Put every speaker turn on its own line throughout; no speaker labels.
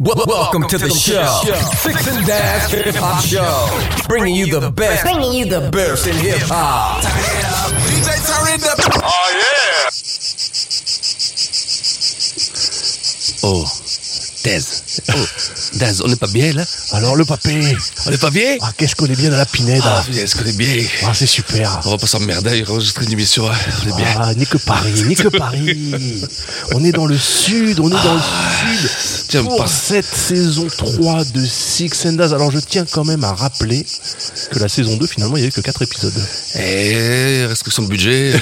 Welcome, welcome to the, to the show. show. Six and Dash Hip Hop Show. Bringing you the best.
Bringing you the
best in hip hop.
DJ turn it up. Oh yeah.
Oh, Thèse. Oh, Daz, on n'est pas bien là
Alors le papier
On n'est pas bien
ah, Qu'est-ce qu'on est bien dans la pinède
Ah, qu'est-ce qu'on est bien
ah, C'est super
On va pas s'emmerder, on va enregistrer une émission, hein. on est bien.
Ah, n'est que Paris, n'est que Paris On est dans le sud, on est dans le sud
tiens
pour
Ah, pas.
cette saison 3 de Six and Daz. Alors je tiens quand même à rappeler que la saison 2, finalement, il n'y avait que 4 épisodes.
Eh, restriction de budget.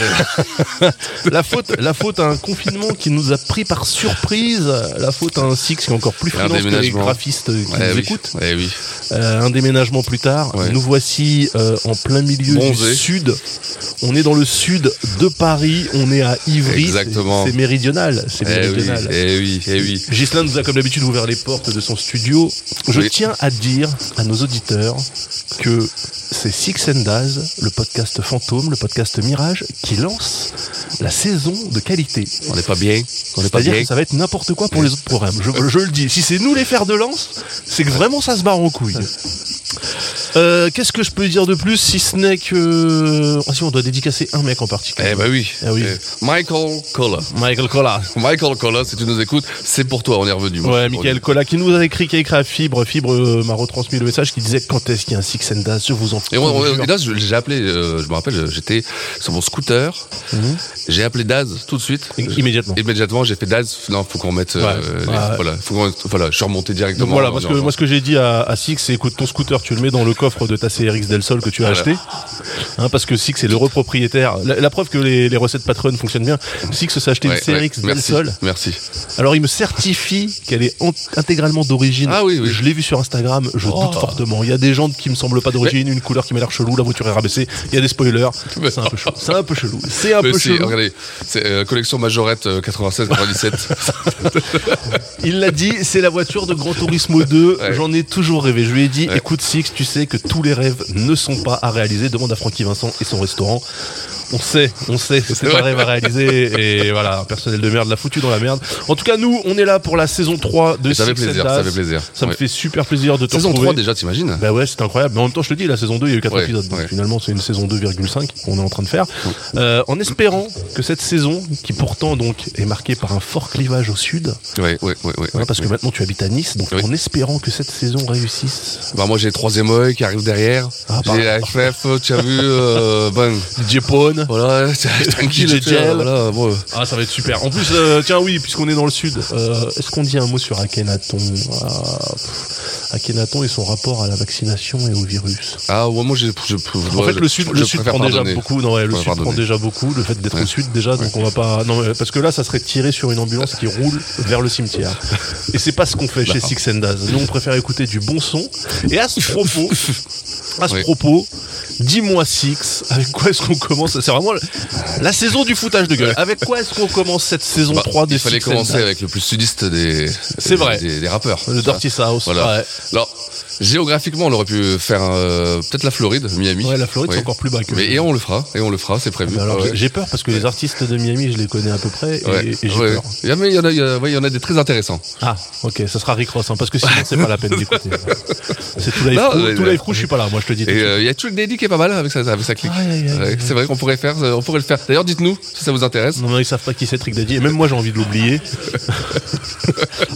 eh
la, faute, la faute à un confinement qui nous a pris par surprise, la faute à un Six qui est encore plus
Un
freelance que les
déménagement.
graphistes qui
Eh
nous
oui,
écoutent.
eh oui.
Euh, un déménagement plus tard.
Ouais.
Nous voici euh, en plein milieu
Bronzé.
du sud. On est dans le sud de Paris. On est à Ivry.
Exactement.
C'est c'est méridional. C'est
Eh oui,
méridional.
eh oui, eh oui.
Ghislain nous a comme d'habitude ouvert les portes de son studio. Je
Oui.
tiens à dire à nos auditeurs que c'est Six and Daz, le podcast fantôme, le podcast Mirage, qui lance la saison de qualité.
On n'est pas bien. On n'est pas
C'est-à-dire
bien.
que ça va être n'importe quoi pour les autres programmes. Je, je le dis. Si c'est nous les fers de lance, c'est que vraiment ça se barre en couille. Euh, Qu'est-ce que je peux dire de plus si ce n'est que. Ah si, on doit dédicacer un mec en particulier.
Eh ben oui.
Eh oui.
Eh, Michael Cola.
Michael Collat.
Michael Cola, si tu nous écoutes, c'est pour toi, on est revenu.
Ouais, Michael Collat qui nous a écrit, qui a écrit à Fibre. Fibre euh, m'a retransmis le message qui disait quand est-ce qu'il y a un Six and Daz, je vous en
Et, on- on-
conjure.
et là, je- j'ai appelé, euh, je me rappelle, j'étais sur mon scooter, j'ai appellé Daz tout de suite.
Mm-hmm. I- immédiatement.
Immédiatement, j'ai fait Daz, non, faut qu'on mette, euh,
Ouais,
les-
ouais.
voilà, faut qu'on mette- voilà, je suis remonté directement.
Donc voilà,
en
parce que
urgence.
moi ce que j'ai dit à, à Six, c'est écoute ton scooter, tu le mets dans le coffre de ta CRX Del Sol que tu as
Voilà.
acheté. Hein, parce que Six est le repropriétaire. La, la preuve que les, les recettes patronnes fonctionnent bien. Six s'est acheté
Ouais,
une CRX
ouais,
Del
merci,
Sol.
Merci.
Alors il me certifie qu'elle est en- intégralement d'origine.
Ah oui, Oh. oui.
Je l'ai vu sur Instagram, je doute fortement. Il y a des gens qui me semblent pas d'origine, une couleur qui m'a l'air chelou, la voiture est rabaissée, il y a des spoilers.
Mais
C'est un
non.
peu chelou. C'est un peu chelou. C'est un
Mais
peu
Euh, si,
chelou.
regardez, c'est euh, collection Majorette 96-97.
Il l'a dit, c'est la voiture de Grand Turismo 2.
Ouais.
J'en ai toujours rêvé. Je lui ai dit,
Ouais.
écoute Six, tu sais que tous les rêves ne sont pas à réaliser. Demande à Francky Vincent et son restaurant. On sait, on sait que c'est un
vrai.
rêve à réaliser. Et voilà, un personnel de merde l'a foutu dans la merde. En tout cas, nous, on est là pour la saison 3 de
ça fait
Six and
plaisir,
Daz.
ça fait plaisir.
Ça me
Ouais.
fait super plaisir de te
Saison 3
retrouver.
déjà, t'imagines
Bah ouais, c'est incroyable. Mais en même temps, je te dis, la saison 2, il y a eu 4
Ouais,
épisodes. Donc
ouais.
finalement, c'est une saison 2,5 qu'on est en train de faire. Euh, en espérant que cette saison, qui pourtant donc est marquée par un fort clivage au sud,
Ouais, ouais, ouais, ouais.
hein, parce que maintenant tu habites à Nice, donc
Oui.
en espérant que cette saison réussisse.
Bah moi j'ai le troisième œil qui arrive derrière.
Ah,
j'ai la FF, tu as vu, euh, ben
Djepone.
voilà, c'est tranquille,
DJ
tu vois,
Gel.
voilà, bon.
Ah, ça va être super. En plus, euh, tiens, oui, puisqu'on est dans le sud, euh, est-ce qu'on dit un mot sur Akhenaton Ah, pff, Akhenaton et son rapport à la vaccination et au virus.
Ah ouais, moi j'ai, je,
En fait, le sud, le sud prend déjà beaucoup. Non, ouais, le
Je
sud
préfère
prend
pardonner.
déjà beaucoup. Le fait d'être au
Ouais.
sud, déjà, donc on va pas. Non, mais parce que là, ça serait tirer sur une ambulance qui roule vers le cimetière. Et c'est pas ce qu'on fait chez Six and Daz. Nous, on préfère écouter du bon son. Et à ce propos, à ce
Oui.
propos, dis-moi Six, avec quoi est-ce qu'on commence C'est vraiment la saison du foutage de gueule. Avec quoi est-ce qu'on commence cette saison 3 des
Bah, Il fallait
Six and
commencer
Daz
avec le plus sudiste des,
C'est vrai.
des, des rappeurs.
Le
Tu vois.
Dirty South.
Voilà.
ouais.
Alors, géographiquement, on aurait pu faire euh, peut-être la Floride, Miami.
Ouais, la Floride,
Oui.
c'est encore plus bas que.
Mais et on le fera, et on le fera, c'est prévu.
Mais alors,
Ah Ouais.
j'ai- j'ai peur parce que les artistes de Miami, je les connais à peu près et,
Ouais,
et j'ai
ouais.
peur.
Il y en a- il y en a- il y en a- ouais, il y en a des très intéressants.
Ah, ok, ça sera Rick Ross, hein, parce que sinon c'est pas la peine d'écouter. C'est tout live
Non,
crew,
ouais,
tout
ouais.
live crew, je suis pas là, moi je te dis. tout de
Et
suite.
euh, il y a Trick Daddy qui est pas mal avec sa, avec sa clique.
Aïe, aïe, aïe,
Ouais,
aïe.
C'est vrai qu'on pourrait faire, euh, on pourrait le faire. D'ailleurs, dites-nous si ça vous intéresse.
Non, mais ils savent pas qui c'est Trick Daddy, et même moi j'ai envie de l'oublier.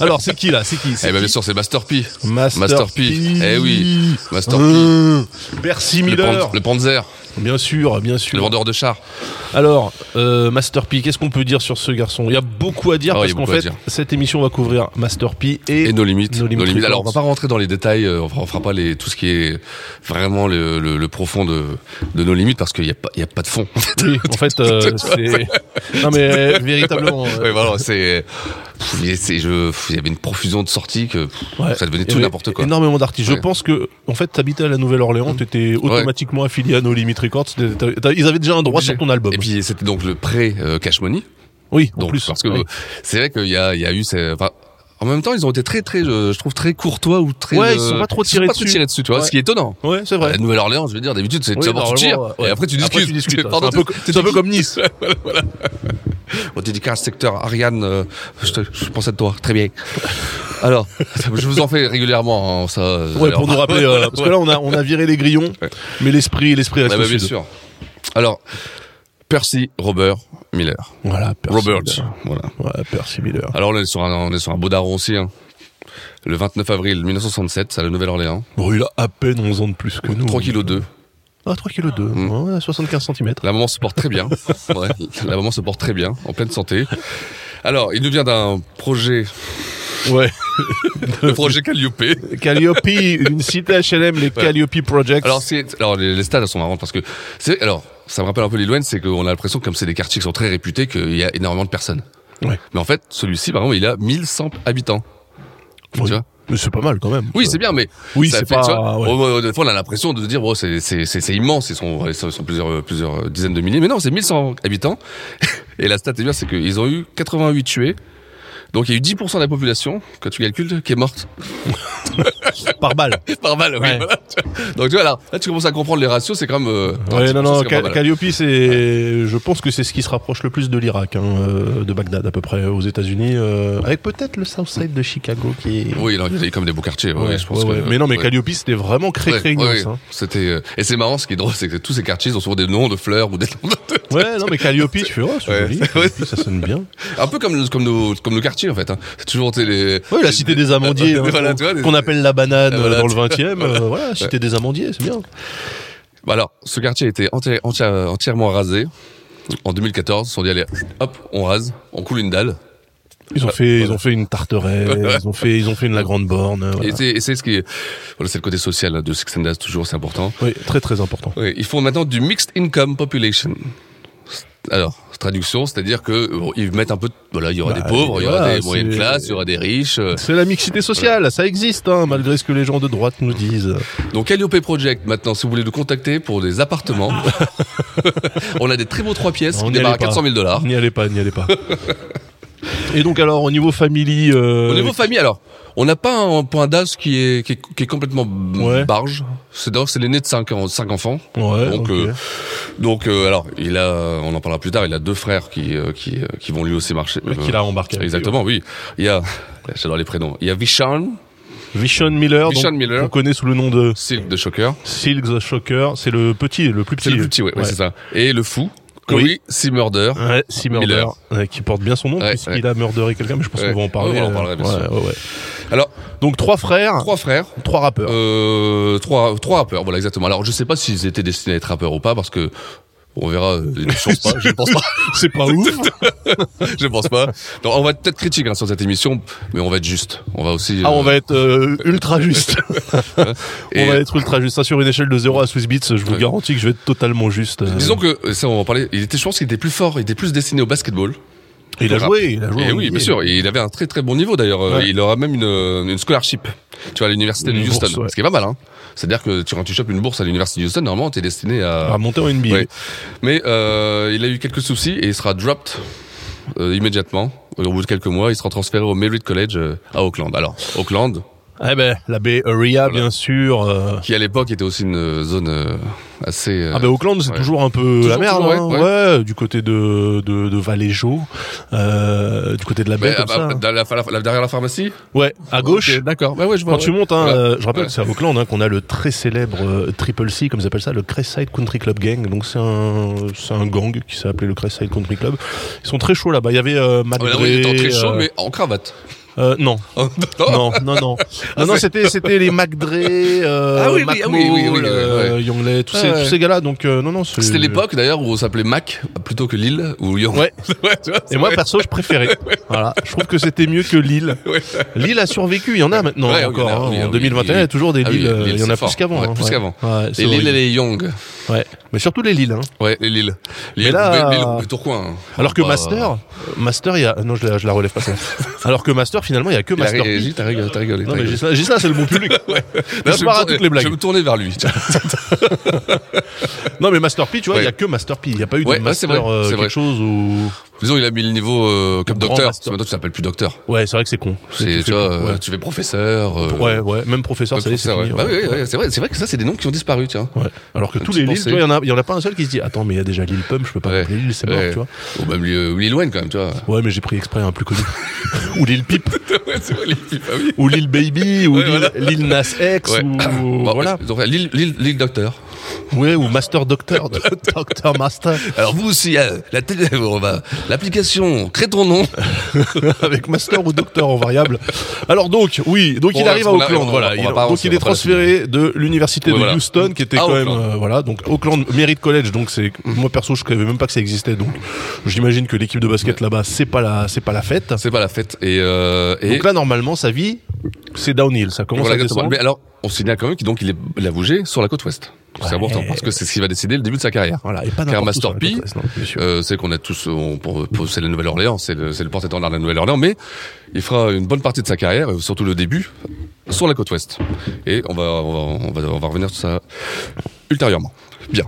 Alors, c'est qui là C'est qui
Eh
C'est
ben, bien
qui
sûr, c'est Master P.
Master, Mmh.
Master P. Eh oui, Master P.
Percy
Le,
Miller
Pan- le Panzer,
Bien sûr, bien sûr.
le vendeur de chars.
Alors, euh, Master P, qu'est-ce qu'on peut dire sur ce garçon Il y a beaucoup à dire,
Ah ouais, il y a
parce qu'en
beaucoup à
fait,
dire.
cette émission va couvrir Master P et,
Et nos limites.
Nos limites.
Alors, on va pas rentrer dans les détails, euh, on fera, on fera pas les, tout ce qui est vraiment le, le- le profond de, de nos limites parce qu'il n'y a, pas- il y a pas de fond.
Oui, en fait, euh, c'est... Non mais euh, véritablement... euh,
Ouais, voilà, c'est. pff, Il y a- c'est- je- pff, il y avait une profusion de sorties que pff,
Ouais.
ça devenait
Il y
tout
avait
n'importe quoi.
Énormément d'artistes. Je
Ouais. Mm.
pense que, en fait, t'habitais à la Nouvelle-Orléans, t'étais automatiquement affilié à No Limit Records. t'es- t'as- t'as- Ils avaient déjà un droit sur ton album.
Et puis c'était donc le pré-Cash Money.
oui, en
Donc,
plus.
parce que
ouais.
euh, c'est vrai qu'il y a, il y a eu. ces- enfin, en même temps, ils ont été très, très, euh, je trouve, très courtois ou très.
Ouais, ils
euh,
sont pas trop tirés dessus.
dessus, tu vois,
Ouais.
ce qui est étonnant.
Ouais, c'est vrai.
La Nouvelle-Orléans, je veux dire, d'habitude, c'est
Oui,
d'abord tu
normalement,
tires,
ouais.
et après tu discutes.
Après, tu discutes.
Pardon,
c'est un peu,
t'es-
c'est un peu
t'es-
comme Nice.
On dédicace secteur Ariane, euh, je, te- je pensais de toi, très bien. Alors, je vous en fais régulièrement. hein, ça,
Ouais,
alors-
pour nous rappeler, euh, parce que là on a, on a viré les grillons,
Ouais.
mais l'esprit l'esprit reste
Ouais,
au
bah, bien
sud.
sûr. Alors, Percy Robert Miller.
Voilà, Percy
Robert,
Miller.
voilà.
Ouais, Percy Miller.
Alors là, on est sur un, on est sur un beau daron aussi. hein. Le 29 avril 1967, à la Nouvelle-Orléans.
Bon, il a à peine 11 ans de plus que nous.
3 kg 2.
Ah, 3 kg 2.
Mm.
Ouais, 75 cm.
La maman se porte très bien. Ouais, la maman se porte très bien, en pleine santé. Alors, il nous vient d'un projet,
Ouais.
le projet Calliope.
Calliope, une cité HLM, les Calliope Projects.
Alors, c'est, alors les, les stades elles sont marrantes parce que c'est, alors, ça me rappelle un peu les Louennes, c'est qu'on a l'impression que comme c'est des quartiers qui sont très réputés, qu'il y a énormément de personnes.
Ouais.
Mais en fait, celui-ci, par exemple, il a 1100 habitants. Tu
Oui.
vois
Mais c'est pas mal quand même.
Oui, c'est bien, mais
Oui,
ça
c'est
fait,
pas-
tu vois,
ouais.
au- au- des fois, on a l'impression de dire, bon, c'est c'est- c'est- c'est immense, ils sont, ils sont- ils sont plusieurs, plusieurs dizaines de milliers, mais non, c'est 1100 habitants. Et la stat est bien, c'est qu'ils ont eu 88 tués. Donc il y a eu 10% de la population, quand tu calcules, qui est morte
Par balle.
par balle. oui,
Ouais.
voilà. Donc tu vois, là, là, tu commences à comprendre les ratios, c'est quand même... euh, un
Ouais,
petit peu,
non, non,
c'est quand même
Cal-
pas mal.
Calliope, c'est, je pense que c'est ce qui se rapproche le plus de l'Irak, hein, euh, de Bagdad à peu près, aux États-Unis, euh, avec peut-être le Southside de Chicago qui est.
Oui, non, il y a eu quand même des beaux quartiers, ouais,
Ouais,
je pense
ouais, ouais.
que-
Mais non, mais
ouais.
Calliope, c'était vraiment
Ouais,
cré-cré
ouais,
ignace,
ouais.
hein.
C'était euh, et c'est marrant ce qui est drôle c'est que tous ces quartiers ils ont souvent des noms de fleurs ou des noms de...
Ouais, non, mais Calliope, tu fais, oh, c'est
Ouais.
joli,
Ouais.
Calliope, ça sonne bien.
un peu comme comme nos comme nos quartiers en fait hein. c'est toujours tu sais, les
Ouais, la cité des amandiers, hein,
Voilà, tu vois,
qu'on-
les-
qu'on appelle la banane
Euh, voilà,
euh, dans le
tu vois,
20 e voilà, cité des amandiers, c'est bien.
Bah alors, ce quartier a été enti- enti- entièrement rasé. En 2014, ils se sont dit, allez, hop, on rase, on coule une dalle.
Ils ont fait, ils ont fait une tarterelle, ils ont fait, ils ont fait une la grande borne. euh, voilà.
Et c'est- Et c'est ce qui est... Voilà, c'est le côté social là, de Six and Dust, toujours, c'est important.
Oui, très très important.
Oui, ils font maintenant du Mixed Income Population. Alors, traduction, c'est-à-dire que bon, ils mettent un peu... de- Voilà, il y aura
Bah,
des pauvres, il y aura
voilà,
des moyennes
c'est-
classes, il y aura des riches. euh.
C'est la mixité sociale, ça existe, hein, malgré ce que les gens de droite nous disent.
Donc, Calliope Project, maintenant, si vous voulez nous contacter pour des appartements, on a des très beaux trois pièces
Non, on
qui
n'y
démarrent à
allait pas.
400 000 dollars.
N'y allez pas, n'y allez pas. Ah. Et donc alors au niveau family, euh,
Au niveau famille, alors, on n'a pas un point d'âge qui est, qui est, qui est complètement b-
Ouais.
barge. C'est d'ailleurs, c'est l'aîné de cinq, en- cinq enfants.
ouais,
donc,
ok.
euh, donc, euh, alors, il a, on en parlera plus tard, il a deux frères qui, euh, qui, euh, qui vont lui aussi marcher.
Ouais, qui
Euh,
l'a embarqué. avec lui,
Exactement, oui. Il y a, j'adore les prénoms. Il y a Vishan,
ouais. Vishon Miller,
Euh, Vishon Miller.
on connaît sous le nom de
Silk de Shocker.
Silk the Shocker, c'est le petit, le plus petit.
C'est le plus petit, ouais, ouais, c'est ça. Et le fou, Corey
Oui.
Seamurder.
Ouais, si Murder,
Miller.
ouais, qui porte bien son nom,
Ouais,
puisqu'il
ouais.
a murderé quelqu'un, mais je pense
Ouais.
qu'on va en parler.
Ouais, on en
euh,
parlera, bien
ouais,
sûr.
ouais, ouais.
Alors,
Donc trois frères,
trois
trois,
frères.
rappeurs.
Euh, trois, trois rappeurs, voilà exactement. Alors je sais pas s'ils étaient destinés à être rappeurs ou pas parce que on verra. euh, Je pense pas. Je pense pas.
C'est pas ouf.
Je pense pas. Non, on va être peut-être critique hein, sur cette émission, mais on va être juste. On va aussi.
Ah,
euh,
on va être euh, ultra juste.
et-
On va être ultra juste. Ça, sur une échelle de 0 à Swiss Beats, je vous garantis que je vais être totalement juste. euh.
Disons que ça, on va en parler. Il était, je pense qu'il était plus fort. Il était plus destiné au basketball.
il a joué, il a joué.
Et Eh oui,
il-
bien sûr. Et il avait un très très bon niveau d'ailleurs. Euh,
Ouais.
Il aura même une, une scholarship. Tu vois, à l'université de
Une
Houston,
bourse, ouais.
ce qui est pas mal. Hein. C'est-à-dire que tu, quand tu chopes une bourse à l'université de Houston, normalement, t'es destiné à,
À monter en NBA.
Ouais. Mais euh, il a eu quelques soucis et il sera dropped euh, immédiatement. Au bout de quelques mois, il sera transféré au Merritt College euh, à Auckland. Alors, Auckland,
Eh ben, la Bay Area, bien sûr. euh.
qui à l'époque était aussi une euh, zone euh, assez... euh,
Ah ben Auckland c'est
ouais.
toujours un peu la
Toujours,
merde,
toujours,
hein.
ouais,
Ouais, du côté de de, de Vallejo, euh, du côté de la baie
ouais,
comme
ah,
ça.
bah,
hein.
dans la- la- la- derrière la pharmacie
Ouais, à gauche.
Ok, D'accord. Bah Ouais, ouais, je vois,
Quand tu
ouais.
montes, hein,
Voilà.
euh, je rappelle
Ouais.
que c'est à Auckland hein, qu'on a le très célèbre euh, Triple C, comme ils appellent ça, le Crestside Country Club Gang. Donc c'est un, c'est un gang qui s'est appelé le Crestside Country Club. Ils sont très chauds là-bas. Il y avait euh, Matt
Ah, mais là, oui,
Gray,
il était en très chaud,
euh,
mais en cravate. Oh,
euh, non,
Non.
non, non, non, non, non, c'était c'était les McDre, euh,
Ah oui, oui, ah oui, oui, oui,
McMall, euh,
ouais.
Youngley, tous,
Ah
ces,
ouais.
tous ces gars-là. Donc euh, non, non, c'est-
C'était l'époque d'ailleurs où on s'appelait Mac plutôt que Lille ou Lyon.
Ouais.
tu vois,
Et
c'est
moi
vrai.
perso, je préférais. voilà, je trouve que c'était mieux que Lille.
Ouais.
Lille a survécu. Il y en a maintenant
Ouais, oui,
encore.
il y en a,
hein.
oui,
en
oui,
2021, il y a
Lille.
toujours des
Ah oui,
Lilles. euh,
Lille,
il y en
c'est
a
fort.
plus qu'avant.
Ouais,
hein,
plus
ouais.
qu'avant.
Ouais, c'est
Les Lille
horrible.
et les Young.
Ouais, mais surtout les Lilles. Hein.
Ouais, les Lille. Lille,
là-
Lille, Lille, Tourcoing.
Alors que
Bah,
Master, euh, Master, il y a non, je la, je la relève pas. celle-là. Alors que Master, finalement, il y a que
Il a
Master.
ré-
P.
Gilles, t'as rigolé, t'as rigolé.
Non
t'as
mais
rigolé.
Gislain, Gislain, c'est le bon public.
Là,
je pars à toutes les
Je vais
blagues.
me tourner vers lui. tiens.
Non mais Master P, tu vois, il y a
Ouais.
que Master P. Il n'y a pas eu de
Ouais, ouais, c'est
Master
vrai,
euh,
c'est
quelque
vrai.
chose ou.
Disons, il a mis le niveau euh, comme
Grand
docteur.
master.
Parce que Maintenant, tu t'appelles plus docteur.
Ouais, c'est vrai que c'est con.
C'est, tu vois, euh,
ouais.
tu fais professeur. euh,
ouais, ouais, même professeur,
ouais,
ça y est, c'est
professeur, ouais.
fini,
Bah
ouais.
oui, oui, oui, c'est vrai, c'est vrai que ça, c'est des noms qui ont disparu, tiens.
Ouais. Alors que
Un
tous
petit
les Lille,
pensée.
tu vois, il y en a- il y, en a pas un seul qui se dit Attends, mais il y a déjà Lille Pump, je peux pas
Ouais.
appeler Lille, c'est mort,
Ouais.
tu vois.
Ou même Lil Lil Wayne, quand même, tu vois.
Ouais, mais j'ai pris exprès un plus connu. ou Lil Peep,
ouais, c'est vrai, Lil Peep,
bah
ah oui.
ou Lil Baby, ou
Ouais,
Lil,
voilà.
Lil Nas X,
Ouais.
ou.
Bon,
voilà.
Ils ont fait Lil, Lil, Lil Docteur.
Ouais, ou Master Doctor, Doctor Master,
Alors vous aussi, euh, la télé, on va, l'application, crée ton nom.
avec Master ou Docteur en variable. Alors donc, oui, donc
Bon,
il
là,
arrive à
on a- on
Auckland,
a- on
voilà.
va
Il-
pas
donc
avancer,
il est
on va pas la
transféré de l'université
Ouais,
de
voilà.
Houston, qui était
À
quand même,
Auckland.
euh, voilà, donc Auckland Merit College, donc c'est, moi perso, je savais même pas que ça existait, donc j'imagine que l'équipe de basket là-bas, c'est pas la, c'est pas la fête.
C'est pas la fête. Et, euh, et
Donc là, normalement, sa vie, c'est downhill. Ça commence
Voilà,
à
exactement.
descendre.
Mais alors, on signale quand même qu'il donc, il est, il a bougé sur la côte ouest. C'est
Ouais.
important parce que c'est ce qui va décider le début de sa carrière.
Voilà, et pas
Car
n'importe où
Master
sur la
P,
côte ouest, non, bien sûr.
euh, c'est qu'on a tous, on, pour- pour- c'est la Nouvelle-Orléans, c'est le, c'est le porte-étendard de la Nouvelle-Orléans, mais il fera une bonne partie de sa carrière, et surtout le début, sur la côte ouest. Et on va, on va, on va, on va revenir sur ça ultérieurement. Bien.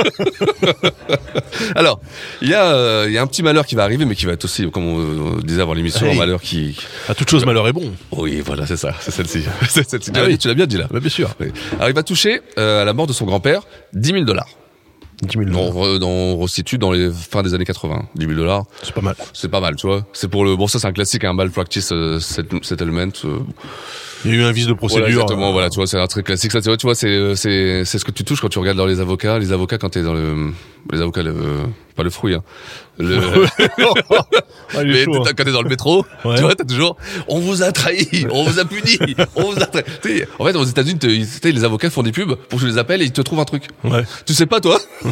Alors, il y, a, euh, il y a un petit malheur qui va arriver, mais qui va être aussi, comme on, on disait avant l'émission,
Hey.
un malheur qui...
À Ah, toute chose, malheur est bon.
Oui, voilà, c'est ça, c'est celle-ci. C'est celle-ci. Tu
Ah
l'as
oui.
dit, Tu l'as bien dit là.
Bah, bien sûr.
Oui. Alors il va toucher euh, à la mort de son grand-père 10 000 dollars.
10 000
On,
euros.
re- on resitue dans les fins des années 80. 10 000 dollars,
C'est pas mal.
c'est pas mal, tu vois. C'est pour le bon, ça c'est un classique, un malpractice euh, set- settlement. euh,
Il y a eu un vice de
voilà,
procédure. euh,
exactement. Voilà, tu vois, c'est un truc classique. Ça, tu vois, tu vois, c'est euh, c'est c'est ce que tu touches quand tu regardes dans les avocats. Les avocats quand t'es dans le les avocats, le, pas le fruit, hein. Le,
Ah, il est
mais
chaud, hein.
t'es- quand t'es dans le métro,
Ouais.
tu vois, t'as toujours, on vous a trahi, on vous a puni, on vous a trahi. Tu sais, En fait, aux États-Unis, t'es- ils- tu sais, les avocats font des pubs pour que tu les appelles et ils te trouvent un truc.
Ouais.
Tu sais pas, toi.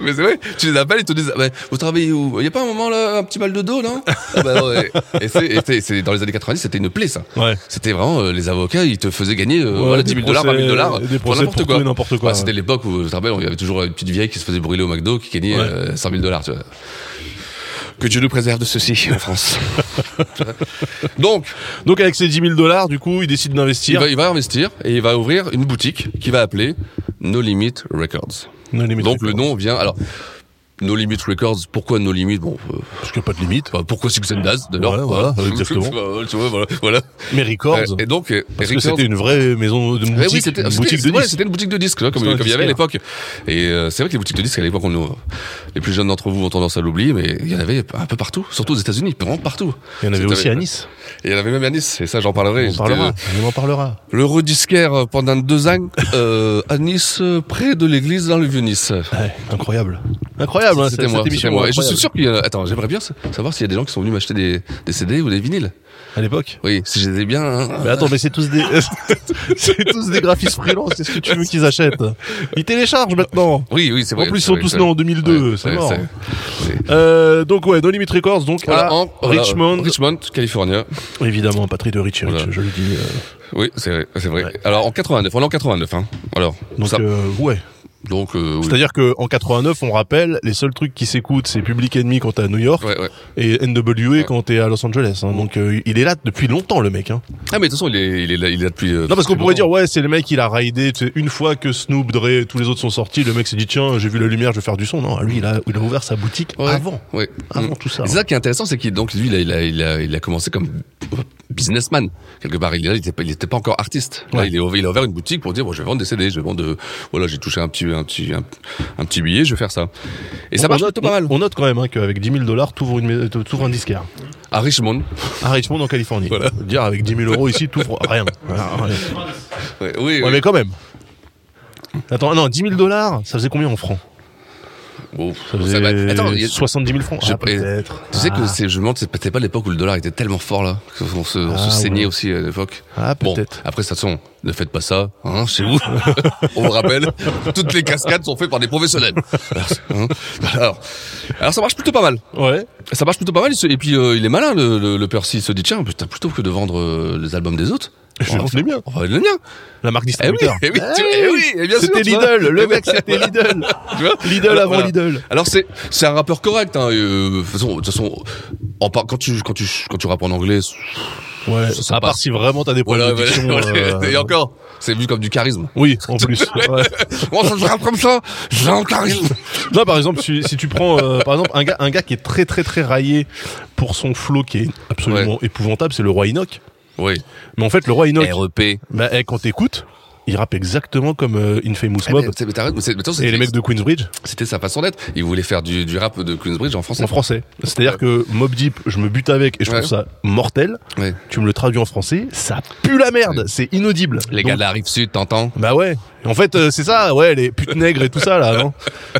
mais c'est vrai, tu les appelles et ils te disent, ah ben, vous travaillez où? Y a pas un moment, là, un petit mal de dos, non? Ah ben, ouais. Et c'est, et c'est- c'est- dans les années 90, c'était une plaie, ça.
Ouais.
C'était vraiment, euh, les avocats, ils te faisaient gagner, euh,
Ouais,
voilà,
des
10 000 dollars, 20 000 dollars,
procès, des
pour
procès
n'importe
pour
quoi.
tout et n'importe quoi,
Ouais, c'était l'époque où, je te rappelle, il y avait toujours une petite vieille qui se faisait brûler au McDo, qui gagnait
Ouais.
euh, 100 000 dollars, tu vois. Que Dieu nous préserve de ceci en France. Donc,
Donc, avec ces 10 000 dollars, du coup, il décide
il
d'investir.
va, il va investir et il va ouvrir une boutique qui va appeler No Limit Records.
No limit
Donc le
record.
nom vient. Alors, No Limit Records. Pourquoi No Limit Bon, euh,
Parce qu'il n'y a pas de limite.
bah, pourquoi Six and Daz D'ailleurs, Bah,
Ouais, voilà, exactement.
tu vois, voilà. voilà.
Mais Records.
Et donc, euh,
parce que
Records-
c'était une vraie maison de
Ouais,
boutique,
oui, c'était
une
c'était-
boutique de
ouais,
disques.
c'était une boutique de disques, là, comme,
C'était un
comme il y avait à
disquaire.
l'époque. Et euh, c'est vrai que les boutiques de disques à l'époque, on nous- les plus jeunes d'entre vous ont tendance à l'oublier, mais il y en avait un peu partout, surtout aux États-Unis, vraiment partout.
Il y en avait
C'était-
aussi à Nice.
Et il y en avait même à Nice. Et ça, j'en parlerai.
On en
J'étais,
parlera.
euh,
On en parlera.
Le redisquaire pendant deux ans euh, à Nice, euh, près de l'église dans le vieux Nice.
Ouais, incroyable. Incroyable, hein,
C'était
cette-
moi,
cette émission
c'était moi. Et je suis
incroyable.
sûr qu'il y a... Attends, j'aimerais bien sa- savoir s'il y a des gens qui sont venus m'acheter des, des CD ou des vinyles.
À l'époque.
Oui, si j'étais bien... hein.
Mais attends, mais c'est tous des, c'est tous des graphistes freelance. Qu'est-ce que tu veux qu'ils achètent Ils téléchargent maintenant.
Oui, oui, c'est vrai.
En plus, ils
c'est
sont
vrai,
tous
c'est-
nés en 2002,
ouais,
c'est
ouais,
mort.
c'est-
Euh, donc ouais, No Limit Records, donc
Voilà,
à
en- voilà,
Richmond,
Richmond, Californie.
évidemment, patrie de Rich, Rich,
Voilà.
je le dis. euh.
Oui, c'est vrai, c'est vrai.
Ouais.
Alors en 89, on est en 89, hein. Alors,
donc
ça-
euh, ouais.
donc euh, oui.
C'est-à-dire que en 89, on rappelle, les seuls trucs qui s'écoutent, c'est Public Enemy quand t'es à New York
Ouais, ouais.
et NWA quand t'es à Los Angeles. hein. Donc euh, il est là depuis longtemps, le mec. Hein.
Ah mais de toute façon, il est, il est là, il est là depuis. euh,
Non, parce qu'on
depuis
pourrait
longtemps.
dire, ouais, c'est le mec, il a raidé. tu sais, Une fois que Snoop, Dre et tous les autres sont sortis, le mec s'est dit, tiens, j'ai vu la lumière, je vais faire du son. Non, lui, il a, il a ouvert sa boutique
Ouais,
avant.
ouais.
Avant
Mm.
tout ça. hein.
C'est ça qui est intéressant, c'est qu'il donc lui, il a, il a, il a, il a commencé comme businessman quelque part. Il, est là, il était, pas- il était pas encore artiste. Là,
Ouais.
il, est, ouvert- il a ouvert une boutique pour dire, bon, je vais vendre des CD, je vais vendre. euh, Voilà, j'ai touché un petit, un petit, un, un petit billet, je vais faire ça. Et ça
On
marche Mm.
note-
plutôt pas mal.
On note quand même hein, qu'avec 10 000 dollars, t'ouvres une mais- t'ouvres un disquaire.
À Richmond.
À Richmond, en Californie.
Voilà.
Dire avec 10 000 euros ici, t'ouvres rien. Ah, ouais.
Ouais, oui.
Ouais,
oui.
mais quand même. Attends, non, 10 000 dollars, ça faisait combien en francs
Bon,
Ça
ça
faisait
va- Attends, il y a-
70 000 Euh, francs.
Je-
Ah, peut-être.
Tu sais que
Ah.
c'est, je me demande, c'est- c'était pas l'époque où le dollar était tellement fort là, qu'on se, on se
Ah,
saignait
ouais.
aussi à l'époque.
Ah,
Bon,
peut-être.
après, de toute façon, ne faites pas ça, hein, chez vous. on vous rappelle, toutes les cascades sont faites par des professionnels. Alors, hein, alors, alors, ça marche plutôt pas mal.
Ah. Ouais.
Ça marche plutôt pas mal. il se- Et puis, euh, il est malin, le, le, le Percy. Il se dit, tiens, putain, plutôt que de vendre euh, les albums des autres,
Je vais
on va
vendre les miens.
on va vendre les miens.
La marque
Eh oui,
distributeur. Ah
eh oui, tu- eh oui, eh bien sûr.
C'était
tu vois.
Lidl,
Eh
le
bien,
mec c'était Lidl.
tu vois
Lidl
Alors,
avant
voilà.
Lidl.
Alors c'est c'est un rappeur correct. Hein, euh, de toute façon, de toute façon, en par- quand tu quand tu quand tu rappes en anglais,
Ouais.
Ça, ça
À part
passe.
si vraiment t'as des problèmes
Voilà,
d'addiction,
voilà, voilà.
euh,
Et encore, c'est vu comme du charisme.
Oui, en plus. Ouais.
Moi, ça se rappe comme ça, j'ai un charisme.
Là, par exemple, si, si tu prends euh, par exemple un gars, un gars qui est très très très raillé pour son flow qui est absolument épouvantable, c'est le roi Enoch.
Oui. E
Mais en fait, le roi Enoch,
REP.
bah, eh, quand t'écoutes, il rappe exactement comme euh, Infamous
Eh,
Mob
mais t'sais, mais t'arrêtes, mais c'est- mais attends,
et les
c'était-
mecs de Queensbridge
C'était sa façon d'être. Il voulait faire du, du rap de Queensbridge en français.
en français. C'est-à-dire que Mob Deep, je me bute avec et je
Ouais.
trouve ça mortel.
Ouais.
Tu me le traduis en français, ça pue la merde, c'est inaudible.
Les
Donc,
gars de la rive sud, t'entends
Bah ouais. En fait, euh, c'est ça, ouais, les putes nègres et tout ça là, non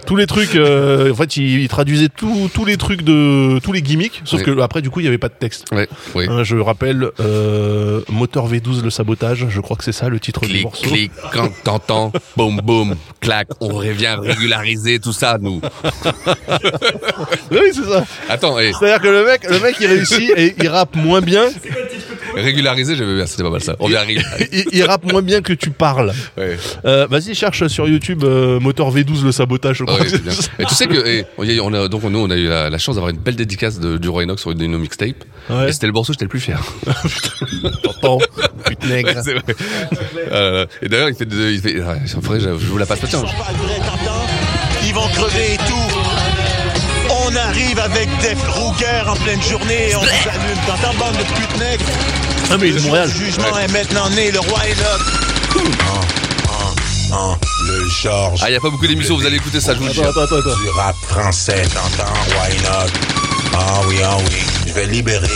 Tous les trucs. euh, en fait, ils, ils traduisaient tous tous les trucs de tous les gimmicks, sauf
Oui.
que après, du coup, il y avait pas de texte.
Ouais, oui.
Hein, je rappelle, euh, moteur V12, le sabotage. Je crois que c'est ça le titre du
Clic,
morceau.
clic, quand t'entends, boum, boum, clac, on revient régulariser tout ça, nous.
Oui, c'est ça.
Attends, eh,
C'est-à-dire que le mec, le mec, il réussit et il rappe moins bien.
régulariser, j'avais bien, c'était pas mal ça. On y arrive.
Il, il rappe moins bien que tu parles.
Ouais.
Euh, Vas-y, cherche sur YouTube euh, moteur V12, le sabotage. Je
Ah
crois
ouais,
que
c'est
c'est
bien.
ça.
Et tu sais que eh, on y a- on a, donc nous on a eu la, la chance d'avoir une belle dédicace de, du Roy Enoch sur une, une mixtape.
Ouais.
Et c'était le morceau que j'étais le plus fier.
T'entends, pute nègre.
C'est vrai. Euh, et d'ailleurs il fait, de- il fait ouais, en vrai, je, je vous la passe pas tiens.
Ils sont pas du rétablant, Ils vont crever et tout. On arrive avec Def Rouger en pleine journée et on vous allume. T'entends, bande de pute nègre
Ah mais il est
Le
de Montréal.
jour du jugement est maintenant né, le roi est là.
Hein, le Georges
Ah il y a pas beaucoup d'émissions, vous allez écouter ça, je vous le dis.
Attends, attends, attends, attends.
du rap français, t'entends, why not? Ah oui, ah oui, je vais libérer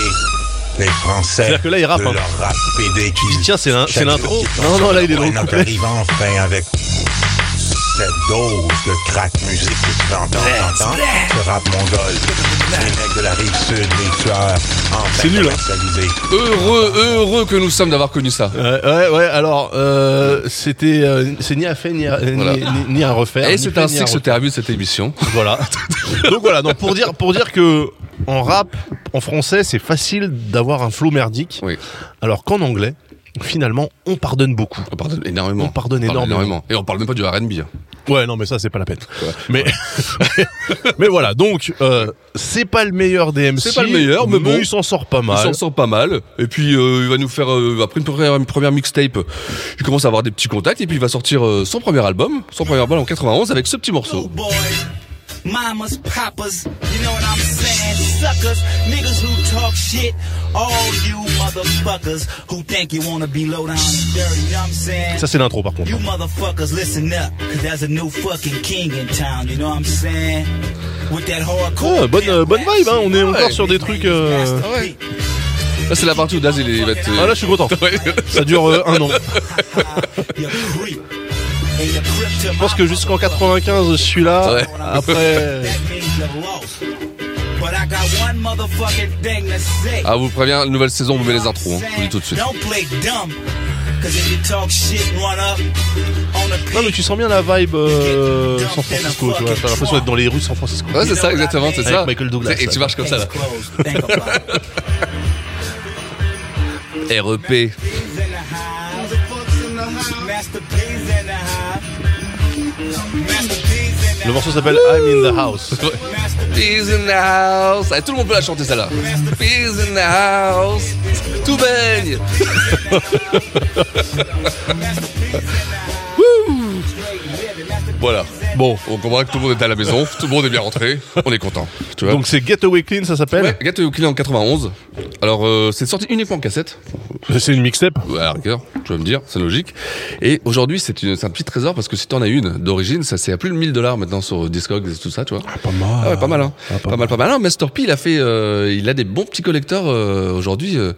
les Français
C'est-à-dire que là, il rappe,
de
hein.
leur rap pédé qui...
Tiens, c'est l'in-
Chaque
c'est l'intro.
jour qui
Non, non, là, il est dans le
Why Not
couplet.
arrive enfin avec cette dose de crack musique que tu entends, t'entends? Le rap mongol, les mecs de la rive sud, les tueurs, enfin
C'est nul, hein.
commercialisés.
Heureux, heureux que nous sommes d'avoir connu ça.
Euh, ouais, ouais, alors, euh, c'était, euh, c'est ni à fait, ni à, euh,
Voilà.
ni, ni- ni à refaire.
Et
ni
c'est
fait, ni
ainsi
à
que se
refaire.
termine cette émission.
Voilà. Donc voilà, donc pour dire, pour dire que en rap, en français, c'est facile d'avoir un flow merdique.
Oui.
Alors qu'en anglais, finalement, on pardonne beaucoup.
On pardonne énormément.
On pardonne énormément.
Et on parle même pas du R&B. hein.
Ouais, non, mais ça, c'est pas la peine. Mais, mais voilà, donc, euh, c'est pas le meilleur des MC.
C'est pas le meilleur, mais bon.
il s'en sort pas
Il
mal.
s'en sort pas mal. Et puis euh, il va nous faire euh, après une première, une première mixtape. Il commence à avoir des petits contacts et puis il va sortir euh, son premier album, son premier album en 91 avec ce petit morceau.
Little boys, mamas, papas, you know what I'm saying? Suckers, niggas who talk shit, all you motherfuckers who think you wanna be low down and dirty, you know what I'm saying?
Ça, c'est l'intro, par contre.
You motherfuckers, listen up, cause there's a new fucking king in town, you know what I'm saying? With that hardcore.
Ouais, bonne, euh, bonne vibe, hein, on est encore
Ouais.
sur des trucs, euh,
Ouais.
Là c'est la partie où Daz il est- va être. euh,
Ah, là, je suis content.
Ouais.
Ça dure euh, un an.
You creep. And you creep to
Je pense que jusqu'en 95, je suis là.
Ouais.
Après.
That means you're lost. But I got one motherfucking thing to say.
Ah vous préviens, nouvelle saison, on vous met les intros, hein. je vous le dis tout de suite.
Don't play dumb. Cause if you talk shit, run up on the
Non, mais tu sens bien la vibe euh, San Francisco, tu vois. T'as l'impression d'être dans les rues de San Francisco.
Ouais c'est ça exactement, c'est
Avec
ça.
Michael Douglas,
Et tu
ouais.
marches comme ça là. REP.
Le morceau s'appelle I'm in the house.
Peace in the house. Ah, tout le monde peut la chanter celle-là. Peace in the house. Tout baigne. Wouh. voilà. Bon, on comprend que tout le monde est à la maison, tout le monde est bien rentré, on est content. Tu vois.
Donc c'est Getaway Clean, ça s'appelle.
Ouais, Get Clean en 91. Alors, euh, c'est sorti uniquement en cassette,
C'est une mixtape.
à la rigueur, tu vas me dire, c'est logique. Et aujourd'hui, c'est une- c'est un petit trésor parce que si t'en as une d'origine, ça c'est à plus de 1000 dollars maintenant sur Discogs et tout ça, tu vois.
Pas mal.
Ah ouais, pas mal, hein. pas, mal, pas mal. Non, Master P, il a fait, euh, il a des bons petits collecteurs euh, aujourd'hui. euh,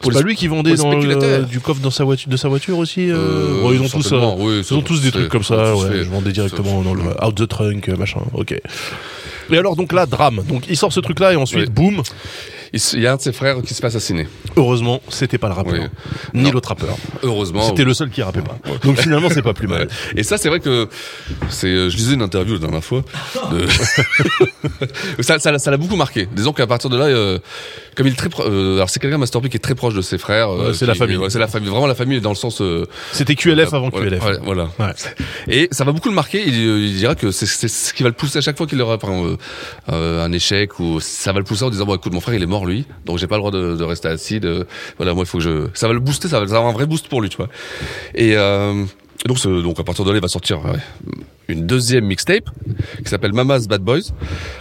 pour
C'est
les
pas lui qui vendait
pour
dans
les
le,
spéculateurs.
du coffre dans sa voiture, de sa voiture aussi. euh,
Euh,
ouais, ils ont tous,
certainement,
euh,
oui,
ils ont tous des
c'est-
trucs comme
c'est-
ça. Ouais,
c'est-
je vendais directement dans le out the trunk, euh, machin. Ok. Et alors donc là, drame. Donc il sort ce truc là et ensuite
Oui.
boum.
Il s- il y a un de ses frères qui se fait assassiner.
Heureusement, c'était pas le rappeur,
Oui.
ni
Non.
l'autre rappeur.
Heureusement.
C'était le seul qui rappait pas. Donc finalement, c'est pas plus
Ouais.
mal.
Et ça, c'est vrai que c'est. euh, Je lisais une interview la dernière fois. de- ça, ça, l'a- ça l'a beaucoup marqué. Disons qu'à partir de là, euh, comme il est très, pro- euh, alors c'est quelqu'un Master P qui est très proche de ses frères. euh,
Ouais, c'est la
qui-
famille.
ouais, c'est la famille. Vraiment la famille dans le sens. euh,
C'était QLF avant
voilà,
QLF.
ouais, Voilà.
Ouais.
Et ça va beaucoup le marquer. Il, il dira que euh, c'est c'est ce qui va le pousser à chaque fois qu'il aura par exemple, euh, euh, un échec ou ça va le pousser en disant bon écoute mon frère il est mort lui, donc j'ai pas le droit de, de rester assis. De, voilà, moi il faut que je, ça va le booster, ça va, ça va avoir un vrai boost pour lui, tu vois. Et euh, donc, ce- donc à partir de là, il va sortir ouais, une deuxième mixtape qui s'appelle Mama's Bad Boys.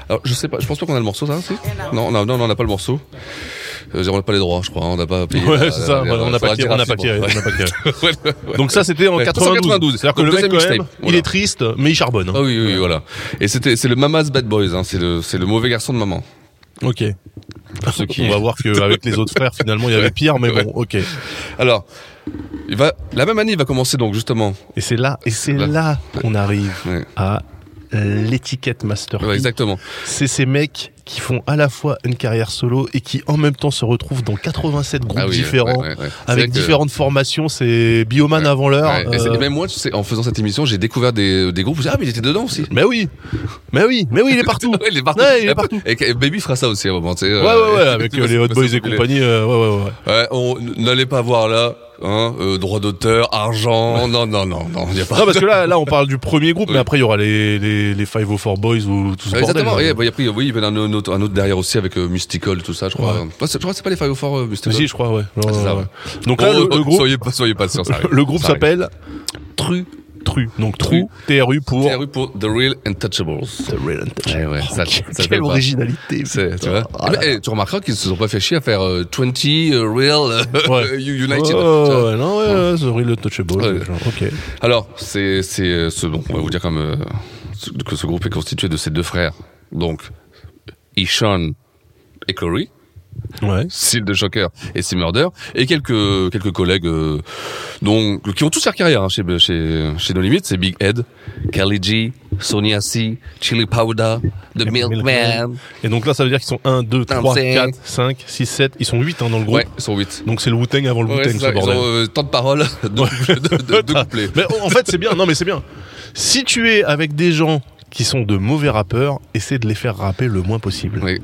Alors je sais pas, je pense pas qu'on a le morceau ça. Si non, non, non, on n'a pas le morceau. Euh, on n'a pas les droits, je crois. hein, on n'a pas payé.
Ouais,
la-
c'est ça,
la-
voilà, on n'a
faudra
pas tiré,
dire
on n'a
ainsi,
pas
bon.
tiré,
Ouais.
on n'a pas tiré.
Ouais, ouais.
Donc ça, c'était en
Ouais,
92. C'est-à-dire que
Donc,
le
deuxième
mec, quand même,
mixtape,
il
voilà.
est triste, mais il charbonne. hein.
Ah oui, oui, oui, voilà. Et c'était, c'est le Mama's Bad Boys, hein, c'est le, c'est le mauvais garçon de maman.
Ok.
Pour ceux qui-
On va voir qu'avec les autres frères, finalement, il y avait pire, mais bon, ok.
Alors, il va, la même année, il va commencer donc justement.
Et c'est là, et c'est
Là.
là qu'on arrive
Ouais.
à l'étiquette master.
Ouais, exactement.
C'est ces mecs qui font à la fois une carrière solo et qui en même temps se retrouvent dans 87 groupes
Ah oui,
différents,
ouais, ouais, ouais. C'est vrai
avec
que-
différentes formations. C'est Bioman
Ouais,
avant l'heure.
Ouais, et c'est-
euh,
et même moi, tu sais, en faisant cette émission, j'ai découvert des, des groupes. Je me suis dit, ah, mais il était dedans aussi.
Mais oui, mais oui, mais oui, il est partout.
Ouais, il est partout.
Ouais, il est partout.
Et, et Baby fera ça aussi à un moment. tu sais,
Ouais,
euh,
ouais, ouais, avec euh, les Hot Boys et
les-
compagnie. euh, ouais, ouais, ouais.
Ouais, on n'allez pas voir là, hein, euh, droit d'auteur, argent. Non, non, non, non, il y a pas.
Non, parce que là, là, on parle du premier groupe, mais
Oui.
après, il y aura les, les, les 504 Boys ou tout ce
Ouais,
bordel.
Exactement,
là.
et bah, après, oui, il y avait un, un autre, un autre derrière aussi avec euh, Mystical, tout ça, je crois.
Ouais.
Ouais, c'est- je crois que c'est pas les Fire Four euh, Mystical.
Si, je crois, ouais.
Ah, c'est ça, ouais.
Donc là,
Oh,
le,
oh,
le groupe,
Soyez pas, soyez pas sûr, ça arrive.
le groupe
Ça arrive.
s'appelle Tru. Tru. Donc Tru, TRU pour.
TRU pour The Real Untouchables.
The Real Untouchables.
Eh ouais,
Oh,
ça-
quelle-
ça fait
quelle
pas.
originalité.
C'est- tu
putain.
vois.
Ah là
Eh, tu remarqueras qu'ils se sont pas fait chier à faire euh, 20 euh, Real euh,
Ouais.
United. tu vois.
Oh, ouais, non, ouais, ouais, The Real Untouchables.
Ouais.
genre, Ok.
Alors, c'est c'est euh, ce bon, on va vous dire comme euh, ce- que ce groupe est constitué de ses deux frères, donc Ishan et Corey,
Ouais.
Seal de Shocker et Sea Murder, et quelques quelques collègues euh, dont qui ont tous leur carrière hein, chez chez chez No Limit, c'est Big Head, Kelly G, Sonia C, Chili Powder, The Milkman.
Et donc là, ça veut dire qu'ils sont 1, 2, 3,
Dancing.
4, 5, 6, 7. Ils sont 8 dans le groupe.
Ouais, ils sont huit.
Donc c'est le Wu-Tang avant le
Ouais,
Wu-Tang,
c'est
ce
ça, ils ont
bordel.
euh, tant de paroles, deux de, de, deux couplets.
Mais en fait, c'est bien. Non, mais c'est bien. Si tu es avec des gens qui sont de mauvais rappeurs, essaie de les faire rapper le moins possible.
Oui.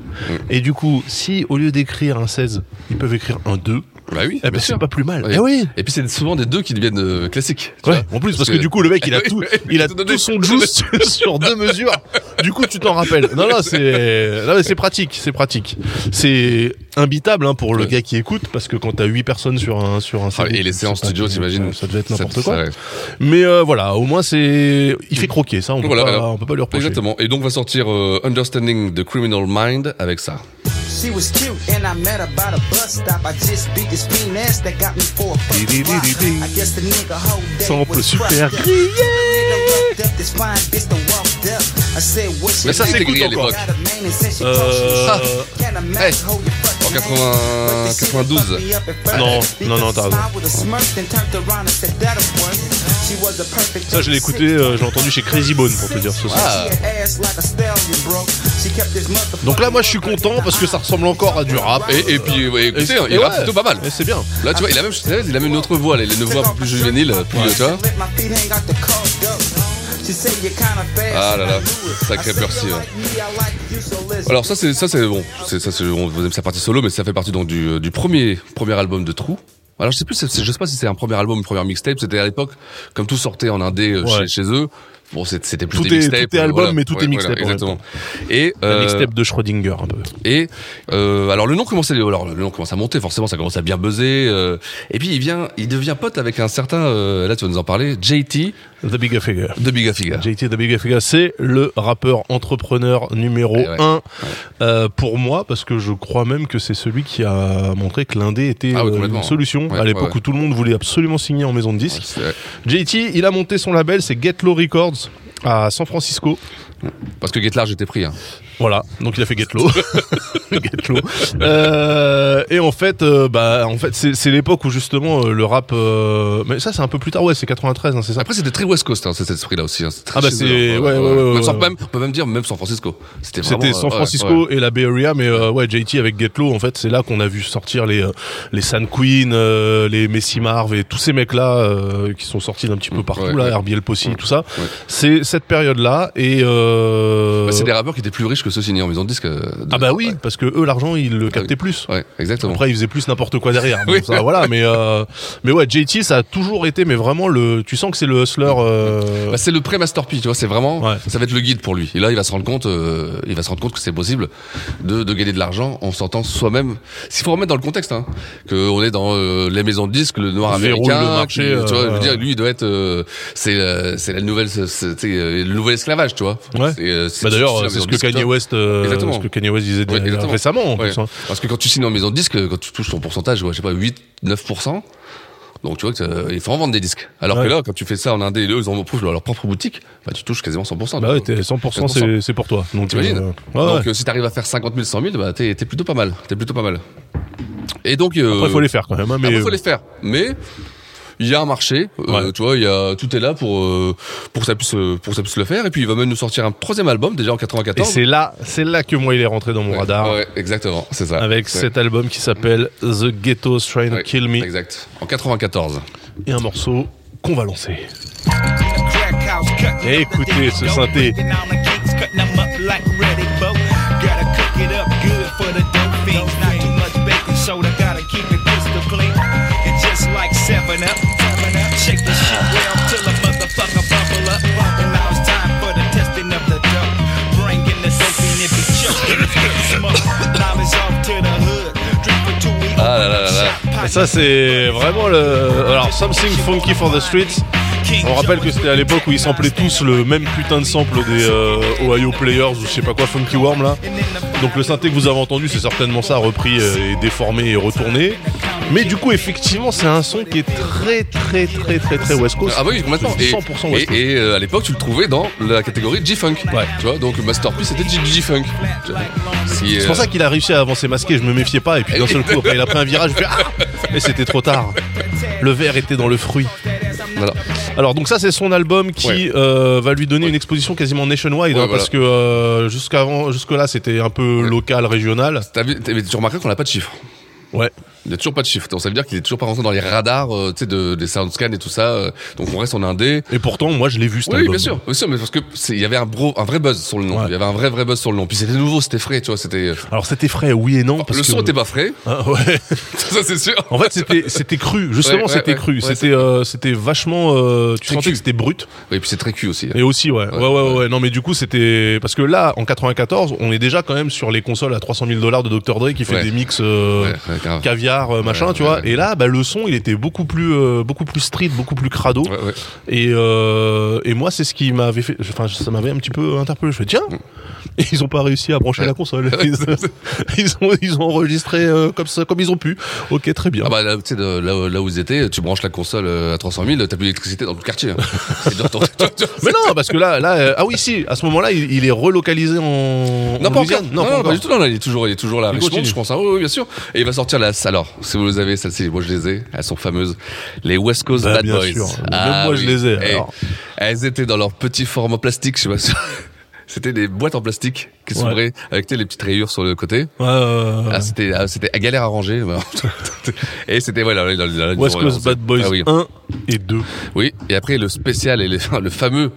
Et du coup, si au lieu d'écrire un 16, ils peuvent écrire un 2,
Bah oui,
eh ben
bien
c'est
sûr.
pas plus mal.
Oui.
Eh oui
Et puis c'est souvent des deux qui deviennent euh, classiques. tu
Ouais,
vois.
en plus, parce que du coup, le mec, il a
Oui,
tout,
oui,
il a
tout donné.
tout son juice sur deux mesures. Du coup, tu t'en rappelles. Non, non, c'est, non, mais c'est pratique, c'est pratique. C'est imbitable, hein, pour le
Ouais.
gars qui écoute, parce que quand t'as huit personnes sur un, sur un
Ah,
CD,
et les
c'est
séances
pas-
studio, t'imagines
Ça devait être n'importe
Ça-
quoi.
ça-
Mais euh, voilà, au moins c'est, il fait croquer, ça, on peut,
Voilà,
pas,
alors.
on peut pas lui reprocher.
Exactement. Et donc va sortir euh, Understanding the Criminal Mind avec ça.
She was cute and I met her by the bus stop. I just beat this mean ass that got me for a fucking rock. I guess the nigga whole day
Sample
was
super
fucked up.
grillé.
Nigga walked up, this fine bitch done walked up. I said, what's
Mais
your
ça
name?
c'est grillé à l'époque.
Got a man and said she
Euh,
calls you
ah.
shit. Can't imagine
Hey.
how you fucking
En
name.
80,
But the shit that
92.
fucked me up at first.
Non, non, non, t'as raison.
Smiled with a smirk, then turned around and said, "That'll work." She was a perfect
Ça, je l'ai écouté, euh, je l'ai entendu chez Crazy Bone, pour te dire ce soir.
Ah.
Donc là, moi, je suis content parce que ça ressemble encore à du rap.
Et, et puis ouais, écoutez, hein, il
Et
rappe
ouais.
plutôt pas mal.
Et c'est bien.
Là tu vois, il a même, je sais, il a même une autre voix, là, il a une voix plus juvénile, euh, plus tu vois.
Ah là là, sacré Percy.
Alors ça c'est ça c'est bon, c'est ça c'est on vous aime sa partie solo, mais ça fait partie donc du, euh, du premier premier album de Trou. Alors je sais plus, c'est- c'est- je sais pas si c'est un premier album, une première mixtape. C'était à l'époque, comme tout sortait en indé euh,
Ouais.
chez, chez eux. Bon, c'est- c'était plus
Tout
des
est-
mixtapes.
tout est
euh,
album, mais tout est mixtape en même
exactement. Et
La
euh,
mixtape de Schrödinger, un peu.
Et euh, alors le nom commence à alors le nom commence à monter forcément ça commence à bien buzzer euh, et puis il vient il devient pote avec un certain euh, là tu vas nous en parler JT
The Bigger Figure.
de Big Figa.
JT The Big Africa, c'est le rappeur entrepreneur numéro
Eh ouais.
1 pour moi, parce que je crois même que c'est celui qui a montré que l'indé était
Ah oui,
euh,
complètement.
une solution
Ouais,
à l'époque
ouais, ouais.
où tout le monde voulait absolument signer en maison de disques.
C'est-
JT, il a monté son label, c'est Get Low Records à San Francisco.
Parce que Get Large était pris. Hein.
Voilà, donc il a fait Get Low. Get Low. Euh, et en fait, euh, bah, en fait, c'est c'est l'époque où justement euh, le rap. euh, mais ça, c'est un peu plus tard, ouais, c'est 93, hein, c'est ça.
Après c'était très West Coast hein, cet esprit là aussi. Hein. très
Ah bah,
chez
c'est-
eux, hein.
ouais, ouais, ouais,
Même
ouais,
San-
ouais.
même- on peut même dire même San Francisco. C'était vraiment,
C'était
euh,
San
ouais,
Francisco
ouais.
et la Bay Area, mais euh, ouais, JT avec Get Low, en fait, c'est là qu'on a vu sortir les euh, les San Queen, euh, les Messi Marv et tous ces mecs là qui sont sortis d'un petit peu partout
ouais,
là,
ouais.
RBL Possy, tout ça.
Ouais.
C'est cette période là et euh,
Bah, c'est des rappeurs qui étaient plus riches riches que ceux signés en maison de disque. euh, de-
Ah bah oui, parce que eux, l'argent, ils le captaient plus.
Ouais, exactement.
Après, ils faisaient plus n'importe quoi derrière. Bon,
Oui.
ça, voilà, mais euh, mais ouais, JT, ça a toujours été, mais vraiment le, tu sens que c'est le hustler. euh,
Bah, c'est le pré masterpiece tu vois, c'est vraiment,
Ouais.
ça va être le guide pour lui. Et là, il va se rendre compte, euh, il va se rendre compte que c'est possible de, de gagner de l'argent en s'entendant soi-même. S'il faut remettre dans le contexte, hein, que on est dans euh, les maisons de disques, le noir
Qui déroule
américain,
le marché,
qui, tu vois,
euh,
je veux dire, lui, il doit être, euh, c'est, euh, c'est la nouvelle, c'est, c'est, euh, le nouvel esclavage, tu vois.
Ouais.
C'est, euh, c'est-
bah
la
d'ailleurs, c'est
maison
ce
de
que
disque, tu
Kanye
vois.
West, euh,
Exactement.
ce que Kanye West disait
Ouais, exactement.
Euh, récemment. en
Ouais.
plus, hein.
Parce que quand tu signes en maison de disque, quand tu touches ton pourcentage, ouais, je sais pas, 8, 9%, donc tu vois que euh, il faut en vendre des disques. Alors
Ouais.
que là, quand tu fais ça en indé, eux, ils en prouvent leur propre boutique, bah, tu touches quasiment 100%.
Bah ouais,
donc,
t'es 100%,
100%.
c'est- c'est pour toi. Donc,
T'imagines
euh, ouais,
Donc
ouais.
euh, si t'arrives à faire 50 000, 100 000, bah t'es t'es plutôt pas mal. T'es plutôt pas mal. Et donc... Euh,
Après, faut les faire quand même. hein, mais
après, faut les faire. Mais... Il y a un marché, euh,
Ouais.
tu vois, il y a tout est là pour euh, pour que ça puisse euh, pour que ça puisse le faire. Et puis il va même nous sortir un troisième album déjà en
Et
94.
c'est là, c'est là que moi il est rentré dans mon
Ouais,
radar
ouais, exactement, c'est ça.
avec
Ouais.
cet album qui s'appelle The Ghetto's Trying to
Ouais,
Kill Me
Exact. En 94.
et un morceau qu'on va lancer.
Et écoutez ce synthé.
Ah là là là là.
Et ça c'est vraiment le, alors Something Funky for the Streets. On rappelle que c'était à l'époque où ils samplaient tous le même putain de sample des euh, Ohio Players ou je sais pas quoi Funky Worm là. Donc le synthé que vous avez entendu c'est certainement ça repris euh, et déformé et retourné. Mais du coup effectivement c'est un son qui est très très très très très West Coast.
Ah bah oui, complètement. Et,
100% West Coast.
et, et, euh, à l'époque, tu le trouvais dans la catégorie G-Funk. Ouais. Tu vois, donc Masterpiece, c'était G- G-Funk. Tu vois. Si,
C'est
euh,
pour ça qu'il a réussi à avancer masqué, je me méfiais pas, et puis d'un seul coup, après, il a pris un virage, je fais, Ah Mais c'était trop tard. Le verre était dans le fruit.
voilà.
Alors, donc, ça, c'est son album qui
Ouais.
euh, va lui donner une exposition quasiment nationwide,
Ouais,
hein,
voilà.
parce que euh, jusqu'avant, jusque-là, c'était un peu local, régional.
T'as vu- t'as- mais tu remarqueras qu'on n'a pas de chiffres.
Ouais.
Il n'y a toujours pas de chiffres. Donc ça veut dire qu'il est toujours pas rentré dans les radars euh, tu sais, de, des soundscans et tout ça. euh, donc on reste en indé.
Et pourtant, moi, je l'ai vu cet
Oui,
album.
bien sûr, bien sûr, mais parce que c'est- il y avait un, bro, un vrai buzz sur le nom. Il
Ouais.
y avait un vrai, vrai buzz sur le nom. Puis c'était nouveau, c'était frais, tu vois. C'était
Alors, c'était frais, oui et non. Parce
le son
que-
était pas frais,
Ah, ouais.
ça c'est sûr.
En fait, c'était c'était cru. Justement,
Ouais, ouais,
c'était
ouais.
cru.
Ouais,
c'était euh, c'était vachement. euh, tu
C'est
sentais
cru.
que c'était brut.
Et puis c'est très cul aussi. hein.
Et aussi, ouais. Ouais, ouais, ouais.
ouais.
Non, mais du coup, c'était. Parce que là, en 94, on est déjà quand même sur les consoles à 300 000 dollars de Dr. Dre qui fait
Ouais.
des mix euh,
Ouais, ouais, grave.
caviar, euh, machin,
Ouais,
tu
ouais,
vois.
ouais.
Et là, bah, le son, il était beaucoup plus, euh, beaucoup plus street, beaucoup plus crado.
Ouais, ouais.
Et, euh, et moi, c'est ce qui m'avait fait. Enfin, ça m'avait un petit peu interpellé. Je fais, tiens, ils ont pas réussi à brancher la console. Ils, ils ont, ils ont enregistré euh, comme ça, comme ils ont pu. Ok, très bien.
Ah bah là, tu sais, de- là, où- là où ils étaient, tu branches la console euh, à 300 000, t'as plus d'électricité dans le quartier. hein. C'est dur, t'en- tu vois, tu vois,
mais non, parce que là, là, euh, ah oui, si, à ce moment-là, il, il est relocalisé en. en
Non, pas encore.
Louisiane.
Non,
pas
non,
encore.
pas du tout. Non, non, il est toujours, il est toujours là.
Il
Richmond,
continue.
je pense. Ah, oui, oui, bien sûr. Et il va sortir la. Alors, si vous les avez, celles-ci, moi je les ai. Elles sont fameuses. Les West Coast
Bah,
Bad
bien
Boys.
sûr. Même moi, je les ai,
Eh,
alors.
Elles étaient dans leur petit format plastique, je sais pas. si- C'était des boîtes en plastique qui s'ouvraient avec tu sais, les petites rayures sur le côté.
Ouais, ouais, ouais.
Ah, c'était, ah, c'était à galère à ranger. et c'était voilà. là, là, là, là,
West
là,
Coast
là,
Bad Boys
Ah oui.
1 et 2.
Oui, et après le spécial et les- le fameux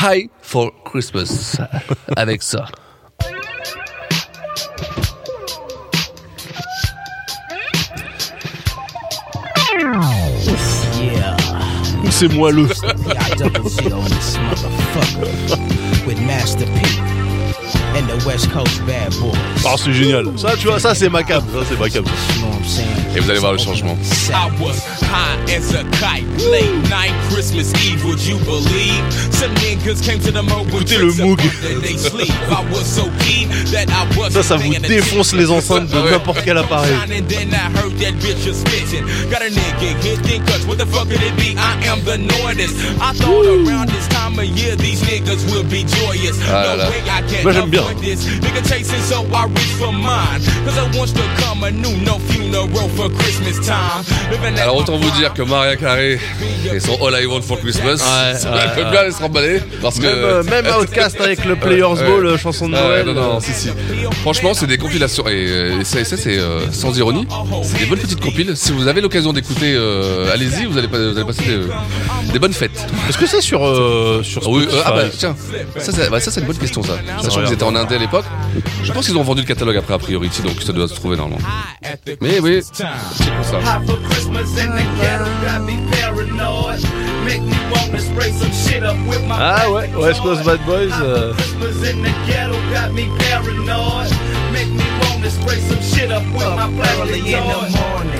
High for Christmas avec ça.
C'est moi le.
I double get on this motherfucker with Master P and the West Coast Bad Boys.
Oh, c'est génial. Ça, tu vois, ça, c'est ma cam. Ça, c'est ma cam.
You know what I'm saying?
Et vous allez voir le changement.
I was high as a kite. Late night Christmas Eve, would you believe? Some niggas came to the mobile.
Écoutez le Moog.
They sleep. I was so keen that I was
Ça, ça vous défonce les enceintes
Ah
de n'importe quel appareil.
And then I heard that bitch was bitching. Got a nigga hit in cuts. What the fuck could it be? I am the Nordist. I thought around this time of year these niggas will be joyous.
Ah là là.
No way I can
Moi, j'aime bien.
avoid this. Nigga chasing, so I reach for mine. Cause I wants to come a new, no funeral for Christmas time. Living that
Alors autant vous dire que que Maria Carey et son All I Want for Christmas,
Ouais,
ça
ouais,
peut
ouais.
bien aller se remballer parce que.
Même, euh, même Outcast avec le Players
Ouais.
Ball, euh, chanson de
Ah ouais,
Noël.
non, non, si, si. Franchement, c'est des compilations. Et, euh, et ça, et ça, c'est euh, sans ironie. C'est des bonnes petites compiles. Si vous avez l'occasion d'écouter, euh, allez-y, vous allez, pas- vous allez passer euh, des bonnes fêtes.
Est-ce que c'est sur, euh, sur
Oui,
Spotify
euh, ah bah tiens, ça, ça, bah, ça, c'est une bonne question ça. Sachant qu'ils étaient en Indé à l'époque, je pense qu'ils ont vendu le catalogue après a priori, donc ça doit se trouver normalement. Mais oui, c'est pour ça.
Hot for Christmas in the ghetto, got me paranoid. Make me wanna spray some shit up with
bah,
my
Ah ouais, West Coast Bad Boys. euh,
Christmas in the ghetto, got me paranoid. Make me wanna spray some shit up with my plastic toys.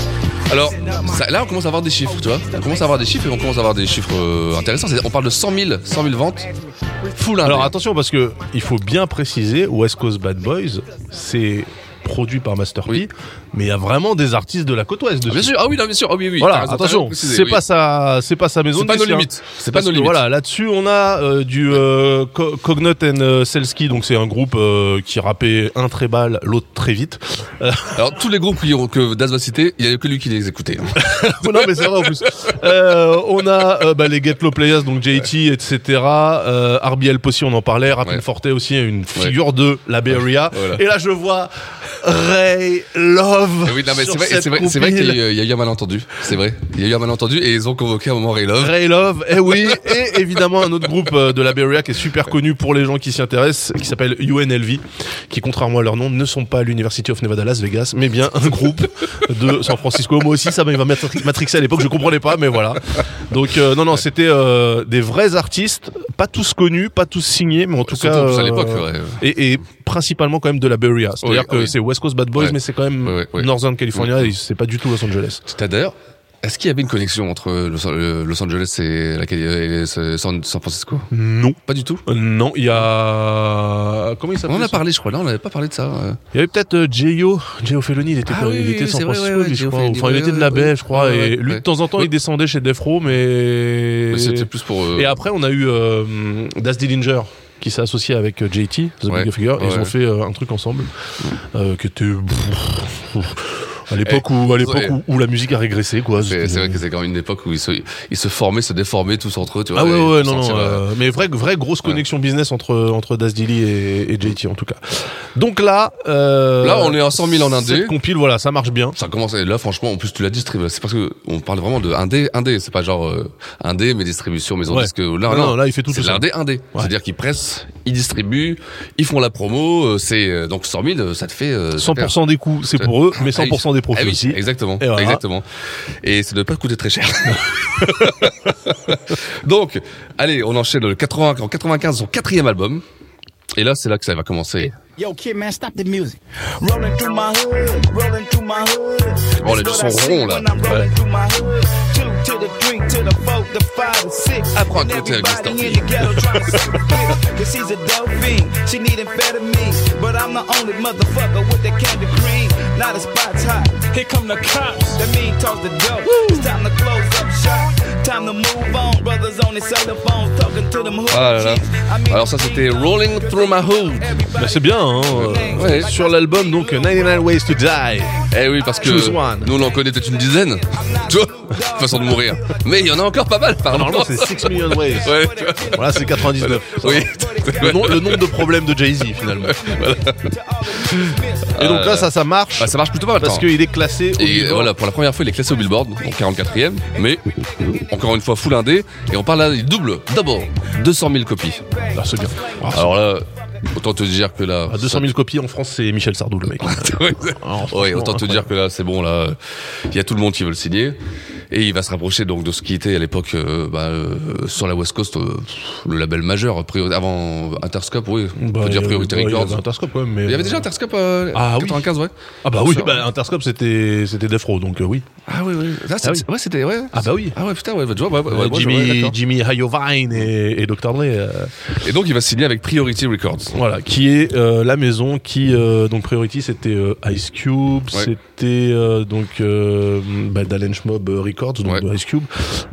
Alors ça- là, on commence à avoir des chiffres, tu vois. On commence à avoir des chiffres et on commence à avoir des chiffres euh, intéressants. C'est- On parle de 100 000, 100 000 ventes. Full Indé.
Alors attention parce que il faut bien préciser, West Coast Bad Boys, c'est produit par Master P,
Oui.
mais il y a vraiment des artistes de la côte ouest dessus.
bien sûr, ah oui, non, bien sûr, ah oui, oui.
Voilà,
t'as raison, t'as raison
attention,
de préciser,
c'est
oui.
pas sa, c'est pas sa maison
C'est
de
pas nos
disque, hein.
limites. C'est pas
Parce
nos
que
limites.
Voilà, là-dessus on a euh, du euh, Co- Cognut and euh, Selski, donc c'est un groupe euh, qui rappait un très bal, l'autre très vite. Euh,
Alors tous les groupes qui ont- que Daz va citer, il y a que lui qui les écoutait. hein.
non mais c'est vrai en plus. Euh, on a euh, bah, les Get Low Players, donc JT, etc. Euh, RBL Possy, on en parlait. Rappel
Ouais.
Forte aussi, une figure de la Bay Area.
Voilà.
Et là je vois Ray Love.
Eh oui, non, mais
sur
c'est vrai,
cette
c'est vrai, c'est vrai qu'il
compile.
y, a eu- il y a eu un malentendu. C'est vrai. Il y a eu un malentendu et ils ont convoqué à un moment Ray Love.
Ray Love, eh oui, et évidemment un autre groupe euh, de la Bay Area qui est super connu pour les gens qui s'y intéressent, qui s'appelle UNLV, qui contrairement à leur nom ne sont pas à l'University of Nevada Las Vegas, mais bien un groupe de San Francisco. Moi aussi, ça m'a matri- matrixé à l'époque, je comprenais pas, mais voilà. Donc euh, non, non, c'était euh, des vrais artistes, pas tous connus, pas tous signés, mais en tout
Surtout
cas
à
euh,
l'époque, ouais.
et, et principalement quand même de la Bay Area, c'est-à-dire
Oui, ah
que
oui.
c'est West Coast Bad Boys,
Ouais.
mais c'est quand même
Ouais, ouais, ouais.
Northern California, et c'est pas du tout Los Angeles.
T'as D'ailleurs, est-ce qu'il y avait une connexion entre euh, Los, le- Los Angeles et, la, Cali- et euh, San, San Francisco
Non.
Pas du tout.
Euh, Non, il y a. Comment il
On
s'appelle
en a
ce-
parlé, je crois. Là, on n'avait pas parlé de ça. euh.
Il y avait peut-être euh, Gio, Gio Feloni, il était,
Ah oui,
il
oui,
était de
oui,
San
c'est vrai,
Francisco,
ouais, ouais,
je
Gio
crois.
Feloni,
Enfin, il
ouais,
était de la
ouais,
baie,
ouais.
je crois.
Ouais,
et
ouais,
lui, de
ouais.
temps en temps,
Ouais.
il descendait chez Defro, mais.
Mais C'était plus pour. euh,
Et après, on a eu euh, Das Dillinger qui s'est associé avec euh, JT, The
Ouais,
Big Figure, et ils
ouais.
ont fait euh, un truc ensemble euh, qui était. À l'époque où, à l'époque
ouais.
où, où la musique a régressé, quoi.
c'est c'est
C'était-
vrai que c'est quand même une époque où ils se, ils se formaient, se déformaient tous entre eux. Tu vois,
Ah ouais,
et
ouais,
ils
non, non.
sortirent, euh,
euh, mais vraie, vraie grosse
Ouais.
connexion business entre, entre Das Dilly et, et JT, en tout cas. Donc là, euh,
Là, on est à 100 000 en indé.
Cette compile, voilà, ça marche bien.
Ça commence et là franchement en plus tu l'as distribué c'est parce que on parle vraiment de indé indé c'est pas genre euh, indé mais distribution maison
Ouais.
disque euh, là
Non, non, là, il fait tout
c'est
tout seul.
l'indé indé c'est-à-dire qu'ils pressent ils distribuent ils font la promo euh, c'est euh, donc 100 000 ça te fait euh, ça fait-
100% des coûts, c'est pour eux, mais 100% des profits
Ah oui,
aussi.
Exactement.
Et voilà.
Exactement. Et ça ne doit pas coûter très cher. Donc, allez, on enchaîne le 80, en 95, son quatrième album. Et là, c'est là que ça va commencer.
Yo, kid, man, stop the music. Rolling through my hood, rolling through my hood.
Oh, les deux
That's what I
sont
see
ronds, là.
when I'm rolling through my hood. Two to the three to the four, the five and six.
Ah, prends un
And
côté avec
everybody
Mr.
in the ghetto trying to suck a dick. 'Cause she's a dope fiend. She need amphetamines. But I'm the only motherfucker with the candy cream. Now the spot's hot.
Here come the cops.
That mean toss the dope. It's time to close up shop. Time to move on. Brothers on their cell phones talking to them hood
Ah là là.
kids. I mean,
Alors ça, c'était Rolling Through My Hood.
Bah, c'est bien, hein, euh,
Ouais.
Sur l'album, donc, 99 Ways to Die.
Eh oui, parce que
Choose one.
nous, on en connaît peut-être une dizaine. tu vois, façon de mourir. Mais il y en a encore pas mal, par
Normalement, c'est 6 million ways.
Ouais, tu vois.
Voilà, c'est 99.
Oui.
Le, nom- le nombre de problèmes de Jay-Z, finalement. Et donc là, ça, ça marche.
Bah, ça marche plutôt pas mal.
parce
attends.
qu'il est classé au
Et
Billboard.
voilà, pour la première fois, il est classé au Billboard, en 44e, mais encore une fois full indé. Et on parle là, il double, d'abord, 200 000 copies.
Ah, c'est bien. Ah,
Alors là, autant te dire que là.
à 200 000 copies en France, c'est Michel Sardou, le mec.
ouais,
Alors, Ah, franchement,
ouais, autant te
incroyable.
dire que là, c'est bon, là, il y a tout le monde qui veut le signer. Et il va se rapprocher donc de ce qui était à l'époque euh, bah, euh, sur la West Coast euh, le label majeur priori- avant Interscope oui on
Bah,
peut dire
il y
Priority
avait- ouais, Il y avait
Records
Interscope, ouais, mais.
il y avait déjà Interscope euh,
Ah oui.
95 ouais
Ah, bah oui,
Sur-
bah, Interscope, c'était, c'était Defro, donc, euh, oui.
ah oui oui Ah, c'est-
Ah oui.
ouais c'était ouais
Ah, bah oui.
ah ouais putain ouais, tu vois, ouais, ouais, ouais, moi, je- ouais,
Jimmy,
d'accord.
Jimmy Hayovine et, et Dr. Dre. euh,
Et donc il va signer avec Priority Records.
Voilà, qui est euh, la maison qui euh, donc Priority c'était euh, Ice Cube, c'était euh, donc euh, bah, Dalen Schmob, euh, Rick Records, donc
Ouais.
de Ice Cube.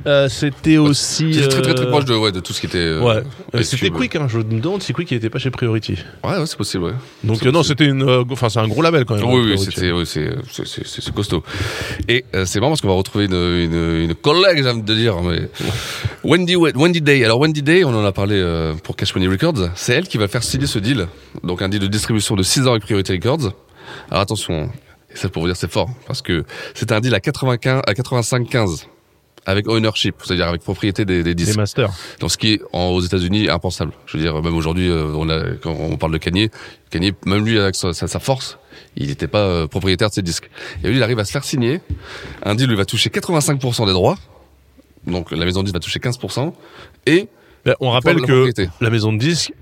Euh, c'était aussi.
C'était très très très
euh,
proche de, ouais, de tout ce qui était. euh,
Ouais, Euh,
Ice
c'était
Cube.
Quick, hein, je me demande si Quick il était pas chez Priority.
Ouais, ouais, c'est possible, ouais.
Donc
C'est
euh, non,
possible.
c'était une, euh, go- enfin c'est un gros label quand même. hein,
Oui, oui,
Priority.
c'était, oui, c'est, c'est, c'est- c'est- c'est costaud. Et euh, c'est marrant parce qu'on va retrouver une, une, une collègue, j'ai envie de dire, mais Wendy, Wa- Wendy Day. Alors Wendy Day, on en a parlé euh, pour Cash Money Records. C'est elle qui va faire signer ce deal, donc un deal de distribution de 6 ans avec Priority Records. Alors attention, et ça pour vous dire c'est fort, parce que c'est un deal à 95, à 85-15 avec ownership, c'est-à-dire avec propriété des, des
Les
disques.
masters.
Dans ce qui est en- aux États-Unis est impensable. Je veux dire, même aujourd'hui, euh, on a, quand on parle de Kanye, Kanye, même lui avec sa, sa- sa force, il n'était pas euh, propriétaire de ses disques. Et lui, il arrive à se faire signer. Un deal où il va toucher 85% des droits. Donc la maison de disque va toucher 15%. Et
Ben, on rappelle
Pour la
que
propriété.
la maison de disques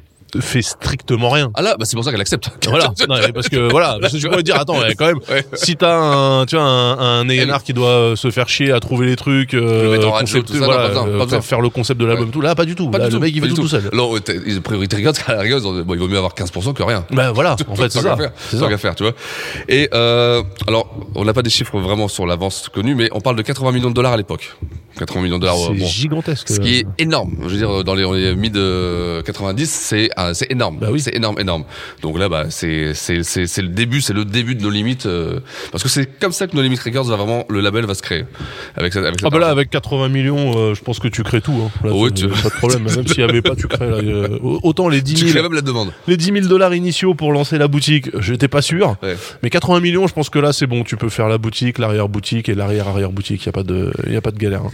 fait strictement rien.
ah là, bah, c'est pour ça qu'elle accepte.
Voilà, non, mais parce que voilà, parce que je pourrais dire, attends, ouais, quand même,
Ouais.
si t'as un, tu vois, un, un A&R qui doit euh, se faire chier à trouver les trucs, euh,
mettre en radio, tout ça, non, pas besoin, pas
euh,
besoin.
faire- faire le concept de l'album,
Ouais.
tout, là, pas du tout.
Pas
Là,
du
le
tout.
mec, il
pas
fait tout, tout seul.
Non, euh, priorité regarde, à la rigueur, ils ont- bon, il vaut mieux avoir 15% que rien.
Ben voilà, en fait,
Tant
c'est
qu'à
ça.
faire,
C'est
tant
ça.
qu'à faire, tu vois. Et euh, alors, on n'a pas des chiffres vraiment sur l'avance connue, mais on parle de 80 millions de dollars à l'époque. 80 millions de dollars,
C'est
euh, bon.
gigantesque.
Ce qui est énorme. Je veux dire, dans les, dans les mid euh, 90, c'est euh, c'est énorme.
Bah oui.
C'est énorme, énorme. Donc là, bah, c'est c'est c'est c'est le début, c'est le début de nos limites, euh, parce que c'est comme ça que nos limites records va vraiment le label va se créer avec cette- avec
Ah
cette
bah là,
argent.
avec 80 millions, euh, je pense que tu crées tout. Hein. Là,
Oui,
t'as-
tu-
Pas de problème. Même s'il y avait pas, tu crées. là, euh, autant les 10
tu
000
crées même la demande.
Les 10 000 dollars initiaux pour lancer la boutique, j'étais pas sûr.
Ouais.
Mais 80 millions, je pense que là, c'est bon. Tu peux faire la boutique, l'arrière-boutique et l'arrière-arrière-boutique. Il n'y a, pas de- y a pas de galère. hein.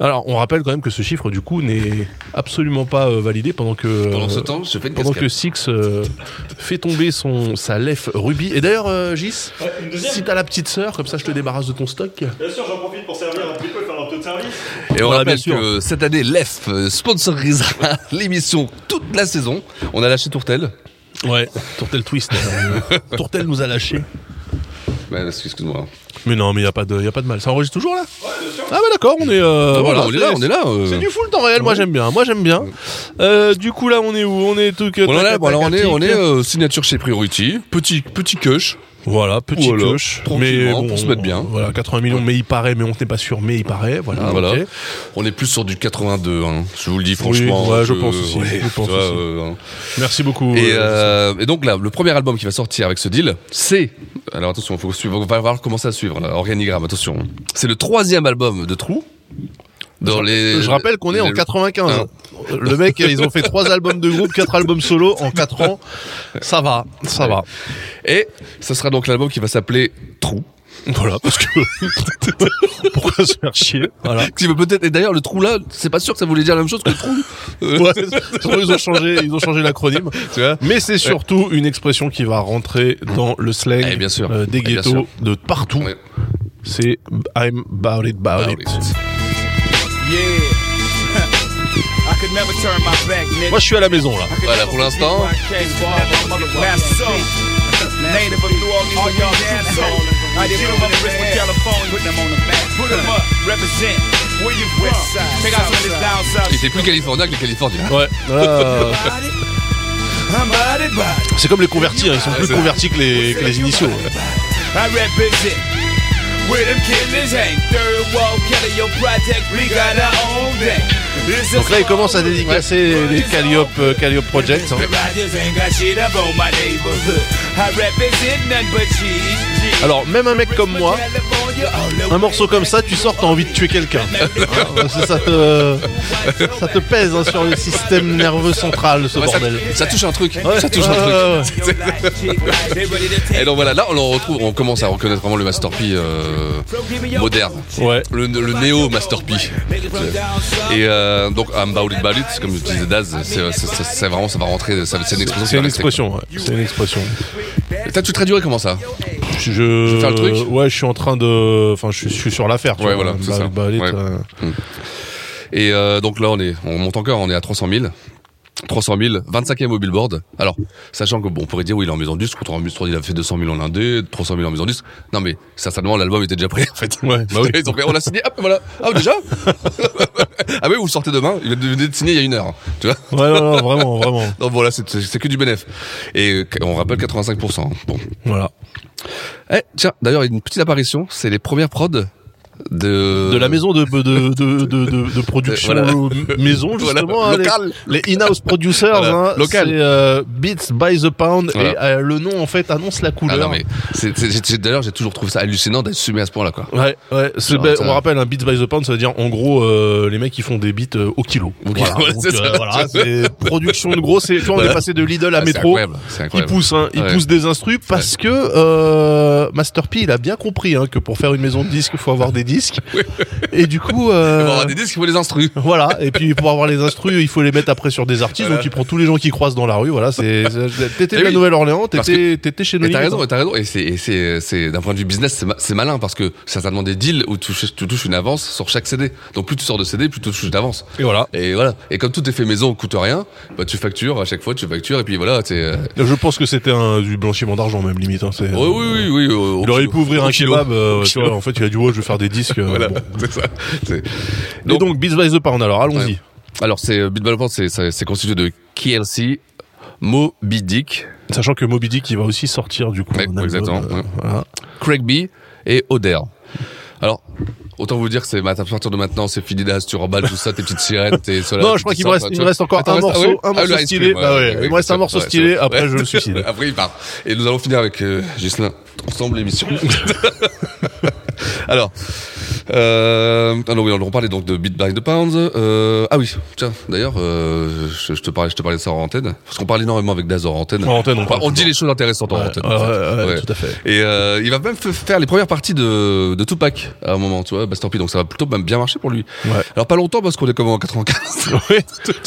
Alors, on rappelle quand même que ce chiffre, du coup, n'est absolument pas euh, validé pendant que.
Pendant ce
euh,
temps, je fais une
pendant
cascade.
que Six euh, fait tomber son, sa lef Ruby. Et d'ailleurs, euh, Gis, si t'as la petite sœur, comme ça je te débarrasse de ton stock.
Bien sûr, j'en profite pour servir un petit peu, faire un peu de service.
Et on
Voilà,
rappelle
Ah, bien sûr.
que cette année, l'EF euh, sponsorisera l'émission toute la saison. On a lâché Tourtel.
Ouais, Tourtel Twist. euh, Tourtel nous a lâché.
Ouais, excuse-moi.
Mais non, mais il n'y a, pas de- y a pas de mal. Ça enregistre toujours là Ah, bah d'accord, on est. euh,
Ah,
voilà,
voilà, on est là, on est là. euh.
C'est du full temps réel, moi j'aime bien, moi j'aime bien. Euh, du coup là on est où On est tout que
Bon, Oh là,
tac,
bon, alors, on
tac,
est,
tac,
on est
tac.
euh, signature chez Priority, petit petit cush.
voilà petit
Voilà,
coche, mais
tranquillement,
bon,
pour se mettre bien.
Voilà 80 millions, mais il paraît, mais on n'est pas sûr, mais il paraît, voilà.
Ah, voilà.
ok.
On est plus sur du 82, hein. je vous le dis franchement. euh,
ouais, je pense aussi, je
tu
pense
vois,
aussi.
euh, hein.
Merci beaucoup.
Et, euh,
euh,
et donc là, le premier album qui va sortir avec ce deal, c'est. Alors attention, faut suivre, on va falloir commencer à suivre. là, organigramme, attention. C'est le troisième album de Trou. Dans les.
je rappelle qu'on est en
les-
95.
Ah.
Le mec, euh, ils ont fait trois albums de groupe, quatre albums solo en quatre ans. Ça va, ça va.
Et ce sera donc l'album qui va s'appeler Trou.
Voilà, parce que pourquoi se faire chier Voilà.
Qui veut peut-être. Et d'ailleurs, le trou là, c'est pas sûr que ça voulait dire la même chose que le trou. Euh,
Ouais, surtout, ils ont changé, ils ont changé l'acronyme.
tu vois
Mais c'est surtout une expression qui va rentrer dans le slang
Eh bien sûr.
euh, des
Eh bien
ghettos de partout.
Ouais.
C'est I'm about it, about,
Ah
it.
Yeah. I could never turn my back, nigga.
Moi, je suis à la maison là.
Voilà, pour l'instant.
Native of New Orleans, all y'all damn soul. I did from Bristol, California. Put them on the map. Put them up. Represent. Where you from? Check out some of this down south.
Il était plus californien que les Californiens.
Ouais. Euh,
I'm body body.
c'est comme les convertis, hein, ils sont plus
c'est-
convertis que les, que les initiaux. ouais.
I represent. Where them killers hang. Third wall, Kelly, your project. We got our own thing.
Donc là, ils commencent à dédicacer les Calliope, euh, Calliope Project. hein.
Rodgers ain't got shit up on my neighborhood. I represent none but cheese. cheese.
Alors, même un mec comme moi, un
un
morceau comme ça, tu sors, t'as envie de tuer quelqu'un. Hein, ça, ça te, ça te pèse hein, sur le système nerveux central, ce
Ouais, ça,
bordel.
ça touche un truc.
Ouais.
Ça touche un truc.
Ouais, ouais, ouais.
Et donc voilà, là on en retrouve, on commence à reconnaître vraiment le Master P euh, moderne,
Ouais.
le, le néo Master P. Et euh, donc un Baolit Balit, comme disait Daz, c'est c'est- c'est- c'est vraiment, ça va rentrer, ça- c'est une expression. qui
C'est
va
une
rester,
expression, ouais. C'est une expression.
quoi. Et toi, tu traduirais comment ça
Je, je
faire le truc
Ouais, je suis en train de. Enfin, je suis, je suis sur l'affaire. tu
Ouais,
vois.
voilà, c'est
Bah,
ça.
bah, allez,
Ouais.
t'as-
Et euh, donc là on est, on monte encore, on est à 300 000. 300 000, 25e au Billboard. Alors, sachant que bon, on pourrait dire oui, il est en maison de disque, contre en maison de disque, il a fait 200 000 en indé, 300 000 en maison de disque. Non mais certainement l'album était déjà prêt en fait.
Ouais, bah oui.
Ils ont fait, on l'a signé, hop, voilà. Ah déjà Ah oui, vous le sortez demain. Il venait de signer il y a une heure, hein, tu vois.
Ouais, non, non, vraiment, vraiment.
Donc voilà, c'est c'est- c'est que du bénéf. Et euh, on rappelle 85%. hein. Bon.
Voilà.
Eh, tiens, d'ailleurs, une petite apparition, c'est les premières prods de...
de la maison de, de, de, de, de, de- de production
Voilà.
euh, maison
Voilà,
justement hein,
local.
les, les in-house producers
Voilà,
hein,
local.
c'est euh, Beats by the Pound
Voilà.
et euh, le nom en fait annonce la
Ah
couleur
non, mais c'est- c'est- j'ai- j'ai- d'ailleurs, j'ai toujours trouvé ça hallucinant d'assumer à ce point-là, quoi.
Ouais, ouais. c'est-
Genre,
ben,
ça-
on rappelle, un beat by the pound, ça veut dire en gros euh, les mecs qui font des beats euh, au kilo.
Ok,
Voilà,
ouais,
donc,
c'est ça.
euh, voilà, c'est production de gros. C'est, tu vois, on
Voilà.
est passé de Lidl à
Ah, c'est
métro.
incroyable, c'est
Il
incroyable.
pousse, hein, il
Ouais.
pousse des instrus parce que euh, Master P, il a bien compris hein, que pour faire une maison de disques, il faut avoir des disques. Et du coup, euh,
Pour avoir des disques, il faut les instruire.
voilà. Et puis pour avoir les instrus, il faut les mettre après sur des artistes.
Voilà.
Donc il prend tous les gens qui croisent dans la rue. Voilà, c'est, c'est- t'étais
Eh
de la
oui.
Nouvelle-Orléans,
Parce
t'étais, t'étais chez nous.
Et t'as raison, et t'as raison. Et c'est, et c'est, c'est- d'un point de vue business, c'est, ma- c'est malin parce que ça t'a demandé des deals où tu, touches- tu touches une avance sur chaque CD. Donc plus tu sors de CD, plus tu touches d'avance.
Et voilà.
Et voilà. Et comme tout est fait maison, coûte rien, bah tu factures à chaque fois, tu factures et puis voilà. t'es, euh,
Je pense que c'était un, du blanchiment d'argent même limite. Hein, c'est,
Oui, oui, oui, oui. au- au
Il aurait
kilo.
pu ouvrir
Au
un
kilo.
kebab, euh,
Au
tu
kilo.
vois, en fait, il a dit, ouais, je vais faire des disques. euh,
Voilà,
bon.
c'est ça. C'est-
Et donc, Beats by the Pound, alors, allons-y.
Ouais. Alors, c'est euh, Beat Development, c'est- c'est c'est constitué de KLC, Moby Dick,
Sachant que Moby Dick, il va aussi sortir, du coup.
Ouais,
un album,
exactement,
euh,
ouais.
voilà.
Craig B et Oder. Alors, autant vous dire que c'est à partir de maintenant, c'est fini d'as, tu remballes tout ça, tes petites sirènes, tes solaires.
Non, je crois qu'il me reste, il me reste encore
Ah,
un morceau, un morceau stylé. Bah ouais, il me reste un morceau stylé, après, je me suicide.
Après, il part. Et nous allons finir avec euh, Ghislain. Ensemble, l'émission. Alors, euh, alors oui, on parlait donc de Beat by the Pounds. Euh, ah oui, tiens, d'ailleurs, euh, je, je te parlais, je te parlais de ça en antenne, parce qu'on parle énormément avec Daz en antenne.
En antenne, on
Enfin,
parle
on
tout
dit
le
les choses intéressantes en
Ouais,
antenne.
ouais,
en fait.
ouais, ouais, tout à fait.
Et euh, il va même f- faire les premières parties de, de Tupac à un moment, tu vois, Bastor P. Donc ça va plutôt même bien marcher pour lui.
Ouais.
Alors pas longtemps parce qu'on est comme en 95.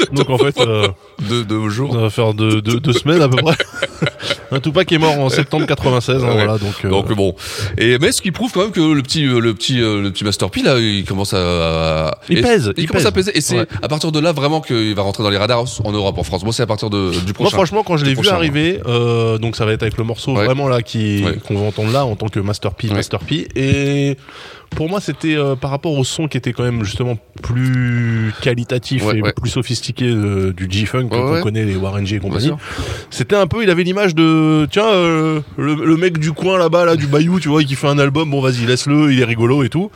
Donc, en fait, euh,
de, de jours.
ça va faire deux, deux, deux semaines, à peu près. un Tupac est mort en septembre 96, hein,
Ouais.
voilà, donc, euh,
Donc bon, et mais ce qui prouve quand même que le petit euh, le petit euh, le petit Master P là, il commence à, à-
Il
et-
pèse,
il,
il
commence
pèse.
à peser et c'est
Ouais.
à partir de là vraiment qu'il va rentrer dans les radars en Europe, en France. Moi c'est à partir de du
Moi,
prochain.
franchement, quand je
du
l'ai vu
prochain,
arriver, euh, donc ça va être avec le morceau
Ouais.
vraiment là qui
Ouais.
qu'on va entendre là en tant que Master P,
Ouais.
Master P. Et pour moi, c'était euh, par rapport au son qui était quand même justement plus qualitatif
Ouais,
et
ouais.
plus sophistiqué euh, du G-Funk
Ouais,
qu'on
ouais.
connaît, les Warren G et compagnie.
sûr.
C'était un peu, il avait l'image de tiens euh, le, le mec du coin là-bas là du Bayou, tu vois, qui fait un album. Bon, vas-y, laisse-le, il est rigolo et tout.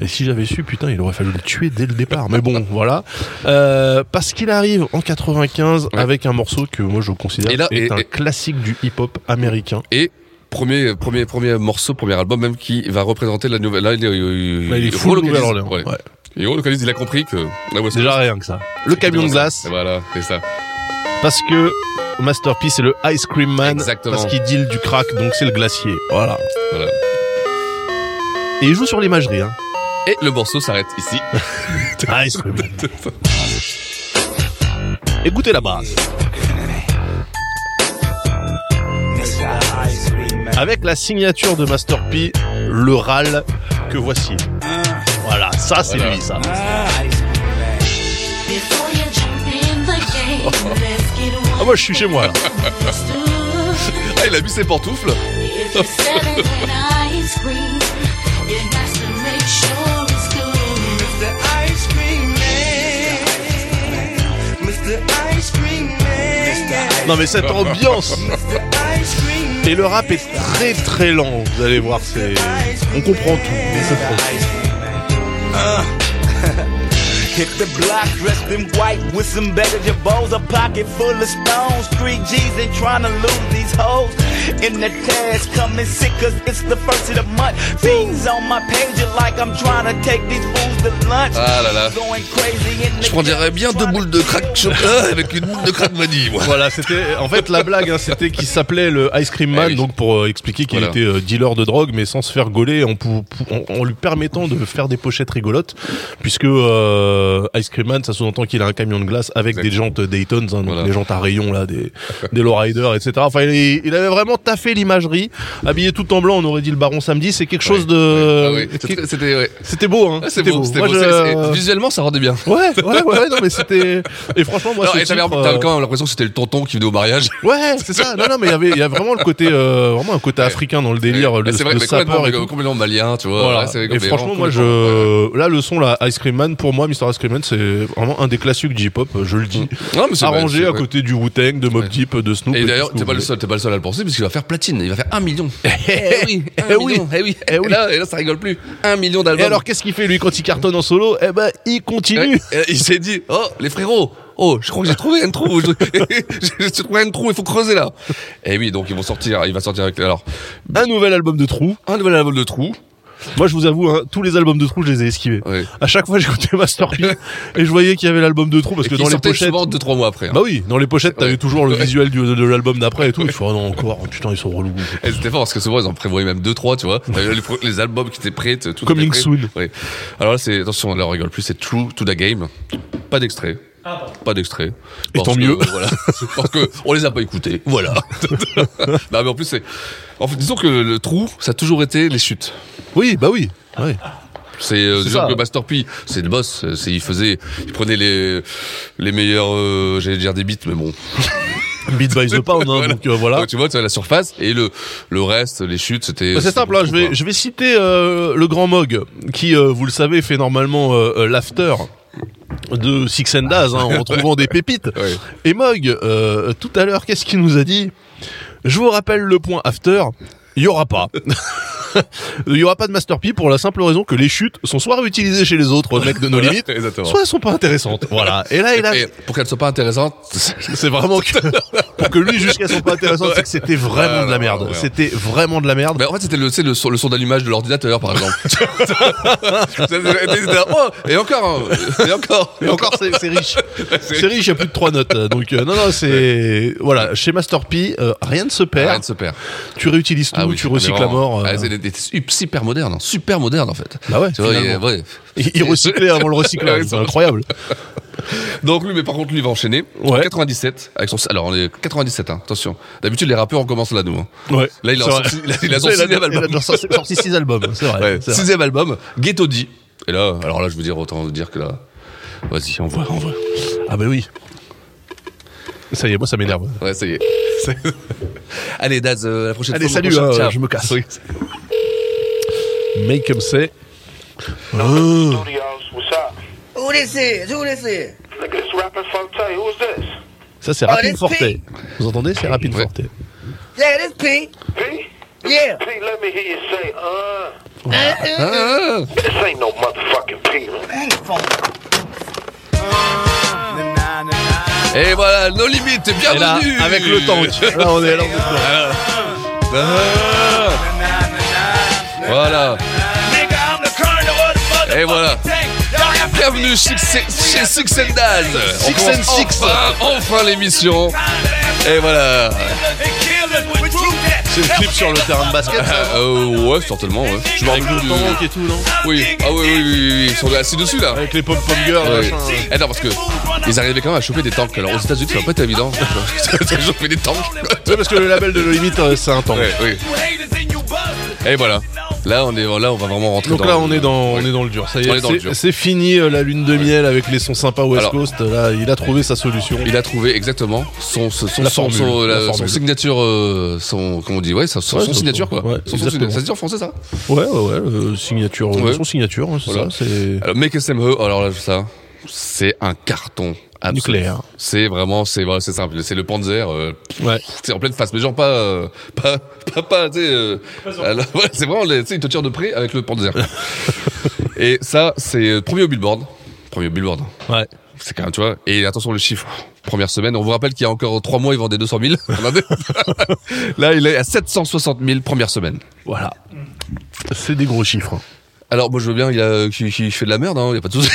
Et si j'avais su, putain, il aurait fallu le tuer dès le départ. Mais bon, voilà. Euh, parce qu'il arrive en 95
Ouais.
avec un morceau que moi je considère
Et là,
est
et-
un
et-
classique du hip-hop américain.
Et premier premier premier morceau, premier album même qui va représenter la nouvelle. Là il, est- il,
Là, il est
il
full
relocalise.
Nouvelle-Orléans.
Ouais.
Ouais.
Il relocalise, il a compris que là voici
Déjà rien que ça. Le camion de glace.
Voilà, c'est ça.
Parce que Masterpiece c'est le Ice Cream Man.
Exactement.
Parce qu'il deal du crack, donc c'est le glacier. Voilà.
Voilà.
Et il joue sur l'imagerie. Hein.
Et le morceau s'arrête ici.
Ice Cream Man. Écoutez la base. Avec la signature de Master P, le râle que voici. Voilà, ça c'est
Voilà.
lui ça.
Ah.
Before you jump in the game, let's get
Ah moi je suis chez moi là.
understood.
Ah il a mis ses pantoufles.
If you're selling an ice cream, you got to make sure it's good.
Mr. Ice Cream Man. Mr. Ice Cream Man.
Non mais cette ambiance
Mr. Ice Cream Man.
et le rap est très très lent. Vous allez voir, c'est on comprend tout. on comprend.
Uh. Hit the block dressed in white with some better jabos, a pocket full of stones, three G's and tryna lose these hoes. In the cash coming sick cause it's the first of the month. Things on my page are like I'm tryna take these fools to lunch.
Ah là là.
Going crazy in the
Je prendrais bien deux boules de crack chocolat avec une boule de crack vanille. Moi.
Voilà, c'était en fait la blague, hein, c'était qu'il s'appelait le Ice Cream Man,
Eh oui.
donc pour euh, expliquer qu'il
Voilà.
était euh, dealer de drogue, mais sans se faire gauler, en, pou- pou- en- en lui permettant de faire des pochettes rigolotes, puisque euh, Ice Cream Man, ça sous-entend qu'il a un camion de glace avec des jantes Daytons, hein, donc
Voilà.
des jantes à rayons là, des des lowriders, etc. Enfin, il, il avait vraiment taffé l'imagerie, habillé tout en blanc, on aurait dit le Baron Samedi, c'est quelque chose
Ah
de,
oui, c'était- c'était ouais.
Euh, c'était beau, hein,
Ah, c'est beau, c'était
Moi,
beau.
je-
C'est- c'est- Visuellement, ça rendait bien.
Ouais, ouais, ouais, ouais, non mais c'était et franchement moi
Non,
ce
et t'avais
titre,
t'avais
euh, Ah,
quand même l'impression que c'était le tonton qui venait au mariage.
Ouais, c'est ça. Non, non, mais il y avait, il y a vraiment le côté, euh, vraiment un côté africain dans le délire, le,
Ah, c'est vrai,
le
mais
sapeur
complètement,
et tout.
complètement malien, tu vois.
Voilà.
Ouais, c'est vrai,
et
complètement,
franchement, moi,
complètement, ouais.
je, là, le son, là, Ice Cream Man, pour moi, Mr. Sarah Scrimmon, c'est vraiment un des classiques du hip-hop, euh, je le dis.
Mm. Non, mais c'est vrai,
Arrangé
c'est
à
vrai.
côté du Wu-Tang, de Mob
Ouais.
Deep, de Snoop.
Et
tout
d'ailleurs,
ce que
t'es
vous
pas, le
voulez.
seul- t'es pas le seul à le penser, parce qu'il va faire platine, il va faire un million. eh oui,
Eh
un
oui.
million, eh oui,
Eh oui.
Et là, et là, ça rigole plus. Un million
Et
d'albums.
alors, qu'est-ce qu'il fait, lui, quand il cartonne en solo Eh ben, il continue
Ouais. Et Il s'est dit, oh, les frérots, oh, je crois que j'ai trouvé un trou. Je- J'ai trouvé un trou, il faut creuser là. Et oui, donc ils vont sortir, il va sortir avec, alors,
Un nouvel album de trou.
un nouvel album de trou.
Moi, je vous avoue, hein, tous les albums de trou, je les ai esquivés.
Ouais.
À chaque fois, j'écoutais Master P et je voyais qu'il y avait l'album de trou parce
Et
que
qui
dans les
sortait
pochettes.
souvent deux, trois mois après. hein.
Bah oui, dans les pochettes, t'avais
Ouais.
toujours le visuel du- de, de l'album d'après et tout. Je fais, ah non, encore, oh, putain, ils sont relous.
Et c'était fort parce que souvent ils en prévoyaient même deux trois tu vois Euh, les, pro- les albums qui étaient prêts tout était
Coming
prêt.
soon.
Ouais. alors là c'est attention là on rigole plus c'est True to the Game pas d'extrait pas d'extrait
Et
Parce
tant
que, euh,
mieux.
voilà parce que on les a pas écoutés voilà non mais en plus c'est en fait disons que le trou ça a toujours été les chutes
Oui, bah oui. Ouais.
c'est euh, disons
ça.
que Master P c'est le boss euh, c'est il faisait il prenait les les meilleurs euh, j'allais dire des beats mais bon
Beat by the Pound, hein,
Voilà.
donc euh, voilà.
Donc, tu vois tu vois la surface et le le reste les chutes c'était
Bah, c'est simple, hein, je, vais, je vais citer euh, le grand Mog, qui, euh, vous le savez, fait normalement euh, euh, l'after de Six and Daz, hein, en retrouvant des pépites.
Ouais.
Et Mog, euh, tout à l'heure, qu'est-ce qu'il nous a dit Je vous rappelle le point after, il y aura pas. Il y aura pas de Master P pour la simple raison que les chutes sont soit réutilisées chez les autres mecs de nos
Voilà,
limites,
exactement.
soit elles sont pas intéressantes. Voilà. Et là, il a
Et pour qu'elle soit pas intéressante,
c'est vraiment que, pour que lui jusqu'à son pas intéressant, c'est que c'était vraiment
Ouais,
de la
ouais,
merde.
ouais, ouais.
C'était vraiment de la merde.
Ben, en fait, c'était le, c'est le, son- le son d'allumage de l'ordinateur, par exemple. C'était- c'était- oh, et encore, hein, et encore.
Et encore, c'est c'est riche. C'est riche, il y a plus de trois notes. euh, Donc, euh, non, non, c'est. Voilà, chez Master P, euh, rien ne se perd.
Rien ne se perd.
Tu réutilises tout,
Ah oui,
tu
mais
recycles la
vraiment,
mort. euh,
ah, c'est des- des- c'est super moderne, hein, super moderne en fait.
Bah ouais,
Tu vois, il-
finalement.
ouais.
il il recyclait avant le recyclage,
Ouais,
c'est incroyable.
Donc lui, mais par contre, lui il va enchaîner.
Ouais.
97 avec son. Alors on est 97, hein, attention. D'habitude, les rappeurs on commence là nous. hein.
Ouais.
Là, il a
C'est
sorti-
vrai.
il a- il a son
Ouais,
sixième
il a-
album.
il a sorti- sorti six albums, c'est vrai.
Ouais,
c'est vrai.
Sixième album, Ghetto D. Et là, alors là, je veux dire, autant dire que là, vas-y, on voit, on voit.
Ah, bah oui. Ça y est, moi, ça m'énerve.
Ouais, ça y est. Allez, Daz, euh, la prochaine
Allez,
fois. le
salut,
prochain-
hein,
Ciao.
je me casse.
Oui.
Make comme c'est.
Mm. Studios, what's up?
Who this is? Who this is?
Nigga, this rapper Forte, who's this?
Ça, c'est
Oh,
Rapid
les
Forte.
filles.
Vous entendez C'est Rapid
Ouais.
Forte.
Yeah, this P.
P?
Yeah.
P, let me hear you say, uh. Uh-uh.
Ah,
This ain't no motherfucking P.
Et voilà, nos limites,
Et là,
bienvenue
avec le tank. Là, on est là.
Ah. Voilà. Et voilà. Bienvenue chez chez Six and Daz. On
Six
commence
and Six.
Enfin, enfin l'émission. Et voilà.
C'est le clip sur le terrain de basket. ça.
Euh, ouais, certainement, ouais. Je me
Avec
rappelle
le
plus du...
tank et tout, non
Oui, ah oui, oui, oui, oui, ils sont assis dessus, là.
Avec les pom-pom girls,
Ouais.
machin.
Eh non, parce que ils arrivaient quand même à choper des tanks. Alors aux États-Unis, ça va pas être évident. choper des tanks.
Oui, parce que le label de No Limit, euh, c'est un temps.
Ouais, oui. Et voilà. Là, on est, là, on va vraiment rentrer.
Donc
dans
là,
le-
on est dans,
Oui.
on est dans le dur. Ça y
On
est,
est dans le dur.
c'est- c'est fini euh, la lune de miel avec les sons sympas West
Alors-
Coast. Là, il a trouvé sa solution.
Il a trouvé exactement son son son
La
son,
formule,
son-
la
la- son
formule.
signature, euh, son comment on dit, ouais, sa- son,
Ouais,
son
son-
signature quoi.
ouais,
son, son
exactement.
signature. ça se dit en français ça
Ouais, ouais, ouais. euh, signature, euh,
Ouais.
son signature, hein, c'est
Voilà.
ça. C'est
Alors Make SM alors là ça, c'est un carton. absolu.
nucléaire.
C'est vraiment, c'est voilà, c'est simple, c'est le Panzer. euh,
Ouais.
c'est en pleine face, mais genre pas, euh, pas, pas, pas, tu sais, euh, alors, ouais, c'est vraiment, les- tu sais, il te tire de près avec le Panzer. et ça, c'est euh, premier au Billboard, premier au Billboard.
Ouais.
C'est quand même, tu vois. Et attention le chiffre. Première semaine, on vous rappelle qu'il y a encore trois mois, il vendait 200 000. On en est- Là, il est à 760 000 première semaine.
Voilà. C'est des gros chiffres. hein.
Alors, moi, je veux bien, il a, qui, qui fait de la merde, hein, il y a pas de souci.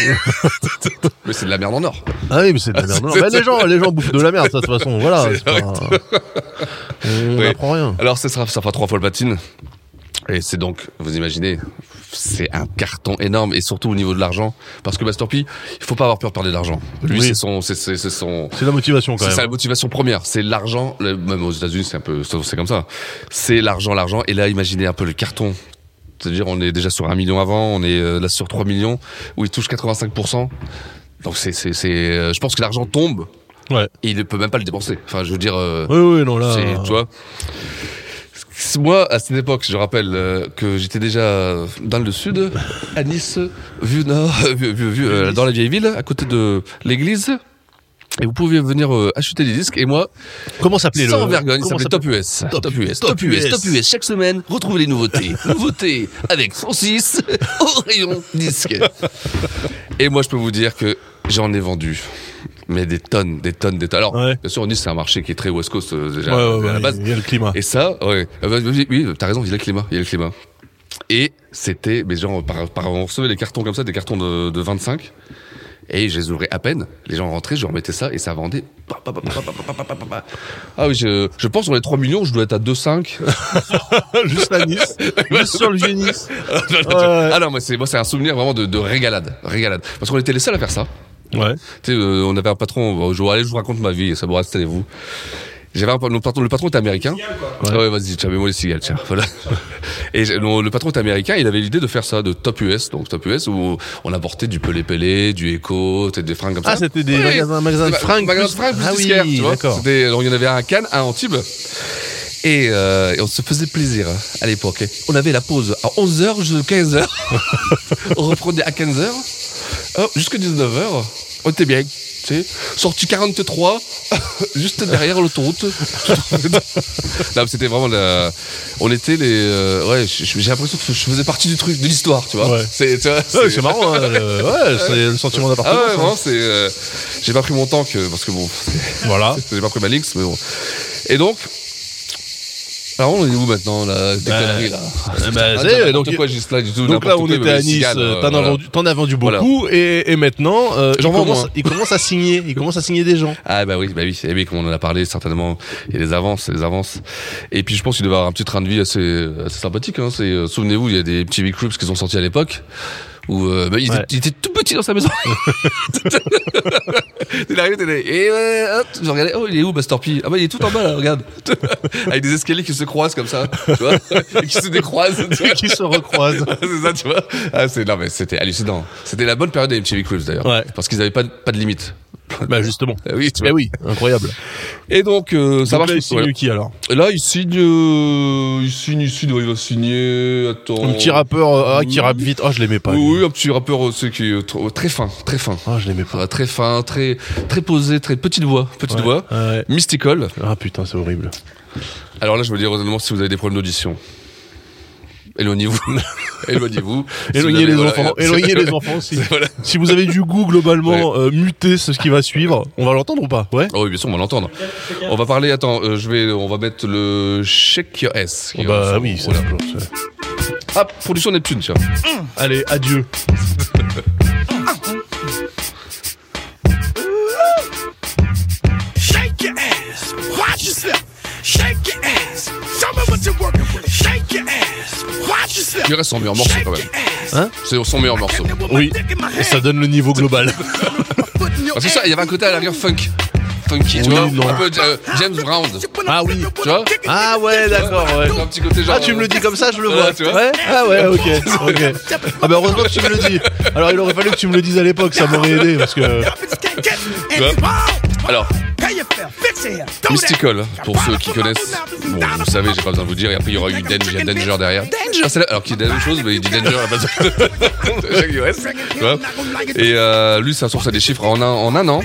mais c'est de la merde en or.
Ah oui, mais c'est de la merde. Non, bah, les gens, les gens bouffent de la merde, ça, de toute façon. Voilà. c'est pas- On
Oui.
n'apprend rien.
Alors, ça sera, ça fera trois fois le platine. Et c'est donc, vous imaginez, c'est un carton énorme et surtout au niveau de l'argent. Parce que Master P, il faut pas avoir peur de parler d'argent. Lui,
Oui.
c'est son, c'est, c'est, c'est son,
C'est la motivation quand
C'est ça la
même.
motivation première, c'est l'argent. le- Même aux États-Unis, c'est un peu, c'est comme ça. C'est l'argent, l'argent. Et là, imaginez un peu le carton. C'est-à-dire, on est déjà sur un million avant, on est euh, là sur 3 millions, où il touche 85%. Donc, c'est, c'est, c'est, euh, je pense que l'argent tombe,
Ouais. Ah.
et il ne peut même pas le dépenser. Enfin, je veux dire, euh,
Oui, oui, non là.
c'est, tu vois. Moi, à cette époque, je rappelle euh, que j'étais déjà dans le sud, à Nice, vu nord, vu- vu- vu, euh, dans la vieille ville, à côté de l'église. Et vous pouviez venir euh, acheter des disques. Et moi,
euh, Comment s'appelait le.
sans vergogne, il
comment
s'appelait Top US.
Top-
Top US,
Top
Top US,
US.
Top US. Chaque semaine, retrouvez les nouveautés. Nouveautés avec Francis au rayon disque. Et moi, je peux vous dire que j'en ai vendu. Mais des tonnes, des tonnes, des tonnes. Alors,
Ouais.
bien sûr, Nice, c'est un marché qui est très West Coast euh, déjà
Ouais, ouais,
à
ouais,
la base.
Il y a le climat.
Et ça, ouais. Euh, bah, oui, oui, t'as raison, il y a le climat, il y a le climat. Et c'était, mais genre, par, par- on recevait des cartons comme ça, des cartons de, de 25. Et je les ouvrais à peine. Les gens rentraient, je leur mettais ça et ça vendait. Pa, pa, pa, pa, pa, pa, pa, pa, pa, pa. Ah oui, je, je pense sur les 3 millions, je dois être à 2,5.
Juste à Nice. Juste sur le vieux Nice.
Ah non, mais c'est, moi, c'est un souvenir vraiment de, de régalade. Régalade. Parce qu'on était les seuls à faire ça.
Ouais.
Tu sais, euh, on avait un patron, bon, je, allez, je vous raconte ma vie, ça vous reste, vous J'avais un, pa- le patron, le patron était américain. Ah Ouais, vas-y, tiens, mets-moi les cigales, tiens, voilà. Et j'ai- le, le patron était américain, il avait l'idée de faire ça, de Top US, donc Top US, où on apportait du Pelé Pelé, du Echo, des fringues comme ça.
Ah, c'était des magasins- magasins de
Des ma-
fringues
Magasins de
plus-
fringues plus
Ah oui,
disquaires, tu vois.
d'accord.
C'était- alors, il y en avait un à Cannes, un à Antibes. Et, euh, et on se faisait plaisir hein, à l'époque. On avait la pause à 11h jusqu'à 15h. on reprenait à 15h. Hop, jusqu'à 19h. On était bien. tu sais. Sorti 43, juste derrière l'autoroute. non, mais c'était vraiment la... On était les... euh, ouais, je- je- j'ai l'impression que je faisais partie du truc, de l'histoire, tu vois.
Ouais.
C'est tu vois,
Ouais,
c'est-
c'est marrant, hein, le- ouais, c'est le sentiment
Ah
d'appartenance.
ouais,
hein.
vraiment, c'est... euh, j'ai pas pris mon temps que... Parce que bon...
Voilà.
J'ai pas pris ma Lynx, mais bon. Et donc. Alors, on est où maintenant, là Des
Bah,
conneries, là
Eh ben,
Ah,
c'est-
n'importe
donc,
quoi, juste là, du tout.
donc
n'importe
là, on
quoi,
était
mais
à
les
Nice,
cigales,
euh,
euh,
t'en as
voilà.
vendu- t'en as vendu
Voilà.
beaucoup, et, et maintenant, euh, il,
J'en vends
commence,
moins.
il commence à signer, il commence à signer des gens.
Ah, bah oui, bah oui, eh oui, comme on en a parlé, certainement. Il y a des avances, des avances. Et puis, je pense qu'il devait avoir un petit train de vie assez, assez sympathique. Hein. C'est, euh, Souvenez-vous, il y a des petits Big Crips qu'ils ont sortis à l'époque. Où euh, bah, il,
Ouais.
était, il était tout petit dans sa maison. il arrive, il est et eh ouais, hop, je regardais, oh il est où Master P Ah bah il est tout en bas là, regarde. Avec des escaliers qui se croisent comme ça, tu vois, et qui se décroisent. tu vois.
qui se recroisent.
c'est ça, tu vois. Ah, c'est, non, mais c'était hallucinant. C'était la bonne période des MTV Cribs, d'ailleurs.
Ouais.
Parce qu'ils avaient pas, de- pas de limite.
bah justement.
Ah oui, tu
Eh
vois.
oui, incroyable.
Et donc, euh, ça
Donc
marche.
là, il signe
ouais.
qui alors
Et là, il signe, euh, il signe, il signe, ouais, il va signer, attends.
Un petit rappeur euh, ah, qui rappe vite. Oh, je l'aimais pas. lui.
Oui, un petit rappeur, euh, c'est qui est tr- très fin, très fin.
Oh, je l'aimais pas.
Enfin, très fin, très, très posé, très petite voix, petite
Ouais,
voix.
ouais.
Mystical.
Ah putain, c'est horrible.
Alors là, je veux dire honnêtement, si vous avez des problèmes d'audition, éloignez-vous. éloignez-vous. Si vous
Éloignez
avez-
les
voilà,
enfants.
c'est-
Éloignez les enfants aussi.
Voilà.
Si vous avez du goût globalement, euh, mutez ce qui va suivre. On va l'entendre ou pas Ouais.
Oh oui, bien sûr, on va l'entendre. On va parler. Attends, euh, je vais, on va mettre le Check Your S.
Oh, bah oui, c'est
Voilà.
toujours ça.
Ah, production Neptune, tiens.
Allez, adieu.
Shake your ass, watch yourself. Shake your ass, show me what you're working with. Shake your ass, watch yourself.
Il reste son meilleur morceau quand même.
Hein
C'est son meilleur morceau.
Oui. Et ça donne le niveau global.
Parce que Bah, ça, il y avait un côté à l'arrière funk. Funky, tu
Oui,
vois.
non.
Un peu euh, James Brown.
Ah oui.
Tu vois
Ah ouais, d'accord. Ouais.
Un petit côté genre.
Ah, tu me le dis comme ça, je le
Voilà,
vois.
tu vois.
ouais ah ouais, ok. ok. Ah bah heureusement que tu me le dis. Alors il aurait fallu que tu me le dises à l'époque, ça m'aurait aidé parce que.
euh, Alors, Mystical, hein, pour ceux qui connaissent, bon, vous savez, j'ai pas besoin de vous dire, et après il y aura eu Danger, il y a Danger derrière. Ah, c'est là- alors qu'il dit la même chose, mais il dit Danger à la place de- de Jack US, tu vois. Et euh, lui, ça source à des chiffres en un, en un an.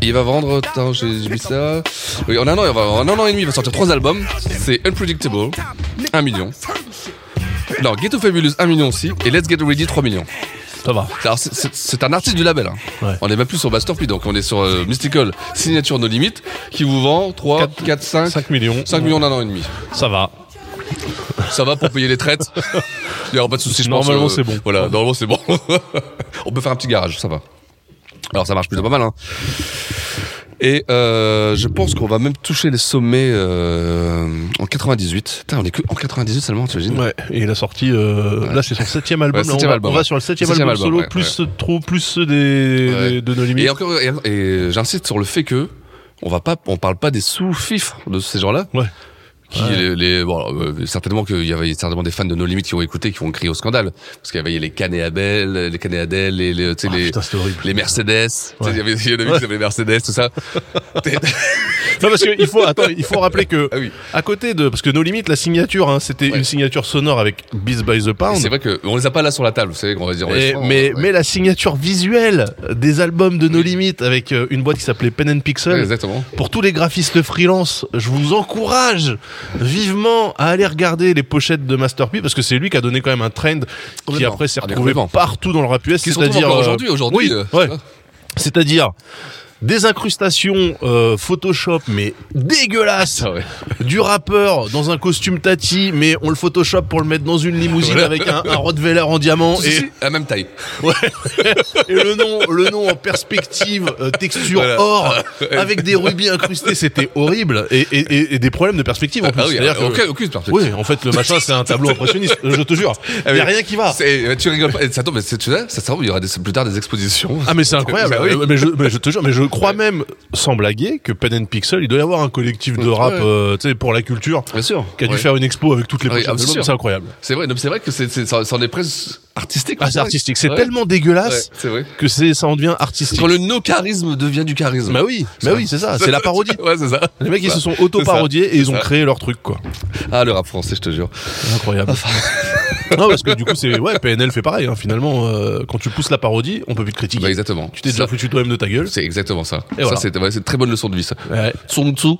Il va vendre, attends, j'ai j'ai mis ça. Oui, en un an, il va, en un an et demi, il va sortir trois albums. C'est Unpredictable, 1 million. Non, Ghetto Fabulous, 1 million aussi. Et Let's Get Ready, 3 millions.
Ça va.
Alors, c'est- c'est c'est un artiste du label. hein.
Ouais.
On est même plus sur Master P, donc on est sur euh, Mystical, Signature No Limit, qui vous vend 3, 4, 5,
5 millions.
5 millions d'un an et demi.
Ça va.
Ça va pour payer les traites Il n'y aura pas de soucis, je pense. euh,
Normalement, c'est bon.
Voilà, normalement, c'est bon. on peut faire un petit garage, ça va. Alors, ça marche plutôt pas mal. Hein. Et euh, je pense qu'on va même toucher les sommets euh, en 98. Putain, on est que en 98 seulement, tu imagines
Ouais, et il a sorti. Euh, Là, c'est son septième album.
Ouais,
là, on,
septième
va,
album,
on va
ouais.
sur le septième,
Septième
album,
album,
solo,
ouais,
plus
ouais.
ceux de trop, plus ceux des,
Ouais.
des- de nos
Et
limites.
encore, et, et j'insiste sur le fait que on va pas, on parle pas des sous-fifres de ces gens-là.
Ouais.
Qui, les, les- bon, alors, euh, certainement qu'il y avait certainement des fans de No Limit qui ont écouté, qui ont crié au scandale. Parce qu'il y avait les Canet Abel, les Canet Adèle, les, les, tu sais,
Ah,
les,
putain, c'était horrible.
les Mercedes. Tu sais, Il y avait, il y en a qui avaient les Mercedes, tout ça. T'es-
Non, parce qu'il faut, attends, il faut rappeler que,
Ah oui.
à côté de, parce que nos limites, la signature, hein, c'était
Ouais.
une signature sonore avec Beats by the
Et
Pound.
C'est vrai qu'on les a pas là sur la table, vous savez, qu'on va dire.
Et-
franchement,
mais,
ouais.
mais la signature visuelle des albums de No Limites avec euh, une boîte qui s'appelait Pen and Pixel.
Ouais, exactement.
Pour tous les graphistes freelance, je vous encourage vivement à aller regarder les pochettes de Master P parce que c'est lui qui a donné quand même un trend qui
Complètement.
après s'est
Ah, mais
retrouvé
complètement.
partout dans le rap US.
Qui se retrouve
C'est-à-dire
encore
euh,
aujourd'hui, aujourd'hui,
oui,
euh,
ouais.
ça.
C'est-à-dire des incrustations euh, Photoshop mais dégueulasses
Ah ouais.
du rappeur dans un costume tati mais on le Photoshop pour le mettre dans une limousine
Voilà.
avec un, un Rottweiler en diamant
Si, si,
et
si, la même taille.
Ouais. Et le nom, le nom en perspective, euh, texture
Voilà.
or, avec des rubis incrustés, c'était horrible. Et, et- et- et des problèmes de perspective en plus.
Ah oui,
C'est-à-dire
aucun-
que-
aucune perspective.
Oui, en fait, le machin, c'est un tableau impressionniste. Je te jure. Il n'y a rien qui va.
C'est- euh, Tu rigoles pas. Et Ça tombe, mais c'est- tu sais, ça se trouve, il y aura des- plus tard des expositions.
Ah mais c'est incroyable.
Bah oui.
Euh, mais, je, mais je te jure, mais je crois même, sans blaguer, que Pen and Pixel, il doit y avoir un collectif de rap,
Ouais.
euh, tu sais, pour la culture,
Bien sûr.
qui a dû
Ouais.
faire une expo avec toutes les
Ah oui,
prochaines
ah, c'est
albums.
sûr.
C'est incroyable.
C'est vrai, non, mais c'est vrai que c'est, c'est, ça, ça en est presque artistique.
Ah, c'est artistique. C'est
Ouais.
tellement dégueulasse
Ouais, c'est vrai.
que c'est, ça en devient artistique.
Quand le no-charisme devient du charisme.
Bah oui, bah oui, c'est ça. C'est la parodie.
ouais, c'est ça.
Les mecs, ils
Bah, C'est
se
ça.
sont auto-parodiés et ils ont créé leur truc, quoi.
Ah, le rap français, je te jure.
Incroyable. non, parce que du coup, c'est. Ouais, PNL fait pareil, hein, finalement. euh, quand tu pousses la parodie, on peut plus te critiquer.
Bah, exactement.
Tu t'es déjà
Ça,
foutu toi-même de ta gueule.
C'est exactement ça.
Et
ça,
voilà.
c'est, ouais, c'est une très bonne leçon de vie, ça.
Ouais.
Tsung Tsu.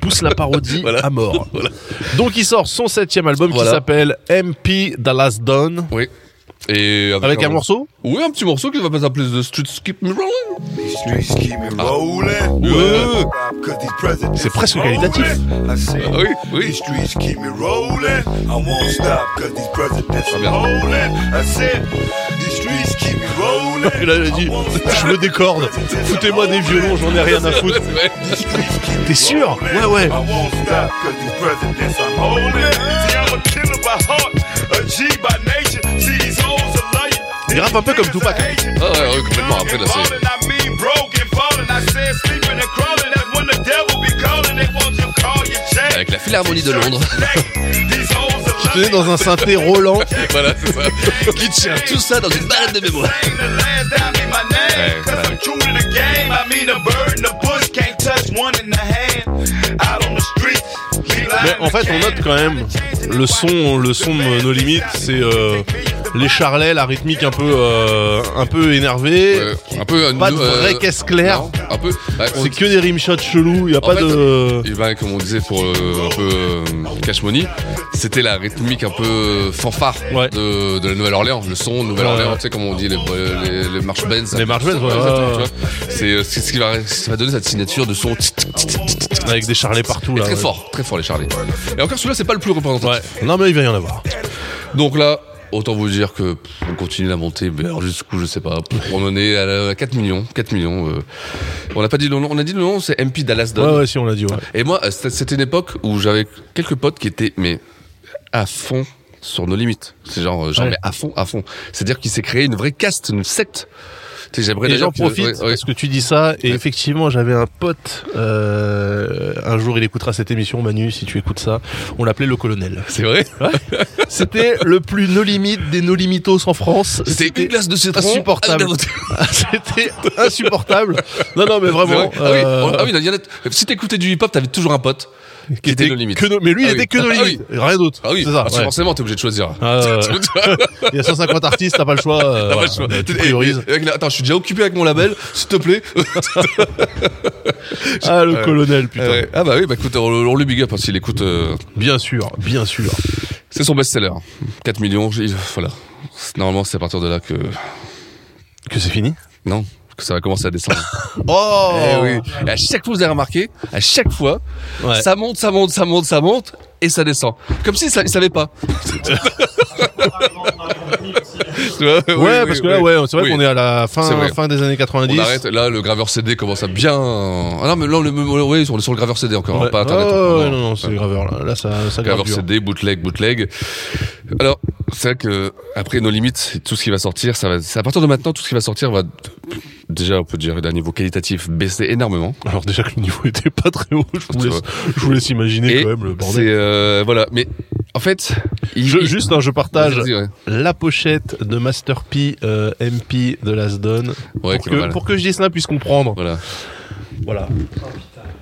Pousse la parodie à mort. Donc, il sort son septième album
Voilà.
qui s'appelle MP Dallas Dawn.
oui. Et
Avec un morceau
Oui, un petit morceau qui va pas s'appeler The Street Skip Me Round.
Streets keep
Ah.
me rolling.
Ouais.
Cause these presidents
C'est presque qualitatif.
rolling. I say,
Ah oui, oui.
These streets keep me rolling. I won't stop cause these presidents
Ah, merde.
rolling. I said, these streets keep me rolling.
Il avait dit,
I won't stop
je me décorde,
cause these
foutez-moi des violons, j'en ai rien à foutre.
Ouais.
these streets keep me
T'es sûr
rolling.
Ouais, ouais.
I won't stop cause these presidents I'm rolling. See, I'm a killer by heart, a G by nature. See, these hoes are lying.
Il rappe un peu comme Tupac.
Ah ouais, ouais, complètement. Après, là, c'est. Avec la Philharmonie de Londres.
Je tenais dans un synthé Roland.
voilà, c'est ça. Qui tient tout ça dans une balade de mémoire. Ouais, voilà.
Mais en fait, on note quand même le son, le son de nos limites, c'est euh, les charlets, la rythmique un peu, euh, un peu énervée.
Euh, un peu une
Pas de
nou- euh,
vraie caisse claire.
non, un peu. ouais, on-
C'est que des rimshots chelous, y a
En
pas
fait,
de.
Et ben, comme on disait pour euh, un peu euh, Cash Money, c'était la rythmique un peu euh, fanfare
Ouais.
de, de la Nouvelle-Orléans, le son Nouvelle-Orléans, tu sais comme on dit les les, les march bands.
Les march bands, ouais,
exactement,
ouais,
tu vois. C'est euh, c'est ce qui va ce qui va donner cette signature de son tit- tit- tit- tit- tit- tit-
Avec des charlets partout
Et
là.
très
ouais.
fort, très fort les Charlie. Et encore celui-là c'est pas le plus représentatif.
Ouais. Non mais il va y en avoir.
Donc là, autant vous dire que pff, on continue la montée, mais alors jusqu'où je sais pas. Pff, on en est à, la- à 4 millions, 4 millions. euh. On n'a pas dit le nom, on a dit le nom, c'est MP Dallas Dunn.
Ouais ouais si on l'a dit. Ouais.
Et moi, euh, c'était c'était une époque où j'avais quelques potes qui étaient, mais à fond sur nos limites. C'est genre, euh, genre
Ouais.
mais à fond, à fond. C'est-à-dire qu'il s'est créé une vraie caste, une secte. Tu sais, j'aimerais
Et
d'ailleurs
j'en
que-
profite
ouais, ouais.
parce que tu dis ça et effectivement j'avais un pote euh, un jour il écoutera cette émission Manu si tu écoutes ça on l'appelait le colonel
C'est vrai.
c'était le plus no limit des no limitos en France
C'était une glace de citron. Ah
insupportable.
avec de la
C'était insupportable. Non, non, mais
vodka.
vraiment.
C'est vrai Ah oui,
euh,
ah oui, il y en a- si t'écoutais du hip-hop, t'avais toujours un pote qui était nos limites.
que nos- mais lui, il
Ah oui.
était que nos
Ah
limites. Rien d'autre.
Ah oui,
C'est ça.
parce que
ouais.
forcément, t'es obligé de choisir.
Ah, ouais, ouais.
Tu vois,
Il y a 150 artistes, t'as pas le choix. euh,
t'as pas
voilà,
le choix.
Tu
Eh,
priorises.
eh, eh, Attends, je suis déjà occupé avec mon label, s'il te plaît.
Ah, le colonel,
Ah
putain.
ouais. Ah bah oui, bah écoute, on, on lui big up hein, s'il écoute. euh,
Bien sûr, bien sûr.
C'est son best-seller. 4 millions, j'ai- voilà. Normalement, c'est à partir de là que.
Que c'est fini
Non, que ça va commencer à descendre.
Oh
Eh oui. Et à chaque fois, vous avez remarqué, à chaque fois,
Ouais.
ça monte, ça monte, ça monte, ça monte, et ça descend. Comme si ça, ils savaient pas. ouais,
Ouais, parce que là, ouais, c'est vrai qu'on est à la
C'est
fin,
vrai.
fin des années 90.
On arrête, là le graveur CD commence à bien. Ah non mais là le, ouais, on est sur le graveur CD encore, hein,
Ouais.
pas internet.
Ah,
hein.
ouais, non, non, c'est graveur là. Là, ça, ça grave
Graveur
dur.
CD, bootleg, bootleg. Alors, c'est vrai que après nos limites, tout ce qui va sortir, ça va. c'est À partir de maintenant, tout ce qui va sortir va déjà, on peut dire, d'un niveau qualitatif baisser énormément.
Alors, déjà que le niveau était pas très haut, je vous
Tu
laisse,
vois.
je vous laisse imaginer
Et
quand même le bordel.
c'est euh, voilà. Mais en fait, il,
Je,
il- Ah,
juste, hein, je partage
Vas-y, ouais.
la pochette de Master P euh, MP de Last Dawn
Ouais, qui
pour,
est pas
que,
mal.
pour que je dise ça puisse comprendre.
Voilà.
Voilà.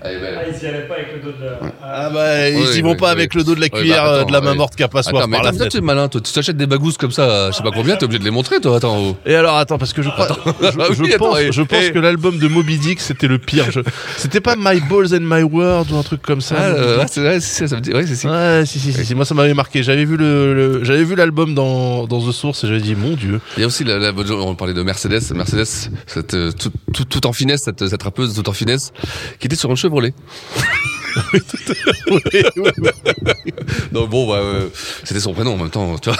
Elle est belle.
Ah, ils y allaient pas avec le dos de la.
Ah bah, ils
Oui,
y vont
oui,
pas
oui.
avec le dos de la
Oui, bah,
cuillère euh,
attends,
de la main
oui.
morte qui a pas soif
Attends, mais
par la
attends, toi,
fenêtre.
t'es malin, toi. Tu t'achètes des bagouses comme ça, à je sais pas combien, t'es obligé de les montrer, toi. Attends, oh.
Et alors, attends, parce que je crois, je,
Ah oui,
je
attends,
pense,
et-
je pense
et-
que l'album de Moby Dick c'était le pire. Je- C'était pas My Balls and My World ou un truc comme ça.
Ah,
Moby
euh,
Dick.
ah, c'est vrai, c'est ça, ça me dit. Ouais, c'est si.
Ouais, si, si, si, si, Moi, ça m'avait marqué. J'avais vu le, le- j'avais vu l'album dans, dans The Source et j'avais dit, mon dieu.
Il y a aussi la, la bonne chose, on parlait de Mercedes, Mercedes, cette, euh, tout, tout, tout en finesse, cette, cette rappeuse tout en finesse, qui était sur un Chevrolet. non bon, bah, euh, c'était son prénom en même temps, tu vois.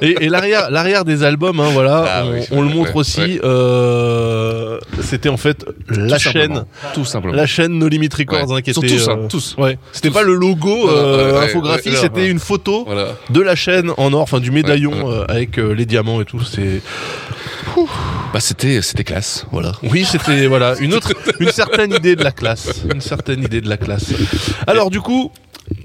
Et, et l'arrière, l'arrière des albums, hein, voilà,
Ah
on,
oui,
on le
ouais,
montre
ouais,
aussi.
ouais.
euh, c'était en fait la
Tout
chaîne,
simplement. tout simplement.
la chaîne No Limit Records,
Ouais.
hein, qui
Ils sont
était.
tous, hein,
euh,
tous.
Ouais. C'était
Tous.
pas le logo euh,
Ouais, ouais,
infographie,
ouais, ouais,
c'était
ouais.
une photo
Voilà.
de la chaîne en or, enfin du médaillon
Ouais, ouais.
euh, avec euh, les diamants et tout. C'est
Bah c'était, c'était classe, voilà.
oui, c'était voilà une autre, une certaine idée de la classe, une certaine idée de la classe. Alors du coup,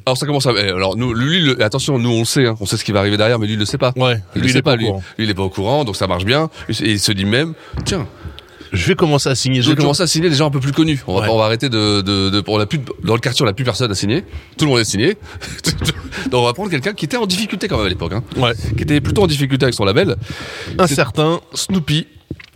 Alors ça commence à. eh, Alors nous, lui, le- attention, nous on le sait, hein, on sait ce qui va arriver derrière, mais lui il le sait pas.
Ouais,
il
lui,
le
il
sait
est pas
pas,
au
lui.
courant.
Lui, il est pas au courant, donc ça marche bien. Et il se dit même, tiens,
je vais commencer à signer.
je vais
d'autres
commencer à signer des gens un peu plus connus. On va,
Ouais.
pas- on va arrêter de, de, de pour la pub dans le quartier, on n'a plus personne à signer. Tout le monde est signé. donc on va prendre quelqu'un qui était en difficulté quand même à l'époque, hein,
gens. Ouais.
qui était plutôt en difficulté avec son label,
Un certain
Snoopy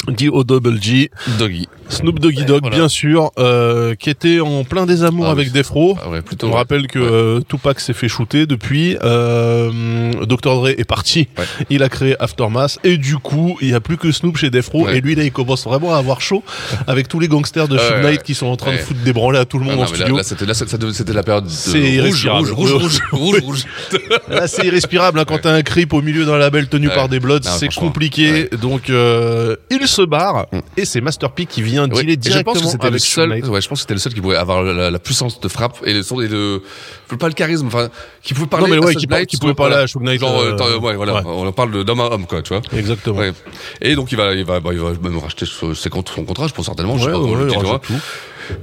D.O.G.
Doggy.
Snoop Doggy Dogg, bien sûr, euh, qui était en plein désamour
Ah oui.
avec Defro.
Ah ouais, plutôt.
On
ouais.
rappelle que
Ouais.
euh, Tupac s'est fait shooter depuis. Euh, Dr Dre est parti.
Ouais.
Il a créé Aftermath et du coup, il n'y a plus que Snoop chez Defro.
Ouais.
Et lui là, il commence vraiment à avoir chaud avec tous les gangsters de
Ouais,
Suge
ouais,
Knight
ouais.
qui sont en train de
Ouais.
foutre des branlées à tout le
Ah
monde
non,
en
mais là-
studio.
là, c'était là, c'était- c'était la période de rouge,
irrespirable.
rouge, rouge,
Ouais.
rouge, rouge, rouge.
Là, c'est irrespirable hein, quand
Ouais.
t'as un creep au milieu d'un label tenu
Ouais.
par des Bloods,
Non,
c'est
franchement, Mm.
compliqué. Donc, euh, il se barre et c'est Master P qui vient
Oui,
dealer
et je
directement
pense que c'était le
avec Suge
seul.
Knight.
Ouais, je pense que c'était le seul qui pouvait avoir la, la puissance de frappe et le son et le pas le charisme, enfin qui pouvait parler.
Non, mais ouais,
à Suge
qui par-
Knight,
qui pouvait parler
voilà.
à Suge Knight,
Genre,
euh,
euh, attends, ouais, voilà,
ouais.
on parle d'homme à homme, quoi, tu vois.
Exactement.
Ouais. Et donc il va, il va, bah, il va même racheter ce- ses comptes- son contrat, je pense certainement. je sais
Ouais,
pas,
ouais,
on le
ouais,
dit,
il
tu vois.
rajoute tout.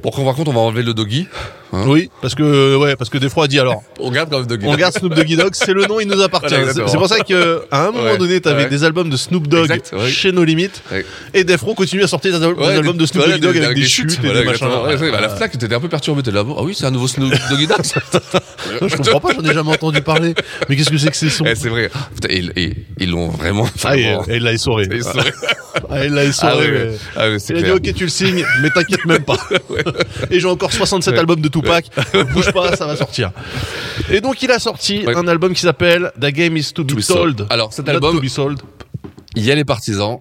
Pour qu'on raconte, on va enlever le doggy. hein.
Oui, parce que ouais, parce que des fois, il dit alors,
On garde quand même doggy.
on garde Snoop Doggy Dogg, c'est le nom, il nous appartient.
Voilà,
C'est
exactement.
c'est pour ça que à un moment
Ouais,
donné, t'avais
ouais.
des albums de Snoop Dogg
Exact, ouais.
chez No Limit,
Ouais.
et Def Row continue à sortir des, al- des
Ouais,
albums de Snoop
voilà,
Doggy Dogg avec des chutes et
voilà,
des machins.
exactement. Ouais, ouais, bah, à la Fnac, t'étais un peu perturbé, t'es là, ah oui, c'est un nouveau Snoop Doggy Dogg.
Non, je comprends pas, j'en ai jamais entendu parler. Mais qu'est-ce que c'est que ces sons
Eh, c'est vrai. Putain, ils- ils ils l'ont vraiment.
Ah, et,
vraiment-
et il l'a essoré.
Ils sont-
Ah, il l'a
Ah
essoré.
oui,
ouais.
oui. Ah oui, c'est
Il a dit
clair.
ok tu le signes mais t'inquiète même pas Et j'ai encore 67
Ouais.
albums de Tupac Bouge pas ça va sortir Et donc il a sorti
Ouais.
un album qui s'appelle The Game is to be,
be
sold.
sold. Alors, cet
Not
album-
to be sold.
Il y a les partisans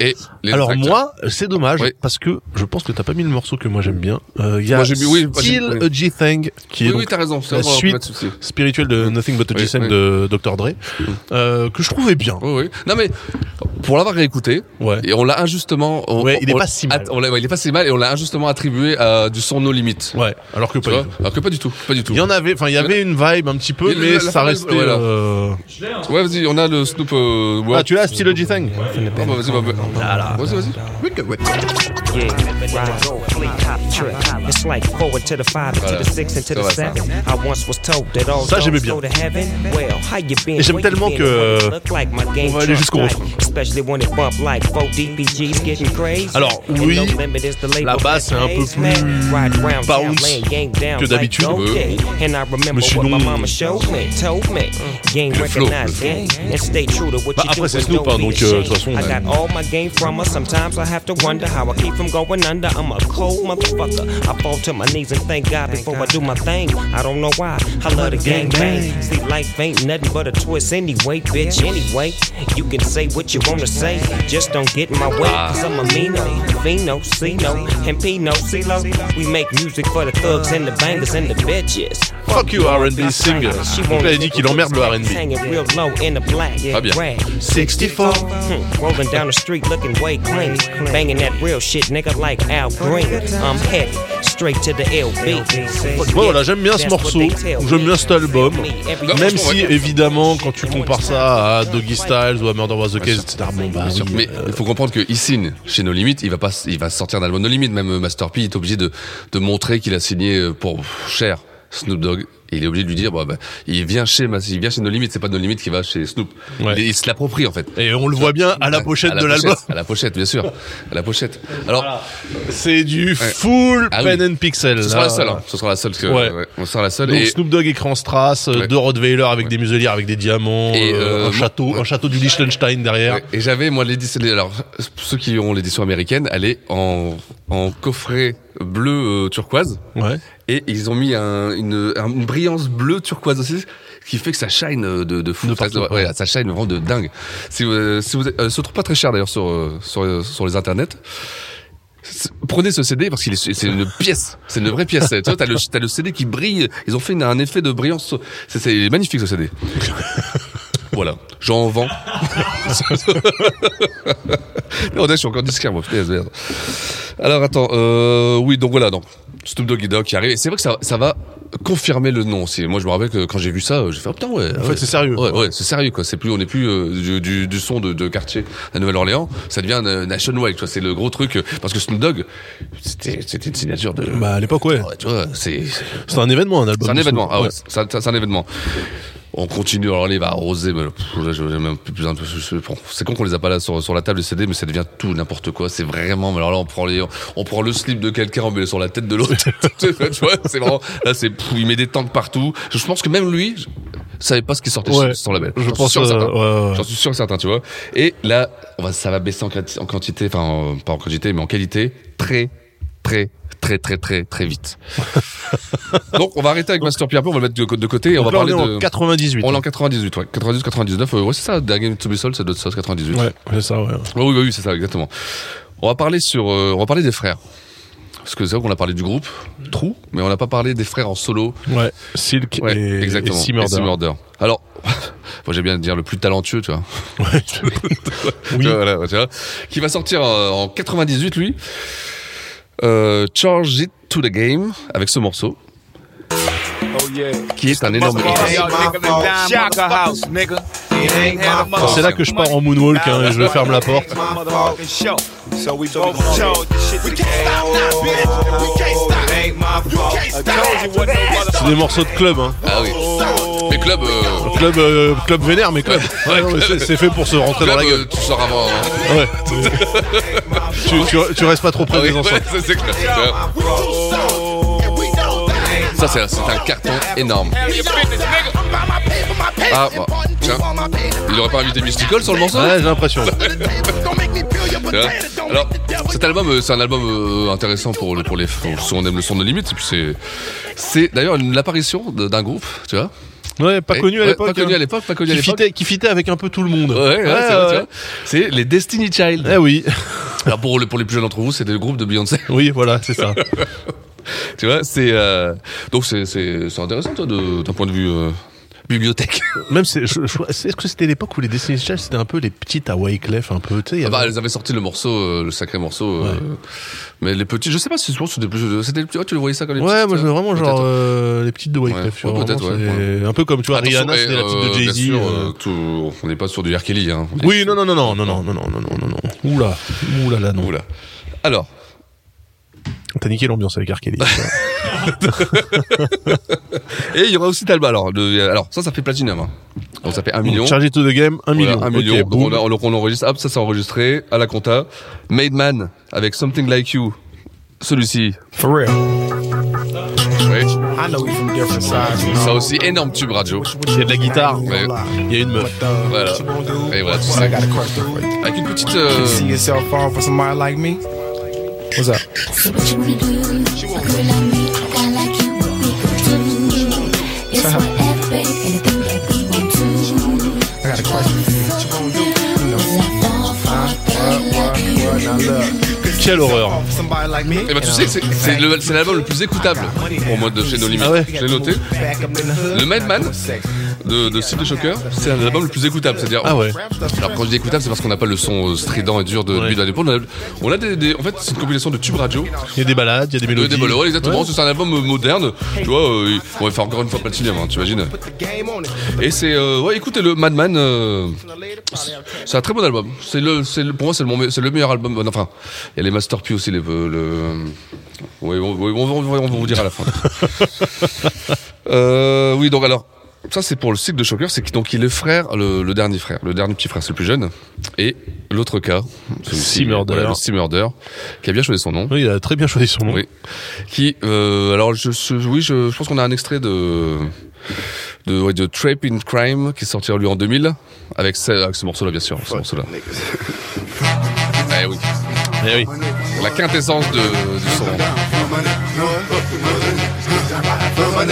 et les
Alors
détracteurs.
moi, c'est dommage
Oui.
parce que je pense que t'as pas mis le morceau que moi j'aime bien. Euh, Il y a
Moi, j'ai mis- oui, moi, j'ai-
Still
oui.
a G-Thing qui est
Oui,
donc
oui, t'as raison. c'est
la
vrai, on va
suite
pas de souci. Mm.
spirituelle de Nothing But a
Oui,
G-Thing
oui.
de Dr Dre euh, que je trouvais bien.
Oui, oui. Non, mais pour l'avoir réécouté,
Ouais.
et on l'a injustement. On,
Ouais, il est
on-
pas si mal.
on l'a- ouais, il est pas si mal et on l'a injustement attribué à du son no limite.
Ouais, alors que
Tu
pas
vois
du tout.
Alors Ah, que pas du tout. Pas du tout.
Il y en avait, enfin il y avait une vibe un petit peu,
Il y a
mais
la- la
ça
vibe,
restait.
voilà.
euh,
Ouais, vas-y, on a le Snoop. Euh,
Ah
World.
tu l'as Still a G-Thing
Ah, bah, vas-y, bah, bah. Vas-y, vas-y.
It's like forward to the five, to
Voilà.
the six, and to the
Ça va, ça.
seven. I once was told that all
Ça, j'aimais
dogs go
bien.
to heaven. Well, how you been?
Et j'aime
Where you
tellement
been?
que,
What you
euh,
look like? My game
on va aller
just
jusqu'au
right.
refrain.
Especially when it bump like four DPGs getting crazy.
Alors,
And
oui,
no limit is the label
la basse
that
est un peu
pays, man.
plus
Ride around town,
bounce
laying game down
que
like
d'habitude.
gold
Euh,
day. And I remember
mais
what my
sinon-
mama showed me, told me. Game
Le flow, le
recognized
flow.
game and stay true to what
Bah,
you
après,
do
c'est
and
Snoop,
don't
hein,
be
donc, euh, de toute
ashamed.
façon,
I got all my game from her. Sometimes I have to wonder how I keep from going under. I'm a cold motherfucker. I fall to my knees and thank God before I do my thing. I don't know why. I love the gang bang. See, life ain't nothing but a twist anyway, bitch. Anyway, you can say what you wanna say. Just don't get in my way.
Ah.
Cause I'm a Mino, Vino, Cino, and Pino, CeeLo. We make music for the thugs and the bangers and the bitches.
Fuck you R&B singer.
She
Donc
won't
là il dit qu'il emmerde le R&B.
Hanging real low in the black
Ah, bien.
rag.
64
Hmm, Rolling down the street looking way clean. Banging that real shit, nigga, like Al Green. I'm heavy, straight to the LB.
Bon, voilà, j'aime bien ce morceau, j'aime bien cet album. Même
franchement,
si,
ouais.
évidemment, quand tu compares ça à Doggy Styles ou à Murder Was the Case,
sûr.
etc., bon, bah,
Bien sûr.
oui,
mais
euh,
il faut comprendre que ici, chez No Limit, il va pas, il va sortir un album No Limit. Même euh, Master P est obligé de, de montrer qu'il a signé euh, pour cher Snoop Dogg Et il est obligé de lui dire, bah, bah, il vient chez, ma- il vient chez No Limit, c'est pas No Limit qui va chez Snoop.
Ouais.
Il, il se l'approprie en fait.
Et on le voit bien à la pochette
À la
de l'album.
pochette, À la pochette, bien sûr. À la pochette. Alors,
C'est du full
Ah oui.
pen and pixel.
ce
là.
sera la seule. hein. Ce sera la seule. Que,
Ouais.
ouais, on sera la seule.
Donc
et-
Snoop Dogg écran strass, euh,
Ouais.
deux Rottweiler avec des muselières, avec des diamants,
Et,
euh,
euh,
un château,
moi-
un château du Liechtenstein derrière.
Ouais, Et j'avais, moi, l'édition. Alors, ceux qui ont l'édition américaine, elle est en, en coffret bleu euh, turquoise.
Ouais.
Et ils ont mis un- une, un- une brillance bleue turquoise aussi, ce qui fait que ça shine euh, de, de fou.
De
Enfin,
partout,
ouais, ça shine vraiment de dingue. Si vous, euh, si vous, êtes- euh, se trouve pas très cher d'ailleurs sur, euh, sur, euh, sur les internets. S- Prenez ce CD parce qu'il est, c'est une pièce, c'est une vraie pièce. Tu vois, t'as le, t'as le CD qui brille. Ils ont fait une- un effet de brillance. C'est, c'est il est magnifique ce CD. voilà, j'en vends. non, là, je suis encore disquaire, moi. putain, merde. Alors attends, euh, oui, donc voilà, donc Snoop Doggy Dogg qui arrive. Et c'est vrai que ça, ça va confirmer le nom. aussi. moi, je me rappelle que quand j'ai vu ça, euh, j'ai fait oh, putain ouais. En
fait, c'est sérieux.
Ouais, ouais, c'est sérieux quoi. C'est plus, on n'est plus euh, du, du, du son de, de quartier à Nouvelle-Orléans. Ça devient euh, nationwide. Tu vois, c'est le gros truc euh, parce que Snoop Dogg, c'était, c'était une signature de.
Bah à l'époque ouais.
Ouais, tu vois, c'est c'est-
C'est un événement un album.
c'est un
de
événement.
Snoop.
Ah ouais, c'est un- c'est un événement. On continue, alors là, il va arroser. mais, pff, là, je- j'ai même plus besoin de- je- je- bon, c'est con qu'on les a pas là sur, sur la table de CD, mais ça devient tout, n'importe quoi. C'est vraiment, mais alors là, on prend les, on prend le slip de quelqu'un, on met sur la tête de l'autre. tu vois, c'est vraiment, là, c'est, pff, il met des tanks partout. Je, je pense que même lui, je, savait pas ce qui sortait
Ouais.
sur, sur la label.
Je
J'en suis
pense,
sûr et
euh,
certain.
ouais, ouais.
J'en suis sûr et certain, tu vois. Et là, on va, ça va baisser en, quanti- en quantité, enfin, en- pas en quantité, mais en qualité, très, très, très, très, très, très vite. Donc, on va arrêter avec Master Pierre, on va le mettre de, de côté et on
Donc
va
là,
parler
on est
de.
en 98.
On est en 98, ouais. 98, 99, euh, ouais, c'est ça, Dark Game to Be Soul, ça doit être ça, 98.
Ouais, c'est ça ouais.
Ouais, oui, oui, oui, c'est ça, exactement. On va parler sur, euh, on va parler des frères. Parce que c'est vrai qu'on a parlé du groupe, Trou, mais on n'a pas parlé des frères en solo.
Ouais, Silk
Ouais,
et,
exactement.
et Sea Murder.
Sea Murder. Alors, moi j'aime bien dire le plus talentueux, tu vois.
Oui.
Tu vois, voilà, tu vois. qui va sortir euh, en 98, lui. Euh, Charge It to the Game, avec ce morceau.
Oh,
Qui est un énorme hit.
Shocker house, nigga. It ain't had a
Ah, C'est là que je pars en moonwalk
Ah,
hein, et je ferme la porte.
motherfucking show. So we both told you shit We can't stop now, bitch. We can't stop. It ain't my fault. I told you what no
C'est
motherfucking
des morceaux de club hein.
Ah oui. Mais club, euh,
Club euh, club vénère mais club. euh,
Ouais,
Ouais, non, mais
club.
c'est- c'est fait pour se rentrer dans
club,
la gueule. Ah
euh, tu sors avant. hein.
Ouais. tu, tu- tu restes pas trop près
Ah oui,
des enceintes.
ouais, ça, c'est clair, tu vois. Ça, c'est c'est un carton énorme. Ah, bah, tiens. Il aurait pas invité Mystical sur le morceau
Ouais, j'ai l'impression.
Tu vois Alors, cet album, euh, c'est un album euh, intéressant pour, le- pour les pour ceux on aime le son de limite. et puis C'est, c'est d'ailleurs une- l'apparition de- d'un groupe, tu vois.
Ouais, pas
Et-
connu à
ouais,
l'époque.
Pas connu
hein.
à l'époque, pas connu à
Qui
l'époque.
fitait, qui fitait avec un peu tout le monde.
Ouais, ouais, c'est vrai, tu
ouais.
vois. C'est les Destiny Child.
Eh oui,
Alors pour, le- pour les plus jeunes d'entre vous, c'est le groupe de Beyoncé.
oui, voilà, c'est ça.
tu vois, c'est euh, donc c'est c'est c'est intéressant toi de- d'un point de vue euh, bibliothèque.
Même c'est, je- je- est-ce que c'était l'époque où les Destiny's Child c'était un peu les petites à Wyclef un peu, tu sais. il y
Ah bah,
avait-
elles avaient sorti le morceau, euh, le sacré morceau. euh, mais les petits, je sais pas si souvent c'était plus, euh, c'était les petits. ouais, tu le voyais ça quand les
ouais,
petites,
moi je
euh,
vraiment
peut-être.
genre euh, les petites de Wyclef.
Ouais,
tu vois,
ouais,
vraiment,
peut-être, ouais,
c'est Un peu comme tu vois
Attention,
Rihanna,
eh,
c'était la petite
euh,
de Jay-Z.
bien sûr,
euh,
euh, tout- on n'est pas sur du R. Kelly. Hein.
Oui, non, non, non, non, non, non, non, non, non, non, non. Oula, oula, là, non.
Oula. Alors,
T'as niqué l'ambiance avec R. Kelly.
et il y aura aussi Talba. Alors, le- alors ça, ça fait platinum. hein. Donc ça fait un million.
Chargé to the game, Mmh, un
Voilà,
million.
un
Ok,
million. Donc,
boum.
on, a- donc, on enregistre, hop, ça c'est enregistré à la compta. Made Man avec Something Like You. Celui-ci.
For real,
Ouais.
I know you from different sides. You
Ça aussi, énorme tube radio.
Il y a de la guitare,
Ouais.
il y a une meuf.
Voilà. Et voilà, tu
I
sais.
got a question for you.
Avec une petite. euh,
See yourself falling for somebody like me? What's up? Uh-huh. I got a question for you. What you gonna do? You know, what, what, now look.
Quelle horreur.
For somebody like me?
Eh ben, tu sais que c'est- c'est le- c'est l'album le plus écoutable pour moi de chez No Limit.
Ah ouais.
Je l'ai noté.
Back up in the hood.
Le Madman, de, de Steve the Shocker, c'est l'album le plus écoutable. C'est-à-dire,
Ah ouais.
Alors quand je dis écoutable, c'est parce qu'on n'a pas le son euh, strident et dur de
Ouais.
lui d'Aleppo. On a, on a des, des- en fait, c'est une compilation de tubes radio.
Il y a des balades, il y a des
De,
mélodies.
des voilà, ouais, exactement.
Ouais.
C'est un album euh, moderne. Tu vois, euh, il- on va faire encore une fois Platinum, hein, t'imagines. Et c'est, euh, ouais, écoutez le Madman. euh, c'est- c'est un très bon album. C'est le, c'est le, pour moi, c'est le, mon- c'est le meilleur album. Enfin, il y a les Masterpiece aussi, les, euh, le. Oui, on, ouais, on va- on va- on va vous dire à la fin. Euh, oui, donc alors, ça c'est pour le cycle de Shocker, c'est qu'il- donc il est frère, le, le dernier frère, le dernier petit frère, c'est le plus jeune. Et l'autre cas,
Sea Murder.
voilà, le Sea Murder, qui a bien choisi son nom.
Oui, il a très bien choisi son nom.
Oui. Qui, euh, alors, je, je- oui, je, je pense qu'on a un extrait de de, ouais, de Trap in Crime qui est sorti lui en 2000 avec ce, avec ce morceau-là, bien sûr, ce morceau-là. Eh oui,
Eh oui.
la quintessence de, de son.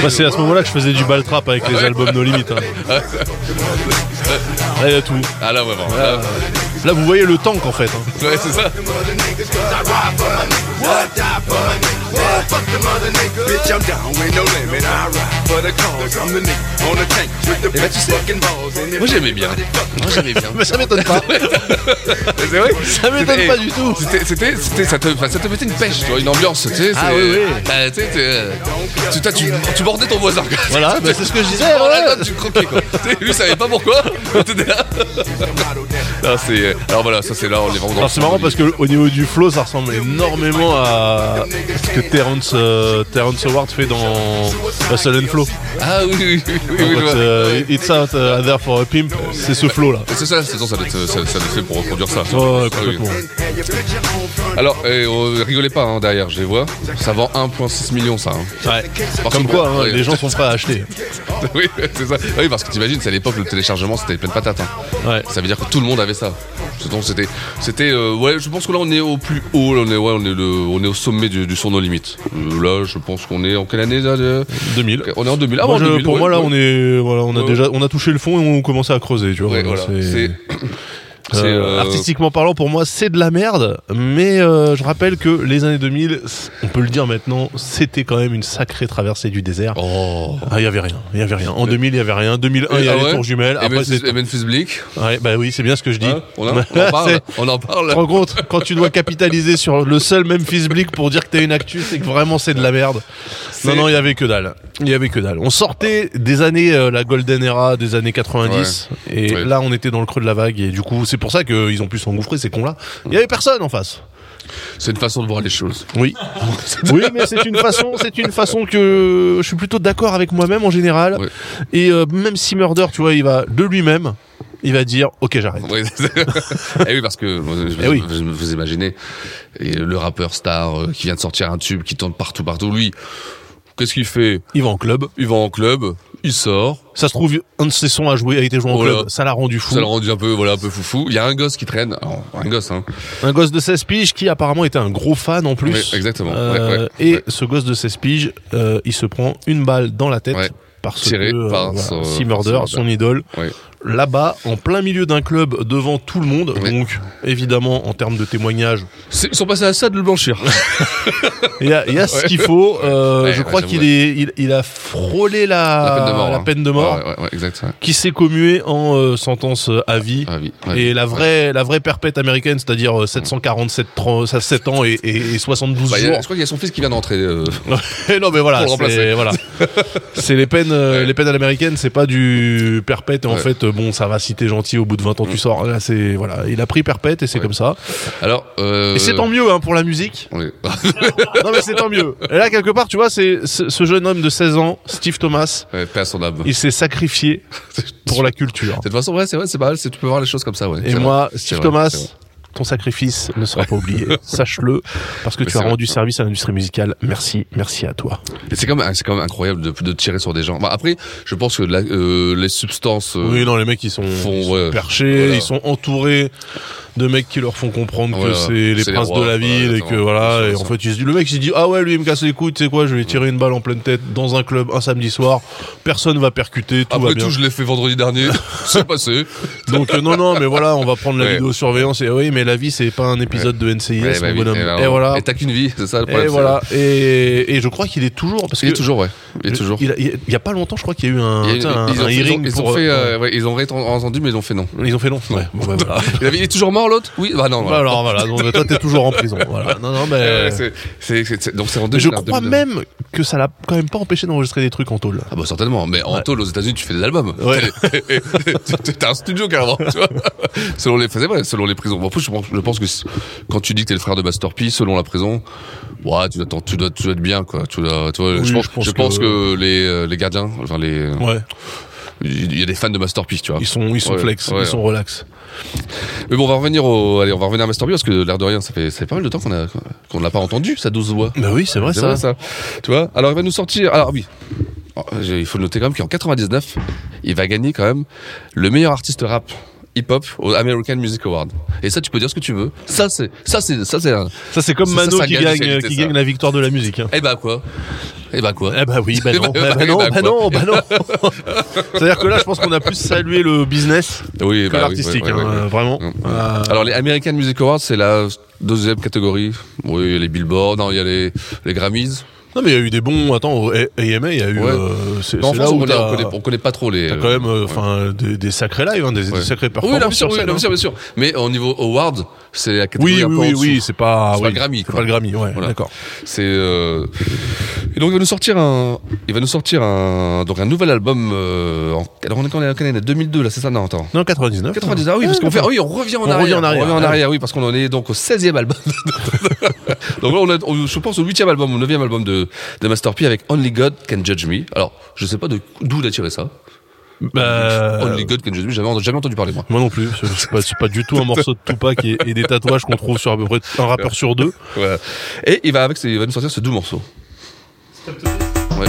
Bah, c'est à ce moment-là que je faisais du ball trap avec les albums No Limit. hein. Là, il y a tout.
Ah là, vraiment. là,
Là, vous voyez le tank en fait. hein.
ouais, c'est ça. Et bah, tu sais, moi j'aimais bien. Moi j'aimais bien.
Mais ça m'étonne pas.
C'est vrai
Ça m'étonne
C'était-
pas du tout.
C'était, c'était, c'était- ça, te, enfin, ça te mettait une pêche, tu vois, une ambiance, tu sais.
Ah
c'est-
oui, oui.
Bah, tu sais, t'es, euh, tu, t'as- tu, tu bordais ton voisin. quoi.
Voilà, bah, c'est ce que je disais.
Oh là là,
voilà.
tu croquais quoi. Tu sais, Lui savait pas pourquoi. T'étais là. Ah, c'est, euh, alors voilà, ça c'est là, on est vraiment.
Alors c'est marrant parce que au niveau du flow ça ressemble énormément à ce que Terrence, euh, Terrence Howard fait dans Hustle and Flow.
Ah oui, oui, oui, oui, oui, je vois.
Quand, euh, It's out uh, there for a pimp, c'est ce flow là.
C'est ça, c'est ça, ça doit être- euh, ça- ça doit être fait pour reproduire ça.
Oh,
Ah, oui.
complètement.
Alors, eh, oh, rigolez pas hein, derrière, je les vois. Ça vend 1,6 million ça. hein.
Ouais.
Par
Comme
contre,
quoi, hein,
ouais.
les gens sont prêts à acheter.
Oui, c'est ça. Ah Oui, parce que t'imagines, c'est à l'époque, le téléchargement, c'était plein de patates. hein.
Ouais.
Ça veut dire que tout le monde avait ça. C'est Donc c'était, c'était, euh, ouais, je pense que là on est au plus haut, là, on est, ouais, on est, le- on est au sommet du, du son no limite. Euh, là, je pense qu'on est en quelle année là, de-
2000.
On est en 2000. Ah,
Moi,
en
je-
2000,
pour
ouais,
moi là
ouais.
on est voilà, on a
Ouais.
déjà on a touché le fond et on commençait à creuser tu vois.
Ouais,
Donc,
voilà.
c'est-
C'est, c'est,
Euh,
euh,
Artistiquement parlant, pour moi, c'est de la merde. Mais euh, je rappelle que les années 2000, on peut le dire maintenant, c'était quand même une sacrée traversée du désert.
Oh.
Ah, il y avait rien, il y avait rien. En 2000, il y avait rien. 2001, il y
Ah
avait
ouais.
les tours jumelles.
Euh, Et
Après,
Memphis,
c'est
et Memphis Bleak.
ouais, bah oui, c'est bien ce que je dis.
eh ben- Hein, on, a- on en parle.
C'est- Oh.
on en parle.
Tu te rends compte quand tu dois capitaliser sur le seul Memphis Bleak pour dire que t'as une actu, c'est que vraiment c'est de la merde. Non non, il y avait que dalle. Il y avait que dalle. On sortait des années euh, la golden era des années 90 et
Ouais.
là on était dans le creux de la vague et du coup, c'est pour ça qu'ils ont pu s'engouffrer ces cons là. Il y avait personne en face.
C'est une façon de voir les choses.
Oui. oui, mais c'est une façon, c'est une façon que je suis plutôt d'accord avec moi-même en général.
Ouais.
Et euh, même si Murder, tu vois, il va de lui-même, il va dire OK, j'arrête.
Oui, eh oui, parce que vous, vous-
Eh oui.
vous- vous imaginez et le rappeur star euh, qui vient de sortir un tube, qui tourne partout, partout. Lui, qu'est-ce qu'il fait
Il va en club.
Il va en club, il sort,
Ça se trouve un de ses sons a joué a été joué en
Voilà.
club, ça l'a rendu fou.
ça le rendu un peu, voilà, un peu foufou. Il y a un gosse qui traîne, Alors, un gosse, hein.
Un gosse de 16 piges qui apparemment était un gros fan en plus.
Oui, exactement.
Euh,
Ouais, ouais,
et
ouais.
ce gosse de 16 piges, euh, il se prend une balle dans la tête
Ouais.
parce
Tiré
que euh,
par
voilà,
son-
Sea Murder,
son-
son idole,
Ouais.
là-bas, en plein milieu d'un club, devant tout le monde.
Ouais.
Donc, évidemment, en termes de témoignages,
C'est- Ils sont passés à ça de le blanchir.
Il y a, il y a ce qu'il faut. Euh,
Ouais,
je
ouais,
crois
j'avoue,
qu'il
ouais.
est, il, il a frôlé la,
la peine de mort.
la
hein.
peine de mort,
Ouais, ouais, ouais, exact. ouais.
qui s'est commuée en euh, sentence euh, à vie.
Ah oui, ouais.
Et la vraie, la vraie perpète américaine, c'est-à-dire euh, 747 tra- euh, ça, 7 ans et, et- et 72
Bah, il y a-
jours. Eh
je crois qu'il y a son fils qui vient d'entrer. euh,
non mais voilà,
Pour le remplacer.
c'est voilà. C'est les peines, euh, les peines à l'américaine, c'est pas du perpète. Et en
Ouais. Mm.
fait, euh, bon, ça va si t'es gentil, au bout de 20 ans tu sors. Là, c'est voilà, il a pris perpète et c'est comme ça.
Alors, euh,
Et c'est tant mieux hein, pour la musique.
oui.
Non mais c'est tant mieux. Et là quelque part, tu vois, c'est ce ce jeune homme de 16 ans, Steve Thomas,
Ouais, paix à son âme.
il s'est sacrifié pour la culture.
De toute façon, ouais, c'est vrai, c'est pas mal. c'est- Tu peux voir les choses comme ça, ouais.
Et
C'est
moi,
vrai, c'est
Steve
vrai,
Thomas,
c'est vrai.
ton sacrifice ne sera pas oublié, sache-le, parce que
Mais
tu as
c'est vrai.
rendu service à l'industrie musicale. Merci, merci à toi.
Mais C'est quand même, c'est quand même incroyable de, de tirer sur des gens. Bah, après, je pense que la- euh, les substances. euh,
Oui, non, les mecs ils sont,
Font,
ils sont
ouais.
perchés,
Voilà.
ils sont entourés de mecs qui leur font comprendre
Voilà.
que c'est les
C'est les
princes
rois,
de la
voilà,
ville et que
exactement.
voilà.
Ils
Et
sont-
en fait, il se dit, le mec il se dit, ah ouais, lui il me casse les couilles, tu sais quoi, je vais tirer une balle en pleine tête dans un club un samedi soir, personne va percuter, tout va
Après
bien.
tout, je l'ai fait vendredi dernier. c'est passé.
Donc euh, non, non, mais voilà, on va prendre la
Ouais.
vidéosurveillance. Et oui, mais la vie, c'est pas un épisode de NCIS,
Ouais,
mon
bah oui,
bonhomme.
et,
Et,
bah, on-
voilà.
et t'as qu'une vie, c'est ça le
Et
problème. c'est-
voilà. Et, et je crois qu'il est toujours, parce
Il
que
est toujours, ouais. Et
Le-
toujours.
Il a- il y a pas longtemps, je crois qu'il y a eu un,
Il y a une-
tu sais, un-
ils ont
un
fait- ils ont-
hearing
ils ont
pour- euh,
fait, euh, ouais, ils ont réentendu, mais ils ont fait non.
Ils ont fait long. Ouais. Bon, bah, voilà.
Il, avait- il est toujours mort l'autre Oui, bah non. voilà.
Alors voilà, donc, toi t'es toujours en prison. Voilà. Non, non, mais.
Euh, c'est- c'est- c'est- c'est- donc c'est en
mais
2000,
je crois
2009.
même que ça l'a quand même pas empêché d'enregistrer des trucs en tôle.
Ah bah certainement, mais en
Ouais.
tôle aux États-Unis, tu fais des albums.
Ouais.
Tu- T'as un studio carrément, tu vois. Selon les, c'est vrai, selon les prisons. Bon, en plus, je pense, je pense que c- quand tu dis que t'es le frère de Master P, selon la prison, ouais, tu dois, t'en- tu dois, tu dois être bien, quoi. Tu dois, tu vois,
Oui,
je pense,
je pense
je
que-
pense que, les, euh, les gardiens, enfin les,
Ouais.
il y a des fans de Master P, tu vois.
Ils sont, ils sont
Ouais,
flex,
ouais.
ils sont relax.
Mais bon, on va revenir au, allez, on va revenir à Master P parce que l'air de rien, ça fait, ça fait pas mal de temps qu'on a, qu'on l'a pas entendu, sa douce voix.
Bah oui, c'est vrai
C'est
ça.
vrai, ça. Tu vois Alors il va nous sortir. Alors oui. Oh, j'ai- Il faut noter quand même qu'en 99, il va gagner quand même le meilleur artiste rap hip-hop au American Music Award. Et ça, tu peux dire ce que tu veux. Ça, c'est ça, c'est ça, c'est. un-
Ça c'est comme
Ça,
Mano
c'est un
qui
gage de
gagne,
qualité,
qui
ça.
gagne la victoire de la musique. hein.
Eh bah quoi Eh bah quoi
Eh bah oui, bah non,
Eh
bah,
bah,
bah
eh
non,
bah
bah non,
quoi.
bah non. C'est-à-dire que là, je pense qu'on a plus salué le business
Oui,
que
bah oui,
l'artistique,
ouais, ouais, ouais,
hein,
ouais.
euh, vraiment.
Mm.
Euh,
Alors les American Music Awards, c'est la deuxième catégorie. Oui, il y a les Billboard, non, il y a les les Grammys.
non, mais il y a eu des bons. Attends, au A- AMA, il y a eu.
Ouais.
euh, c'est
Non, en France,
c'est là
on
où
connaît,
t'as
on connaît- on connaît pas trop les.
t'as quand même, euh,
ouais.
enfin, des, des sacrés lives, hein, des, des
Ouais.
sacrés
Oui,
performances.
là, bien sûr,
sur
oui,
scène,
là, bien sûr,
hein.
bien sûr. Mais au niveau awards, c'est la catégorie
Oui,
un peu
oui,
en
oui,
dessous.
oui, c'est pas.
C'est
oui,
pas le Grammy,
C'est
quoi.
pas le Grammy, ouais,
Voilà.
d'accord.
C'est euh, et donc il va nous sortir un, il va nous sortir un donc un nouvel album. euh, en... Alors on est quand on est en quelle année 2002 là, c'est ça Non, attends.
Non, hein. 99.
99, ah oui, parce qu'on fait, ah oui, on revient en
On
arrière.
revient en arrière.
on revient en arrière, oui, parce qu'on en est donc au 16e album. donc là, on est, on- je pense, au 8e album, au 9e album de, de Master P avec Only God Can Judge Me. Alors, je sais pas de- d'où il a tiré ça.
Bah,
Only God Can Judge Me, j'avais jamais entendu parler, moi.
Moi non plus, c'est- c'est pas, c'est pas du tout un morceau de Tupac et, et des tatouages qu'on trouve sur à peu près un rappeur sur deux.
Voilà. Et il va, avec, ses- il va nous sortir ce doux morceau. Ouais.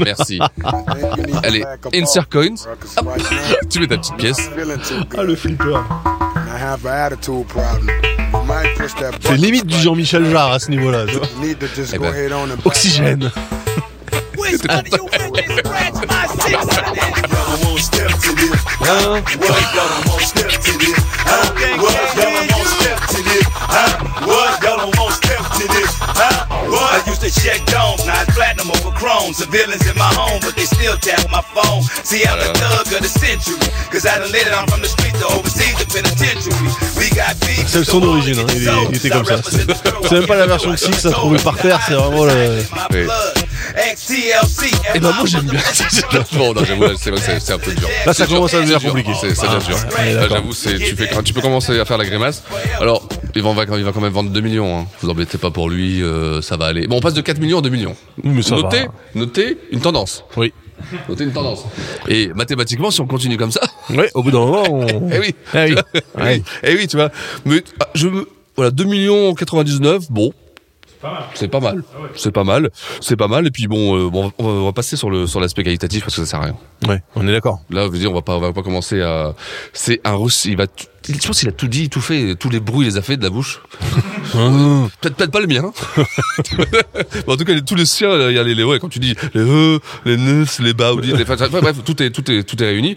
Merci. Allez, insert coins. Hop. Tu mets ta petite pièce.
Ah le flipper. C'est
C'est
limite du Jean-Michel Jarre à ce niveau-là. tu vois.
Eh ben,
Oxygène.
I used to check domes, now I platinum over chrome. Civilians in my home, but they still tap my phone. See, I'm the thug of the century, cause I done laid it on from the street to overseas the penitentiary. We got beef.
C'est le son d'origine, hein, il est- il était comme ça. C'est même pas la version de Six à trouver par terre, c'est vraiment le-
Oui.
Et
Eh ben, moi, j'aime bien. bon, non, j'avoue, là, c'est vrai que c'est- c'est un peu dur.
Là, ça
C'est dur.
commence à devenir
C'est dur.
compliqué. Ah,
C'est- Ça devient dur.
ouais,
Là,
d'accord.
J'avoue, c'est- tu, fais- tu peux commencer à faire la grimace. Alors, il va, on va- il va quand même vendre 2 millions. Hein. Vous embêtez pas pour lui, euh, ça va aller. Bon, on passe de 4 millions à 2 millions.
Mais ça
notez,
va.
notez une tendance.
Oui.
Notez une tendance. Et mathématiquement, si on continue comme ça,
Ouais, au bout d'un moment, on...
Eh oui.
Eh oui.
Eh oui. Eh oui, tu vois. Mais ah, je me- voilà, 2 millions en 99, bon. C'est pas mal, Ah c'est pas mal, c'est pas mal. Et puis bon, euh, bon, on va- on va passer sur le sur l'aspect qualitatif parce que ça sert à rien.
Ouais, on est d'accord.
Là, je veux dire, on va pas, on va pas commencer à. C'est un russe. Il va. tout- il- Je pense qu'il a tout dit, tout fait, tous les bruits, il les a fait de la bouche.
Hein.
Peut-être peut-être pas le mien. hein. Mais en tout cas, les- tous les siens, là, il y a les, les ouais, quand tu dis les e, les nes, les baoudi, les, enfin, bref, bref, tout est tout est tout est réuni.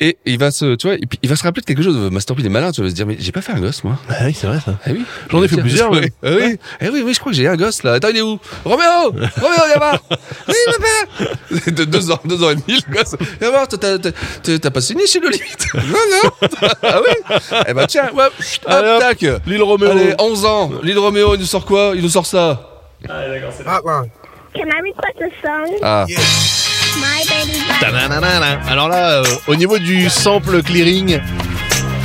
Et il va se, tu vois, et puis il va se rappeler de quelque chose. Master P, il est malin, tu vas se dire, mais j'ai pas fait un gosse, moi.
Ah oui, c'est vrai ça.
Ah oui.
J'en ai fait
Tiens,
plusieurs,
Oui.
même.
Ah oui. Ah oui, oui, je crois que j'ai un gosse, là. Attends, il est où? Roméo! Roméo, viens voir! Oui, papa! De deux ans, deux ans et demi, le gosse. Viens voir, t'as, t'as- t'as, t'as pas signé chez le limite? Non, non! Ah oui? Eh ben, tiens, ouais, chut, hop,
Allez, hop.
tac!
L'île Roméo.
Allez, 11 ans! L'île Roméo, il nous sort quoi? Il nous sort ça.
Can I request a song?
Uh.
Ah.
My baby.
Ta-na-na-na-na. Alors là, euh, au niveau du sample clearing,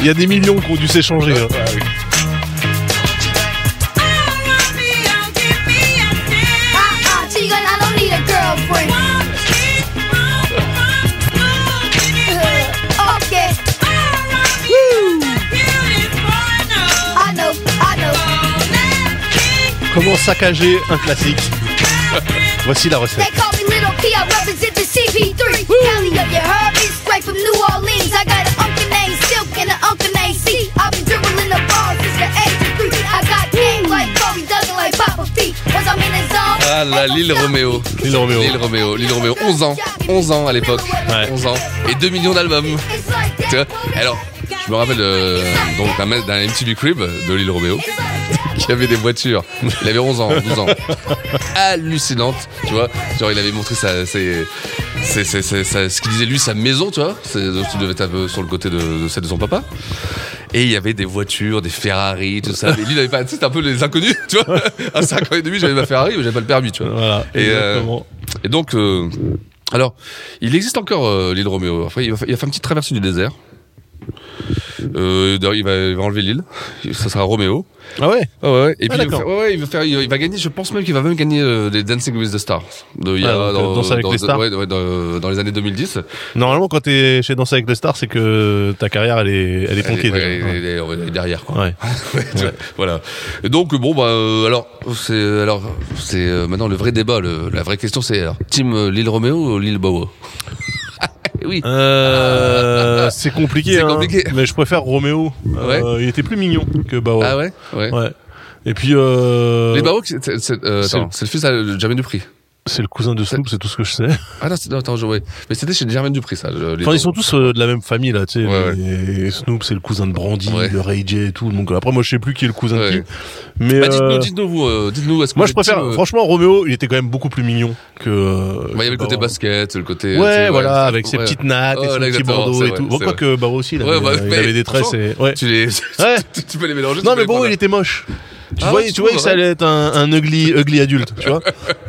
il y a des millions qui ont dû s'échanger. hein.
Uh-uh, Chico, I don't need a girlfriend. Uh, okay. I know, I know.
Comment saccager un classique Voici la recette.
They call me Little P, I represent the CP3. County up your herb, it's straight from New Orleans. I got an uncle named Silk and an uncle named C. I've been dribbling the ball since the age of three. I got game like Kobe, Duggan like Papa P. Once I'm in the zone,
Ah là, l'île Roméo.
L'île Roméo.
L'île Roméo, l'île Roméo. 11 ans. 11 ans à l'époque.
Ouais.
11 ans. Et 2 millions d'albums.
it's like
Tu vois
that.
euh, Alors, je me rappelle euh, donc d'un mec- d'un MTV Crib de l'île Roméo. qui avait des voitures. Il avait 11 ans, 12 ans. Hallucinante, tu vois. Genre, il avait montré sa, ses- ses- ses- ses- sa- ce qu'il disait lui, sa maison, tu vois. C'est- donc, Tu devais être un peu sur le côté de, de celle de son papa. Et il y avait des voitures, des Ferrari, tout ça. Mais lui, il avait pas. tu sais, C'était un peu les inconnus, tu vois. À 5 ans et demi, j'avais ma Ferrari, mais j'avais pas le permis, tu vois.
Voilà,
Et, euh,
exactement.
et donc, euh, alors, il existe encore euh, l'île Roméo. Après, il va, fa- il va faire une petite traversée du désert. Euh, d'ailleurs, il, va, il va enlever l'île. Ça sera Roméo.
Ah ouais
Ah ouais, ouais. Et
Ah,
puis, il va,
d'accord.
faire, ouais, ouais, il, va faire- il va gagner, je pense même qu'il va même gagner euh, des Dancing with the Stars. De, il y a-
Ah, donc, euh, Danse avec les stars.
ouais, ouais, dans, dans les années 2010.
Normalement, quand t'es chez Danser avec les stars, c'est que ta carrière, elle est, elle est
Elle est-
tronquée.
ouais,
déjà.
elle est- elle est derrière, quoi.
Ouais.
Ouais, tu vois, Voilà. Et donc bon bah euh, alors c'est alors c'est euh, maintenant le vrai débat, le- la vraie question c'est alors team euh, Lille Roméo ou Lille Bowo Oui.
Euh, c'est compliqué.
C'est
hein.
compliqué.
Mais je préfère Roméo. Euh, Il était plus mignon que Bao.
Ah ouais. Ouais.
Ouais. Et puis, euh,
Les Bao, c'est c'est- c'est- euh,
c'est-
attends, c'est le fils de Germaine Dupri.
c'est le cousin de Snoop, c'est tout ce que je sais.
Ah non, c'est- non, attends, je, ouais. mais c'était chez Germaine Dupri ça. le- les
Enfin,
Bao.
ils sont tous euh, de la même famille, là, tu sais.
Ouais,
Et Snoop, c'est le cousin de Brandy,
Ouais.
de Ray J et tout. Donc, euh, après, moi, je sais plus qui est le cousin de
Ouais.
qui. Mais,
Bah, dites-nous,
euh,
dites-nous, vous, euh, dites-nous. est-ce que
moi,
vous
je
êtes
préfère,
team, euh,
franchement, Roméo, il était quand même beaucoup plus mignon que,
bah, il y avait le côté basket, le côté. euh, tu
Ouais,
sais,
voilà, avec ses
ouais.
petites nattes et
Ouais,
son
voilà,
petit
exactement,
bandeau
c'est
et
vrai,
tout. Bon,
c'est
quoi
vrai.
que Bao aussi, il
Ouais,
avait, euh,
bah,
il
mais-
avait des tresses et, ouais.
Tu les,
Ouais.
tu, tu peux les mélanger. tu
Non mais
peux les
Bobo
prendre.
il était moche. Tu
Ah,
voyais,
tu
tu voyais que
trouves,
ça allait être un, un ugly, ugly adulte, tu vois.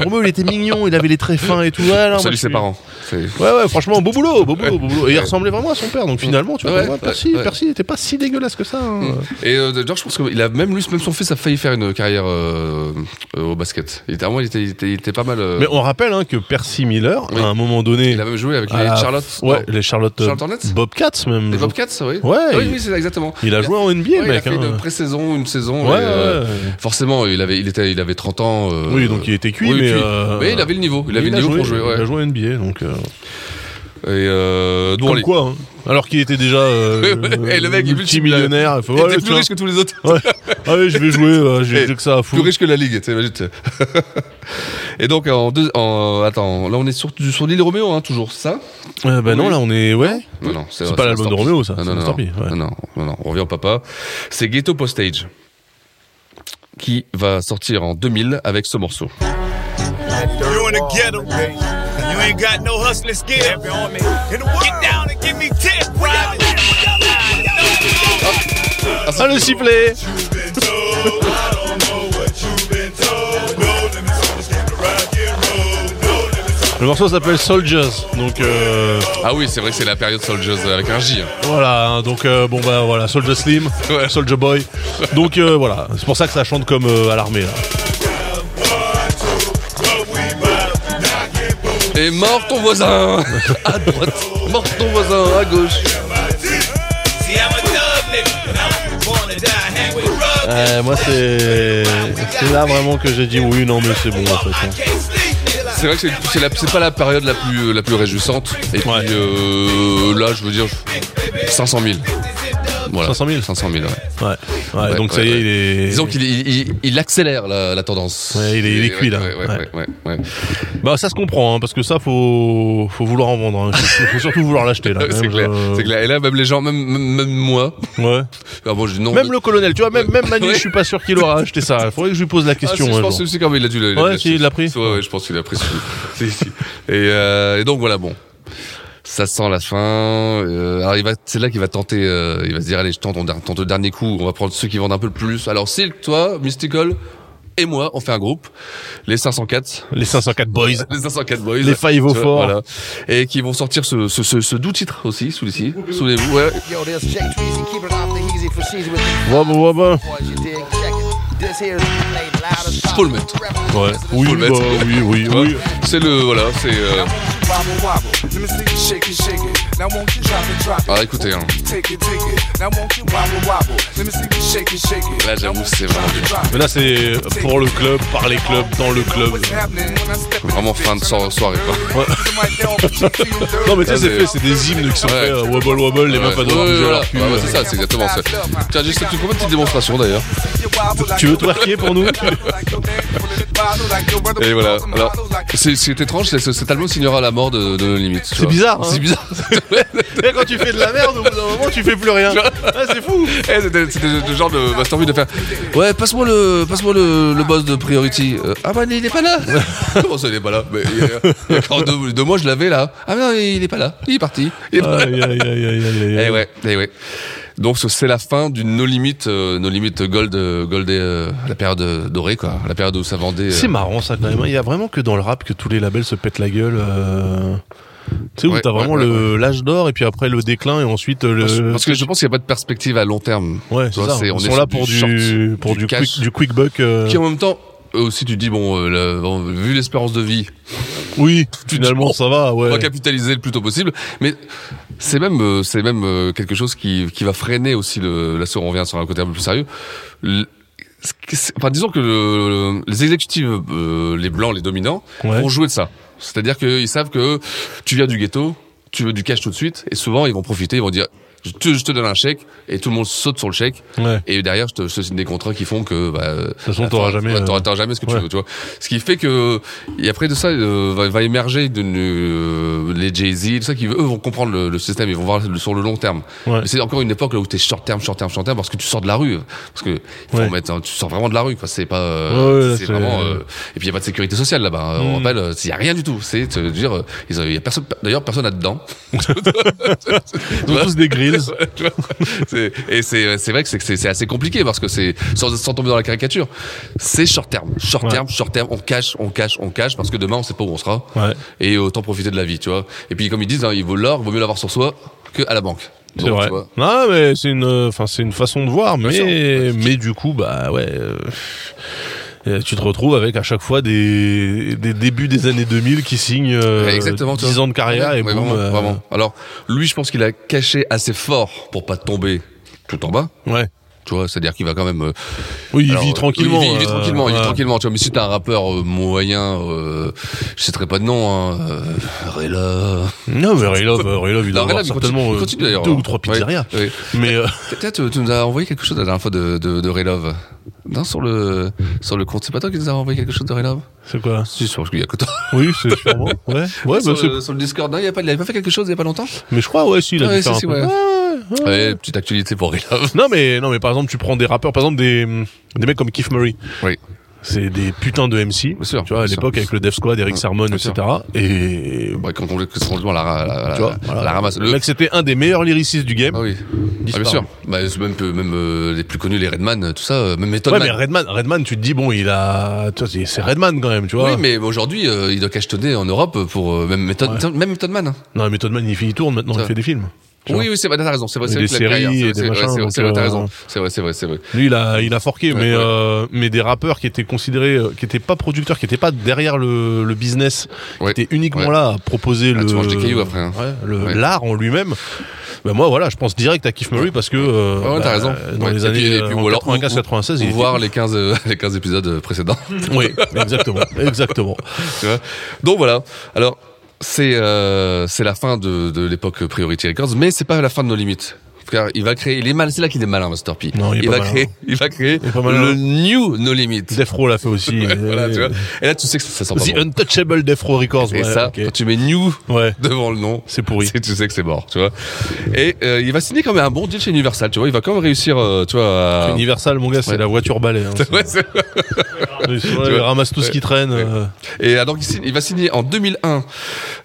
Bobo il était mignon, il avait les traits fins et tout. Ouais, non,
On salue
moi, je
ses
suis-
parents. C'est-
Ouais ouais, franchement beau boulot, beau boulot, beau boulot. Et il ressemblait vraiment à son père, donc finalement tu vois,
Ouais,
pour moi,
ouais,
Percy,
ouais.
Percy il était pas si dégueulasse que ça. hein.
Et euh, d'ailleurs, je pense qu'il a même lui, même son fils a failli faire une carrière euh, euh, au basket. Il était, à moi, il était, il était, il était pas mal. euh,
Mais on rappelle hein, que Percy Miller,
Oui.
à un moment donné,
il a même joué avec
à
les
la-
Charlotte.
Ah, ouais,
non,
les Charlotte, euh,
Charlotte Hornets
Bobcats même.
les
je-
Bobcats, oui. Ah
Ouais,
oui,
il-
oui, c'est exactement.
Il a joué en
ouais,
NBA, mec.
Il a fait
hein.
une pré-saison, une saison.
Ouais,
et, euh,
ouais, ouais.
Forcément, il avait, il était, il avait 30 ans. euh,
Oui, donc il était cuit,
oui,
mais, euh,
mais il avait le niveau. Il avait le
a
niveau
joué,
pour jouer. Ouais.
Il a joué en NBA, donc. euh,
Et euh, donc,
Comme
allez.
quoi, hein. alors qu'il était déjà euh,
Ouais, ouais. Et le mec, il est
multimillionnaire, il faut,
Il
ouais,
était
tu
plus
vois.
riche que tous les autres.
Ouais. Ah oui, je vais jouer, euh, j'ai
Eh,
j'ai que ça à
Plus
foutre.
riche que la ligue, t'imagines t'sais. Et donc en deux, en attends, là on est sur sur l'île Roméo, hein, toujours c'est ça.
Euh, bah non,
Oui.
là on est, ouais.
Non, non, c'est
C'est pas l'album de
Stampy.
Roméo, ça,
Non,
c'est
non, non,
Stampy, ouais.
non, non, non, non, on revient au papa. C'est Ghetto Postage qui va sortir en 2000 avec ce morceau.
You in the ghetto. You ain't got no hustling skill. Get down and give me tip, private.
Ah le sifflet Le morceau s'appelle Soldiers, donc euh,
Ah oui, c'est vrai que c'est la période Soldiers avec un J. hein.
voilà, hein, donc euh, bon bah voilà, Soldier Slim,
Ouais.
Soldier Boy, donc euh, voilà, c'est pour ça que ça chante comme euh, à l'armée là.
Et mort ton voisin à droite, mort ton voisin à gauche.
See, I'm a thug nigga. And I'm born to die. Hang with rug.
Ah,
Euh, moi c'est c'est là vraiment que j'ai dit oui non mais c'est bon en fait. hein.
Can't sleep, nigga.
C'est vrai que c'est- c'est la- c'est pas la période la plus la plus réjouissante. Et puis
Ouais.
euh, là, je veux dire, 500 000. Voilà.
500 000.
500 000. Ouais.
Ouais, ouais,
Ouais,
donc ça
ouais,
y est,
ouais.
il est.
Disons qu'il il, il- il accélère la, la tendance.
Ouais, il est- hein. il est cuit, là.
Ouais, ouais, ouais, ouais, ouais.
Bah ça se comprend, hein, parce que ça faut faut vouloir en vendre, hein. faut, faut surtout vouloir l'acheter là.
C'est
Même,
clair,
euh,
c'est clair. Et là, même les gens, même, même- même moi,
Ouais.
ah bon, je dis non.
Même
mais-
le colonel, tu vois, même, même Manu,
Ouais.
je suis pas sûr qu'il aura acheté ça. Faudrait que je lui pose la
Ah, si,
question.
je
un
pense
jour.
aussi quand même il a dû. le-
Ouais,
le-
si, il l'a pris.
Ouais, ouais, je pense qu'il l'a pris. si, si. Et, euh, et donc voilà, bon. Ça sent la fin. euh, alors il va, c'est là qu'il va tenter. euh, il va se dire allez, je tente, on tente le dernier coup. On va prendre ceux qui vendent un peu le plus. Alors Silk, toi, Mystical et moi, on fait un groupe, les 504.
Les 504 Boys.
Les 504 Boys.
Les Five O
Tu vois,
Four.
Voilà. Et qui vont sortir ce, ce, ce, ce doux titre aussi, souvenez-vous. Souvenez-vous, ouais.
Yo, there's Jack Treasy, keep it off the easy for season with the
Ouais, bah, ouais,
boys,
bah.
you dig? Check it. This here is played loud as
Faut le mettre.
possible.
Ouais. Oui,
Faut le mettre.
bah, oui, oui,
Tu vois,
oui.
C'est le, voilà, c'est, euh,
Wobble, wobble. Let me see you shake it, shake it. Now won't you drop it, drop it.
Ah, écoutez, hein.
Take it, take it. Now won't you wobble, wobble. Let me see you shake it, shake it.
Là, j'avoue, c'est vraiment dur.
Mais là, c'est pour le club, par les clubs, dans le club.
Vraiment fin de so- soirée, quoi.
Non,
Là,
mais tu sais, c'est
c'est-
fait, c'est des hymnes qui sont
Ah, Ouais.
faits. euh, wobble, wobble, les
Ouais,
meufs à
ouais,
devoir
ouais,
bouger
voilà.
leur cul.
Ah ouais, c'est ça, c'est exactement ça. Tiens, j'ai cette une petite démonstration d'ailleurs.
Tu veux twerker pour nous
Et voilà. Alors, c'est c'est étrange, c'est- cet album signera la mort de, de nos limites. tu
C'est
vois.
bizarre, hein.
C'est bizarre.
Eh, Quand tu fais de la merde, au bout d'un moment, tu fais plus rien. Ah, c'est fou.
Eh, C'était c'était- genre, genre de Master P de faire Ouais, passe-moi le, passe le, le boss de Priority. Euh, ah bah, il est pas là Comment ça, il est pas là Mais il y a- il y a encore deux, deux mois, je l'avais là. Ah mais non, il est pas là. Il est parti. Il est pas là.
Aïe, aïe, aïe, aïe, aïe, aïe, aïe.
Eh ouais, eh ouais. Donc ce- c'est la fin du No Limit, euh, No Limit Gold, euh, Gold et, euh, la période euh, dorée quoi, la période où ça vendait. euh,
C'est marrant ça quand même. Il y a vraiment que dans le rap que tous les labels se pètent la gueule. euh, Tu sais, où
Ouais,
t'as
ouais,
vraiment
ouais,
le- l'âge d'or et puis après le déclin et ensuite euh,
Parce,
le.
parce que je pense qu'il n'y a pas de perspective à long terme.
Ouais,
Tu
c'est
vois,
ça.
c'est- on
Ils
est
sont
sur
là pour
short,
du, pour du,
cash.
quick, du quick buck. euh,
Qui en même temps, eux aussi tu dis bon, euh, le- bon, vu l'espérance de vie,
Oui, finalement ça va,
on va
ouais.
capitaliser le plus tôt possible. Mais c'est même, euh, c'est même euh, quelque chose qui, qui va freiner aussi le. Là, si on revient sur un côté un peu plus sérieux. le- ce qui- c'est- Enfin, disons que le- le- les exécutifs, euh, les blancs, les dominants,
Ouais.
vont jouer de ça. C'est-à-dire qu'ils savent que tu viens du ghetto, tu veux du cash tout de suite, et souvent ils vont profiter, ils vont dire je te, je te donne un chèque, et tout le monde saute sur le chèque,
Ouais.
et derrière je te, je te signe des contrats qui font que bah, de toute
façon, t'auras jamais, euh,
t'auras jamais ce que
Ouais.
tu veux, tu vois. Ce qui fait que et après de ça euh, va, va émerger de, euh, les Jay-Z, tout ça qui eux vont comprendre le, le système, ils vont voir le- sur le long terme.
Ouais.
Mais C'est encore une époque là où t'es short terme, short terme, short terme parce que tu sors de la rue, parce que faut
Ouais.
mettre, hein, tu sors vraiment de la rue, quoi. C'est pas,
Ouais,
euh,
ouais, là,
c'est
c'est-
vraiment. euh, et puis il y a pas de sécurité sociale là-bas. hein. On
Hmm.
rappelle, euh, s'il y a rien du tout, c'est te dire, euh, ils ont- il y a personne. D'ailleurs, personne là-dedans.
Ils ont tous des grilles.
Tu vois, c'est- et c'est c'est vrai que c'est- c'est c'est assez compliqué parce que c'est sans, sans tomber dans la caricature, c'est short terme, short
Ouais.
terme, short terme. On cache, on cache, on cache parce que demain on sait pas où on sera
Ouais.
et autant profiter de la vie, tu vois. Et puis comme ils disent, hein, il vaut l'or, vaut mieux l'avoir sur soi que à la banque.
C'est
Donc,
vrai.
tu vois.
Non, mais c'est une, enfin, c'est une façon de voir, mais,
sûr.
mais du coup, bah ouais. euh, euh, tu te retrouves avec à chaque fois des, des débuts des années 2000 qui signent euh,
Ouais, exactement, tu
10
vois.
ans de carrière
Ouais,
et
ouais,
boum,
vraiment,
euh,
vraiment. Alors lui, je pense qu'il a caché assez fort pour pas tomber tout en bas.
Ouais.
Tu vois, c'est-à-dire qu'il va quand même. euh,
Oui, il
alors,
vit
euh,
tranquillement.
Il vit, il vit
euh,
tranquillement, il vit
ouais.
tranquillement. Tu vois, mais si t'as un rappeur euh, moyen, euh, je citerai pas de nom, hein, euh, Rela.
Non, mais Relove, euh, Relove, il doit
Non, Rela,
avoir
il continue-
certainement
il
euh,
continue d'ailleurs.
deux
hein.
ou trois pizzerias.
Ouais, ouais.
Mais euh,
Peut-être euh, tu nous as envoyé quelque chose la dernière fois de, de, de Relove. Non, sur le, sur le compte. C'est pas toi qui nous as envoyé quelque chose de Relove
c'est quoi
Si, je pense qu'il y a que toi.
Oui, c'est sûrement. Ouais, ouais, bah,
sur,
c'est-
le, sur le Discord, non, il, y a pas, il avait pas fait quelque chose il y a pas longtemps
mais je crois, ouais, si, il a
Ouais,
dû faire
si,
un
si,
peu.
ouais.
Ouais, ouais.
Ouais, petite actualité pour Relove.
Non mais non mais par exemple tu prends des rappeurs par exemple des des mecs comme Keith Murray
Oui.
c'est des putains de MC
Bien sûr,
tu vois à
bien sûr.
l'époque avec le Death Squad Eric Sermon
bien
etc
sûr.
et
Ouais, quand on que on joue, on la, ra- la, la,
tu vois voilà.
la ramasse.
le
Le-
mec c'était un des meilleurs lyricistes du game
Ah oui. Ah,
Disparu.
bien sûr. Bah, c'est même peu- même euh, les plus connus, les Redman, tout ça, euh, même Method
ouais
Man.
mais Redman Redman tu te dis bon il a tu vois, c'est c'est Redman quand même tu vois
Oui, mais aujourd'hui, euh, il doit cachetonner en Europe pour euh, même Method,
Ouais.
tiens, même Method Man. hein.
non mais Method Man il, fait- il tourne maintenant
Ça.
il fait des films tu vois.
Oui, oui, c'est vrai, t'as raison, c'est vrai,
Et
c'est
des
vrai. que la
séries
carrière,
et
c'est-
des
c'est vrai,
machins,
c'est vrai,
donc,
c'est vrai, t'as
euh,
raison. C'est vrai, c'est vrai, c'est vrai.
Lui, il a, il a forqué,
Ouais,
mais,
ouais.
euh, mais des rappeurs qui étaient considérés, euh, qui étaient pas producteurs, qui étaient pas derrière le, le business,
Ouais,
qui étaient uniquement
ouais.
là à proposer
Ah,
le,
tu manges des cailloux après, hein.
ouais, le-
Ouais.
l'art en lui-même. Ben moi, voilà, je pense direct à Keith Murray parce que euh,
Ouais, ouais,
bah,
t'as raison.
dans
Ouais.
les
Et puis-
années
et puis,
euh,
ou
en
alors,
95,
ou-
96,
Ou
il était-
voir les 15, euh, les 15 épisodes précédents.
Oui, exactement, exactement.
tu vois. Donc voilà. Alors, c'est euh, c'est la fin de, de l'époque Priority Records, mais c'est pas la fin de nos limites. Car il va créer, il est mal, c'est là qu'il est malin, Master P.
Non, il est pas
va
malin.
créer, il va créer
est pas malin.
le new No Limit.
Death Row l'a fait aussi.
Ouais, voilà,
Euh,
tu vois. Et là, tu sais que ça, ça sent pas
The
bon.
Untouchable Death Row Records.
Et
ouais,
ça,
ok.
quand tu mets new
ouais.
devant le nom,
C'est pourri.
c'est- Tu sais que c'est mort, tu vois. Et euh, il va signer quand même un bon deal chez Universal, tu vois. Il va quand même réussir, euh, tu vois. à-
Universal, mon gars, c'est
Ouais.
la voiture balai. Hein,
Ouais, c'est-
Ils sont là,
Tu
ils
vois.
ramassent tout ce qui traîne.
Ouais.
euh,
Et alors, il, signe- il va signer en 2001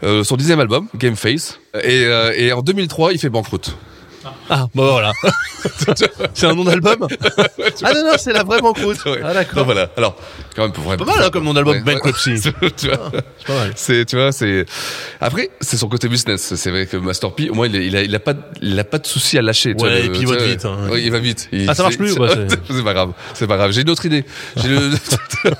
euh, son dixième album, Game Face. Et, euh, et en 2003, il fait banqueroute.
Ah, bah voilà. c'est un nom d'album Ah non, non, c'est la vraie banqueroute.
Ouais.
Ah
Donc
d'accord.
voilà. Alors, quand même, pour vrai.
Pas mal hein, comme nom d'album,
Ouais.
Bankruptcy. Ah.
tu vois,
C'est pas mal.
c'est tu vois c'est après c'est son côté business c'est vrai que Master P au moins il, est- il a il a pas de- il a pas de souci à lâcher tu
Ouais,
vois,
et
le-
puis
tu
il vote
vois,
vite, hein.
ouais, il va vite Il-
Ah, ça marche plus,
c'est
bah, c'est-
c'est pas grave c'est pas grave j'ai une autre idée J'ai le-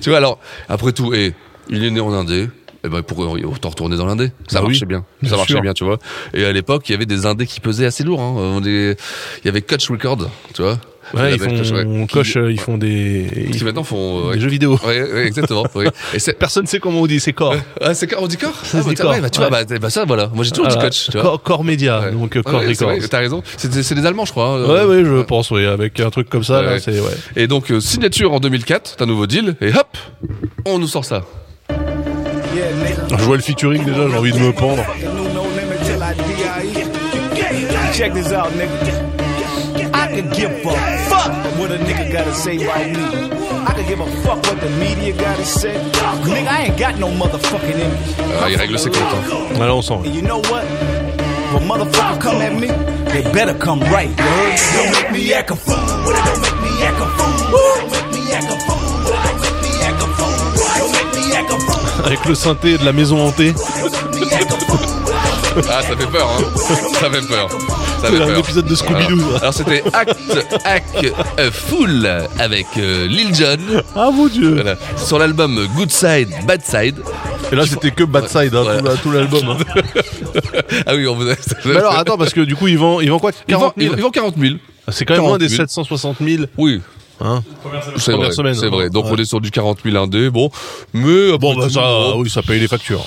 tu vois alors après tout et il est né en Indé et ben pour autant retourner dans l'Indé ça
Bah oui,
marchait bien
bien
ça marchait
sûr.
bien tu vois et à l'époque il y avait des Indés qui pesaient assez lourd hein. on est il y avait Coach Record tu vois
Ouais,
Le
ils
label Koch,
font,
ouais. Qui-
coche, euh, ils font des,
qui maintenant font euh,
des jeux vidéo.
Ouais, ouais, exactement. oui. Et c'est
Personne sait comment on dit, c'est corps.
ah, c'est corps, on dit corps
Ça
ah,
se
bah,
dit
t'as-
corps,
ouais, bah, tu
ouais.
vois, bah, t'es- bah, ça, voilà. Moi, j'ai toujours dit coach, tu vois.
Corps, corps média,
Ouais.
donc euh,
Ouais,
corps
ouais, c'est
records.
vrai, T'as raison. C'est c'est des Allemands, je crois. hein.
Ouais, ouais, je pense, oui, avec un truc comme ça,
Ouais,
là,
ouais.
c'est, ouais.
Et donc, euh, signature en 2004, t'as un nouveau deal, et hop, on nous sort ça.
Je vois le featuring déjà, j'ai envie de me pendre.
Check this out, nigga.
I can
could give a fuck what a nigga gotta say about me. I could give a fuck what the media gotta say. Nigga, I ain't got no motherfucking image.
Ah, il règle ses comptes. hein.
Ah, Là, on sent.
And you know what? When motherfucker come at me, they better come right. You heard? Don't make me act a fool. Well, it Don't make me act a fool. Don't make me act a fool. Well, it Don't make me act a fool. Don't make me act a fool.
Avec le synthé de la maison hantée.
Ah, ça fait peur, hein. Ça fait peur. Ça
C'est
fait
un
peur.
épisode de Scooby-Doo,
Ah, Alors,
ça.
alors, c'était Act, Act euh, Full avec euh, Lil Jon.
Ah mon dieu.
Voilà. Sur l'album Good Side, Bad Side.
Et là, c'était que Bad Side, hein, tout la- tout l'album. hein.
ah oui, on vous a.
Mais Bah Ah, alors, attends, parce que du coup, ils vendent, ils vendent quoi
Ils vendent
40 000
ils vendent 40 000.
C'est quand même moins des
40 000.
760 000.
Oui.
Hein
C'est
Première
vrai,
semaine,
c'est
hein.
vrai. Donc
Ouais.
on est sur du 40 000 indé, bon, mais bon
bah, ça, oui, ça paye les factures.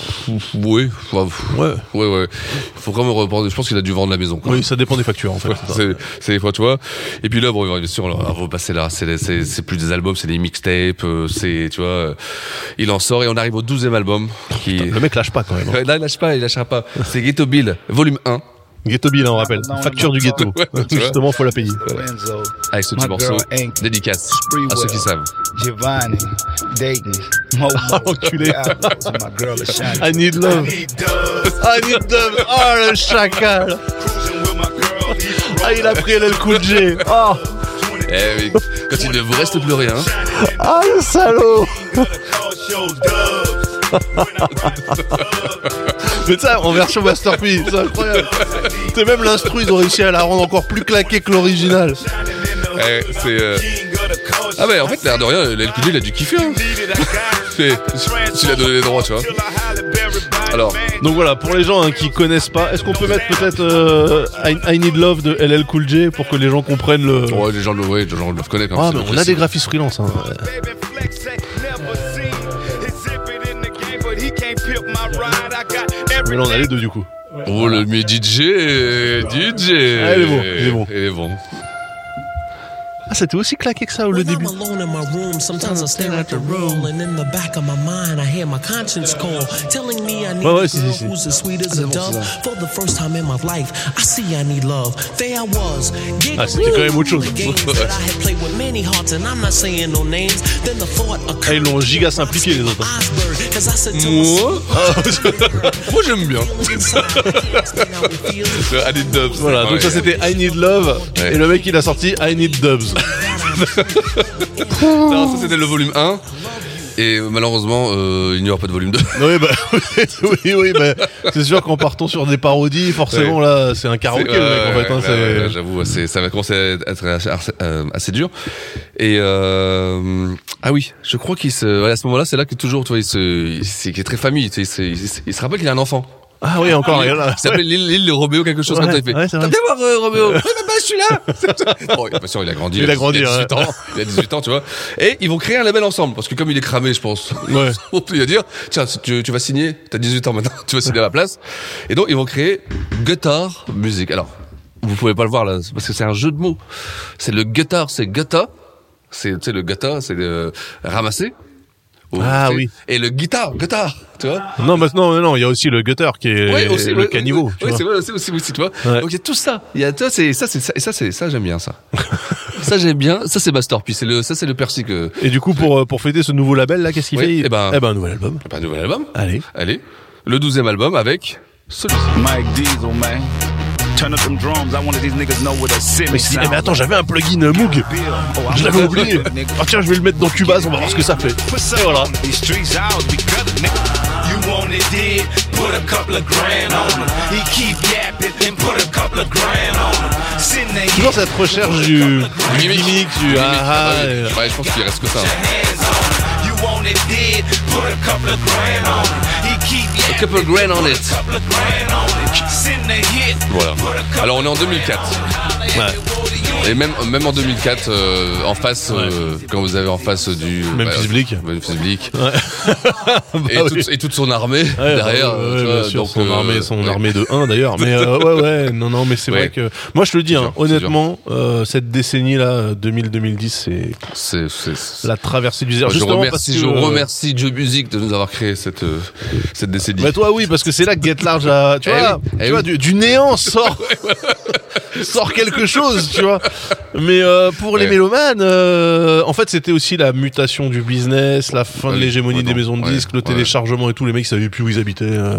Oui, bah, pff,
Ouais.
ouais, ouais. Il faut quand même reprendre. Je pense qu'il a dû vendre la maison. quoi.
Oui, ça dépend des factures en fait.
Ouais, c'est- c'est des fois, tu vois. Et puis là, bon, bien sûr, on va repasser là. C'est c'est- c'est plus des albums, c'est des mixtapes. euh, C'est, tu vois, euh, il en sort et on arrive au 12e album. Qui...
Le mec lâche pas quand même. hein.
Ouais, Là, il lâche pas, il lâchera pas. C'est Ghetto Bill, volume 1.
Ghetto Bill, hein, on rappelle. Facture du ghetto.
Ouais, tu vois.
Justement, faut la payer.
Enzo,
Avec ce
My
petit morceau,
girl Inc.
dédicace à ceux qui savent.
Giovanni, Dayton,
Oh,
Momo,
l'enculé.
Diablo, my girl Ashana.
I need love. I need love. Oh le chacal. Ah il a pris le coup de G. Oh,
Eh oui, quand il ne vous reste plus rien.
ah le salaud. Mais ça, en version masterpiece, c'est incroyable. C'est même l'instru, ils ont réussi à la rendre encore plus claquée que l'original.
Eh, c'est. euh, Ah, bah en fait, l'air de rien, l'LQD, il a dû kiffer. Hein. C'est- S'il a donné les droits, tu vois. Alors,
Donc voilà, pour les gens hein, qui connaissent pas, est-ce qu'on peut mettre peut-être euh, I, I Need Love de LL Cool J pour que les gens comprennent le.
ouais, les gens le, ouais, les gens le reconnaissent. hein,
Ah,
c'est
mais
le
on a
classique.
des graphistes freelance. Hein. Mais là, on a les deux du coup.
Oh, le mais DJ, euh, DJ.
Ah, il est bon, il est bon.
Il est bon.
Ah, c'était aussi claqué que ça au le début.
I'm alone in my room. Sometimes I stare at the room, and in the back of my mind, I hear my conscience call, telling me I need
Ouais, ouais,
a
si,
girl
si, si.
who's as sweet as a dove. For the first time in my life, I see I need love. There I was,
Ah, c'était quand même autre chose.
giggling games that I had played with many hearts, and I'm not saying no names. Then the thought
Ah,
occurred.
ils l'ont giga simplifié les autres.
Iceberg, 'cause I said to myself,
Moi, moi j'aime bien. Le Annie Dubs.
Voilà, donc ça c'était I Need Love
Ouais.
et le mec il a sorti I Need Dubs.
Non, ça c'était le volume 1. Et euh, malheureusement, euh, il n'y aura pas de volume 2.
oui, bah, oui, oui, bah, c'est sûr qu'en partant sur des parodies, forcément là c'est un karaoké
C'est-
le mec en
ouais,
fait. hein,
ouais,
c'est-
ouais, ouais, J'avoue, c'est- ça va commencer à être assez, assez- euh, assez dur. Et euh, ah oui, je crois qu'il se, ouais, à ce moment-là, c'est là que toujours, tu vois, il se, il, c'est- qu'il est très famille. tu sais, Il se, il se- il se rappelle qu'il a un enfant.
Ah oui, encore un là.
Il s'appelle l'île l'île de Roméo, quelque chose
Ouais,
comme ça. Il fait,
ouais, c'est
T'as
vrai.
bien voir euh, Roméo Ouais, papa, je suis là Bon, bien sûr, il a grandi.
Il a grandi,
Il a 18
ouais.
ans. Il a 18 ans, tu vois. Et ils vont créer un label ensemble, parce que comme il est cramé, je pense.
Ouais.
Il va dire, tiens, tu, tu vas signer, t'as 18 ans maintenant, tu vas signer à la place. Et donc, ils vont créer Guitar Music. Alors, vous pouvez pas le voir là, c'est parce que c'est un jeu de mots. C'est le guitar, c'est gutta. C'est, tu sais, le gutta, c'est le ramasser. Ou-
Ah
tu sais.
oui.
Et le guitar, guitar, tu vois.
Non, maintenant, non, non, il y a aussi le gutter qui est
Ouais, aussi,
le
ouais,
caniveau.
ouais,
tu
ouais,
vois.
c'est vrai, aussi, aussi, aussi, tu vois.
Ouais.
Donc il y a tout ça. Il y a ça, c'est ça, c'est ça, et ça, c'est ça, j'aime bien ça. ça j'aime bien. Ça c'est Masterpiece. C'est le, ça c'est le Percy que.
Et du coup, pour, euh, pour fêter ce nouveau label là, qu'est-ce qu'il
Oui,
fait
eh ben-
eh ben, un nouvel album.
Pas un nouvel album.
Allez.
Allez, le 12 e album avec celui-ci.
Mike Diesel, man. Turn up them drums. I wanted these niggas know what a
Mais,
semi
il se dit, eh,
sound. Oh,
mais attends, j'avais un plugin euh, Moog. Je l'avais oublié. Ah tiens, je vais le mettre dans Cubase, on va voir ce que ça fait. Et voilà.
These streets ours because a nigga. You want it dead, put a couple of grand on him. He keep yapping and put a couple of grand on him. Send they
Toujours cette recherche du, du gimmick, du ah, ah,
ouais,
euh,
bah, ouais, je pense qu'il reste que ça. hein.
hands on him. You want it dead, put a couple of grand on him. He keep
A
yapping,
couple grand on it.
couple of grand on him. Send they hit.
Voilà. Alors on est en 2004. Et même, même en 2004, euh, en face, euh, quand vous avez en face du. bah,
Memphis Bleak.
Memphis Bleak.
bah
Et,
oui.
toute, et toute son armée
Ouais, bah
derrière.
ouais,
tu
ouais,
vois,
bien sûr,
donc,
son
euh,
armée, son
ouais.
armée de 1 d'ailleurs. Mais euh, ouais, ouais, non, non, mais c'est
Ouais.
vrai que moi je te le dis, hein,
dur, c'est
honnêtement, euh, cette euh, décennie là, 2000-2010, c'est
C'est- c'est-
la traversée du désert.
Je
Bah, Justement
remercie,
parce
je
que, euh,
remercie Dieu Music de nous avoir créé cette, euh, cette décennie.
Bah toi oui, parce que c'est là que Get Large a, tu
Eh
vois,
oui, eh
tu vois
oui.
du, du néant sort, sort quelque chose, tu vois. Mais euh, pour les
Ouais.
mélomanes, euh, en fait, c'était aussi la mutation du business, la fin de
Ouais,
l'hégémonie
ouais,
des
non,
maisons de
ouais,
disques, le
ouais.
téléchargement et tout. Les mecs savaient plus où ils habitaient. euh,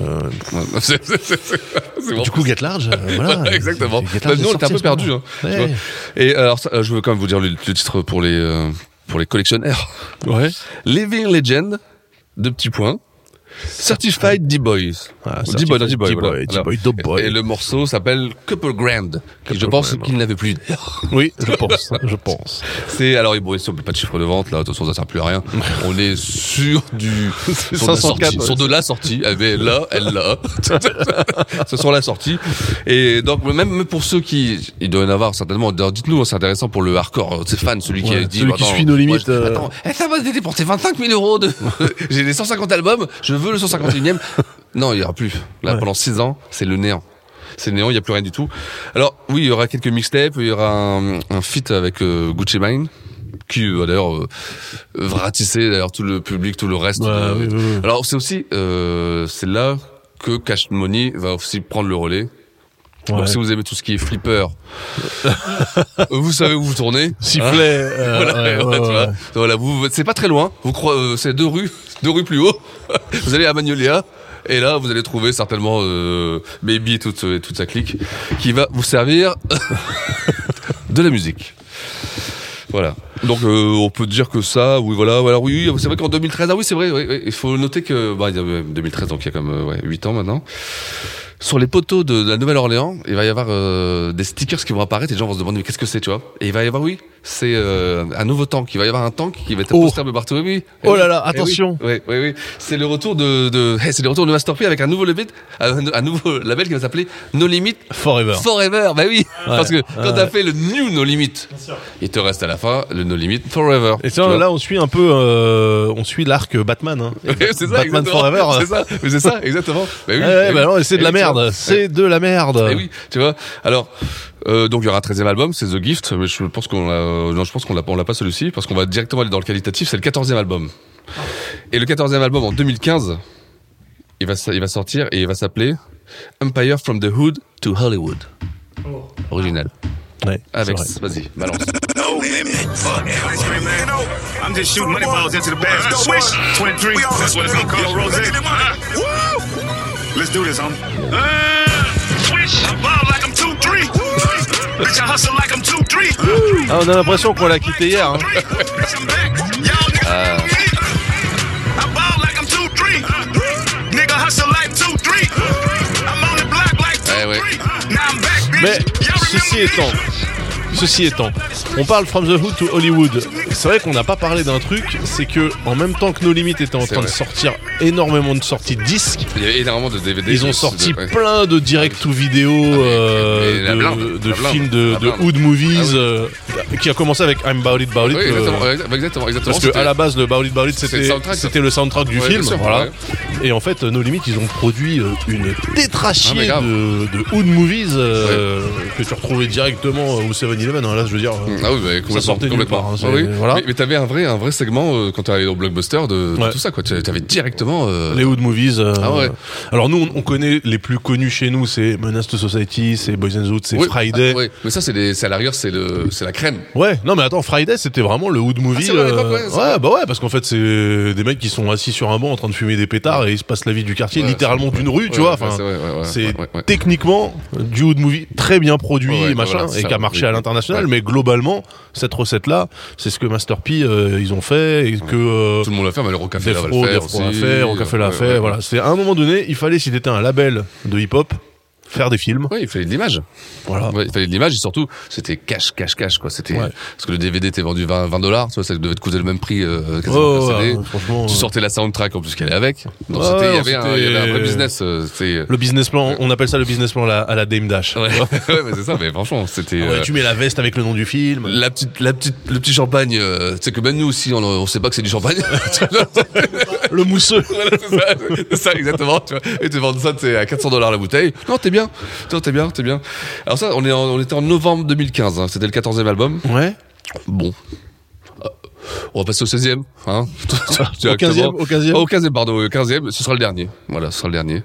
C'est- c'est- c'est- c'est- c'est
Du
bon.
coup, Get Large, euh, voilà.
Ouais, exactement.
Get Large
Bah,
est
nous, on était un
sorti à
peu
ce moment.
perdus. hein, tu
Ouais.
vois. Et alors, ça, euh, je veux quand même vous dire le, le titre pour les, euh, pour les collectionneurs.
Ouais.
Living Legend, deux petits points. Certified D-Boys. D-Boy, non,
Ah, Certified
D-Boy, voilà.
D-Boy,
Alors,
D-Boy, Dope Boy.
Et le morceau s'appelle Couple Grand. qui je pense qu'il n'avait plus d'air.
Oui, je pense, je pense.
C'est, alors, bon, ils pas de chiffre de vente, là. De toute façon, ça sert plus à rien. On est sur du,
C'est
sur de la
504,
sortie,
ouais.
sur de la sortie. Elle est là, elle là. Ce sont la sortie. Et donc, même même pour ceux qui, il doit y en avoir certainement. D'ailleurs, dites-nous, hein, c'est intéressant pour le hardcore, euh, c'est fan, celui qui
Ouais,
a dit.
celui qui
attends,
suit nos
moi,
limites,
je-
euh,
attends, eh, ça va j'ai dépensé 25 000 euros de, j'ai les 150 albums, je veux le 151e. non, il y aura plus. Là, pendant 6 ans, c'est le néant. C'est le néant, il n'y a plus rien du tout. Alors, oui, il y aura quelques mixtapes, il y aura un, un feat avec euh, Gucci Mane qui va d'ailleurs euh, ratisser d'ailleurs tout le public tout le reste
Ouais,
de-
oui, oui, oui.
alors c'est aussi euh, c'est là que Cash Money va aussi prendre le relais
Ouais.
donc si vous aimez tout ce qui est flipper vous savez où vous tournez
Sifflet,
hein.
euh,
voilà,
ouais,
voilà,
ouais,
tu
ouais.
vois. Voilà, vous c'est pas très loin vous croyez euh, c'est deux rues deux rues plus haut vous allez à Magnolia et là, vous allez trouver certainement euh, Baby et toute, et toute sa clique qui va vous servir de la musique. Voilà. Donc euh, on peut dire que ça, oui voilà, voilà oui, oui, c'est vrai qu'en 2013, ah oui c'est vrai, oui, oui, il faut noter que bah, il y a, euh, 2013 donc il y a comme euh, ouais, 8 ans maintenant. Sur les poteaux de, de la Nouvelle-Orléans, il va y avoir euh, des stickers qui vont apparaître et les gens vont se demander mais qu'est-ce que c'est tu vois Et il va y avoir oui, c'est euh, un nouveau tank, il va y avoir un tank qui va être
Oh.
poster de Bartholomew. Eh
Oh
oui,
là là,
eh oui,
attention.
Oui, oui, oui. C'est le retour de, de eh, c'est le retour de Master P avec un nouveau label, un, un nouveau label qui va s'appeler No Limit
Forever.
Forever, bah oui, parce que quand
ouais.
t'as fait le new No Limit, il te reste à la fin le No Limit Forever.
Et
tu
ça,
vois.
là, on suit un peu, euh, on suit l'arc Batman. Hein.
Ouais, c'est ça,
Batman
exactement.
Forever.
C'est ça, mais c'est ça, exactement. Bah oui,
Ouais, ouais,
eh
bah
oui.
non, et c'est de
Eh oui, tu
la
vois.
merde. C'est de la merde.
Eh oui, tu vois. Alors, euh, donc il y aura un 13 e album, c'est The Gift, mais je pense qu'on l'a, euh, non, je pense qu'on l'a, on l'a pas celui-ci, parce qu'on va directement aller dans le qualitatif, c'est le 14 e album. Et le 14 e album en 2015, il va, s- il va sortir et il va s'appeler Empire from the Hood to Hollywood. Original.
Ouais,
Avec,
Ah, c'est
vas-y, balance.
No limit forever. You know, I'm just shooting money balls into the basket. Swish! 23. That's what it's gonna call Rose. Woo! Let's do this, homie. Uh, swish! I ball like I'm 2-3. Bitch, I hustle like I'm 2-3.
Ah, on a l'impression qu'on l'a quitté hier. hein. Uh.
Ah.
I ball like I'm 2-3. Nigga hustle like 2-3. I'm on the block like
Eh ouais.
2-3. Now I'm back, bitch.
Mais ceci étant, ceci étant, on parle From the Hood to Hollywood. C'est vrai qu'on n'a pas parlé d'un truc, c'est que en même temps que No Limit était en
C'est
train de
vrai.
sortir énormément de sorties de disques,
Il y a énormément de DVD.
ils ont
de-
sorti
de- ouais. Ah,
plein de direct ou vidéo euh,
mais la
de-
blinde,
de
la blinde,
films de,
la
de
blinde.
hood movies
Ah oui.
euh, qui a commencé avec I'm About It About It.
Oui,
euh,
exactement, exactement, exactement, exactement.
parce que à la base le About It About It
C'est le
c'était
soundtrack, ça.
c'était le soundtrack du
Ouais,
film
bien sûr,
voilà.
ouais.
et en fait No Limit ils ont produit euh, une
Ah,
tétrachier
mais grave.
de, de hood movies euh, que tu retrouvais directement au 7-Eleven hein. là je veux dire euh,
Ah oui, bah, complètement.
ça sortait nulle
complètement.
part hein. C'est-
Ah oui.
voilà
Mais, mais t'avais un vrai, un vrai segment euh, quand t'allais au blockbuster de, de
Ouais.
tout ça, quoi. T'avais directement. euh,
les hood movies euh,
Ah ouais.
alors nous on, on connaît les plus connus chez nous c'est Menace to Society c'est Boys and Zoot c'est
oui.
Friday
Ah, oui. Mais ça, c'est des- c'est à l'arrière, c'est le, c'est la crème.
Ouais, non mais attends, Friday c'était vraiment le hood movie.
Ah, c'est vrai, à l'époque, ouais, c'est vrai.
bah ouais, parce qu'en fait c'est des mecs qui sont assis sur un banc en train de fumer des pétards et ils se passent la vie du quartier
Ouais,
littéralement
c'est-
d'une
ouais,
rue,
ouais,
tu vois.
ouais,
Enfin,
c'est vrai, ouais, ouais,
c'est
ouais, ouais.
techniquement du hood movie très bien produit
Ouais, ouais,
et machin
voilà, c'est
et
ça,
qui a marché
oui.
à l'international,
Ouais.
mais globalement cette recette là, c'est ce que Master P euh, ils ont fait et que euh,
Tout le monde l'a fait, mais le Rocafé là, va le
Defro,
faire.
Defro l'a
aussi.
fait, Rocafé l'a
Ouais,
fait.
ouais.
Voilà, c'est à un moment donné, il fallait si t'étais un label de hip hop faire des films.
Ouais, il fallait de l'image.
Voilà.
Ouais, il fallait de l'image et surtout, c'était cash, cash, cash, quoi. C'était,
Ouais.
parce que le DVD était vendu 20, 20 dollars, tu vois, ça devait te coûter le même prix, euh, quasiment
Oh,
qu'un CD.
ouais, franchement,
Tu
ouais.
sortais la soundtrack en plus qu'elle est avec. Donc
Ouais,
c'était, il y
ouais,
avait un, il y
c'était-
avait un vrai business, euh, c'était,
Le business plan, on appelle ça le business plan à la- à la Dame Dash.
ouais, ouais, mais c'est ça, mais franchement, c'était,
Ah ouais,
euh,
tu mets la veste avec le nom du film.
la petite, la petite, le petit champagne, euh, tu sais que même nous aussi, on, on sait pas que c'est du champagne. Tu vois,
Le mousseux.
Voilà, c'est ça, c'est ça, exactement. Tu vois. Et tu vends ça tu sais, à 400 dollars la bouteille. Non, t'es bien. Non, t'es bien, t'es bien. Alors ça, on, est en- on était en novembre 2015. hein. C'était le 14e album.
Ouais.
Bon. Euh, On va passer au 16e, hein. Directement.
15e, au 15e.
Ah, Au 15e, pardon, au 15e. Ce sera le dernier. Voilà, ce sera le dernier.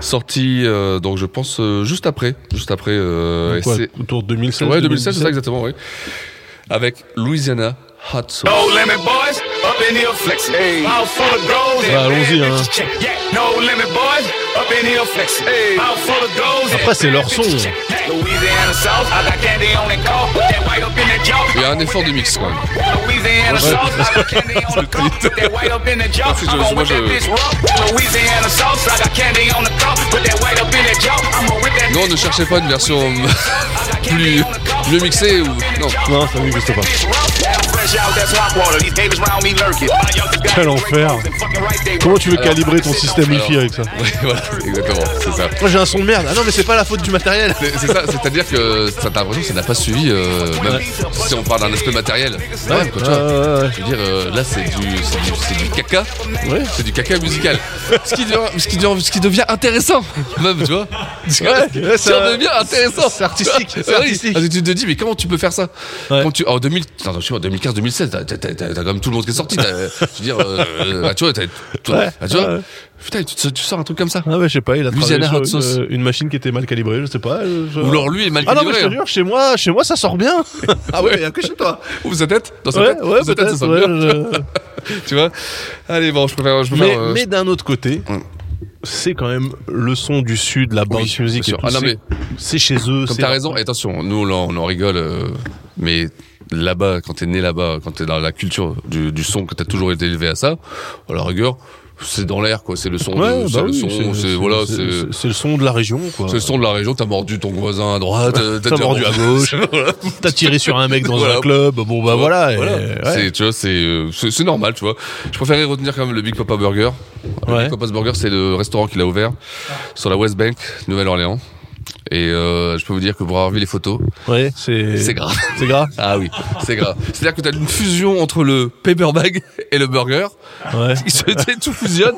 Sorti, euh, donc je pense, euh, juste après. Juste après, euh,
Donc quoi,
SC
autour de 2016.
Ouais, 2016, c'est ça exactement, oui. avec Louisiana Hot Sauce.
No limit boys, up in here flexing. Mouth full of gold
Bah, allons-y, hein.
No limit boys, up in here flexing. Mouth full of gold
Après, c'est leur son.
Louisiana sauce, I got candy on that car. That white up in that jaw.
Il y a un effort de mix quand même.
Louisiana sauce, I got candy on the car. Put that white up in the jaw.
Parce que Ah, je-
I'm gonna
moi,
whip that
je-
bitch raw. Louisiana sauce, I got candy on the car. Put that white up in the jaw. I'm gonna whip that
Non, ne cherchez pas une version plus mieux mixée ou non.
Non, ça n'existe pas.
fresh out that swamp water. These haters round me lurking. My young
Quel enfer. Comment tu veux calibrer ton système wifi avec ça
Oui, voilà, exactement, c'est ça.
Moi j'ai un son de merde. Ah non, mais c'est pas la faute du matériel.
C'est- C'est ça, c'est-à-dire que ça t'as l'impression que ça n'a pas suivi, euh, même si on parle d'un aspect matériel.
Ouais,
Même, quoi, tu
Ah, ouais,
vois. Je veux dire, euh, là c'est du, c'est du, c'est du caca, c'est du caca musical. ce, qui devient, ce, qui devient, ce qui devient intéressant, même, tu vois. Ce qui-
ouais,
ce qui
ça-
devient intéressant.
c'est artistique, c'est
Ouais, oui.
artistique.
Parce que tu te dis, mais comment tu peux faire ça Quand tu, En 2000 attends, je sais pas, 2015-2016, t'as- t'as t'as- t'as quand même tout le monde qui est sorti. t'as- Je veux dire, euh, euh, ah, tu vois, t'as- tu vois,
Ouais,
ah, tu vois,
ouais.
putain, tu, te- tu sors un truc comme ça.
Ah ouais, je sais pas, il a
Louisiana
travaillé
hot
sur
sauce.
une, euh, une machine qui était mal calibrée, je sais pas. euh, je-
Ou leur lui est mal
Ah non, mais
calibré,
je te
hein.
jure, chez moi, chez moi ça sort bien. ah ouais, mais que chez toi.
Ou sa tête Dans sa
Ouais,
tête
ouais,
Sa tête, ça
peut-être.
sonne
ouais,
bien.
je-
tu vois Allez, bon, je préfère. Je préfère
Mais,
euh,
mais d'un autre côté, c'est quand même le son du sud, la
Oui,
bounce
bien
music et
sûr.
tout.
Ah non,
c'est-
mais-
c'est chez eux.
Comme
c'est
t'as
leur-
raison, et attention, nous on, en- on en rigole, euh, mais là-bas, quand t'es né là-bas, quand t'es dans la culture du, du son, que t'as toujours été élevé à ça, à la rigueur, c'est dans l'air, quoi. C'est le son, de-
Ouais,
c'est
bah
le
oui,
son,
c'est-
c'est
c'est-
voilà,
c'est-
c'est
c'est- c'est le son de la région, quoi.
c'est le son de la région. T'as mordu ton voisin à droite, euh,
T'as mordu à gauche,
Voilà.
t'as tiré sur un mec dans
Voilà.
un club, bon bah voilà. et-
Voilà.
ouais.
C'est, tu vois, c'est, euh, c'est, c'est normal, tu vois. Je préférais retenir quand même le Big Papa Burger. Le Big Papa's Burger, c'est le restaurant qu'il a ouvert sur la West Bank, Nouvelle-Orléans. Et euh, je peux vous dire que pour avoir vu les photos,
Ouais, c'est.
c'est grave.
C'est grave.
Ah oui, c'est grave. C'est-à-dire que t'as une fusion entre le paper bag et le burger.
Ouais.
Ils se, tout fusionne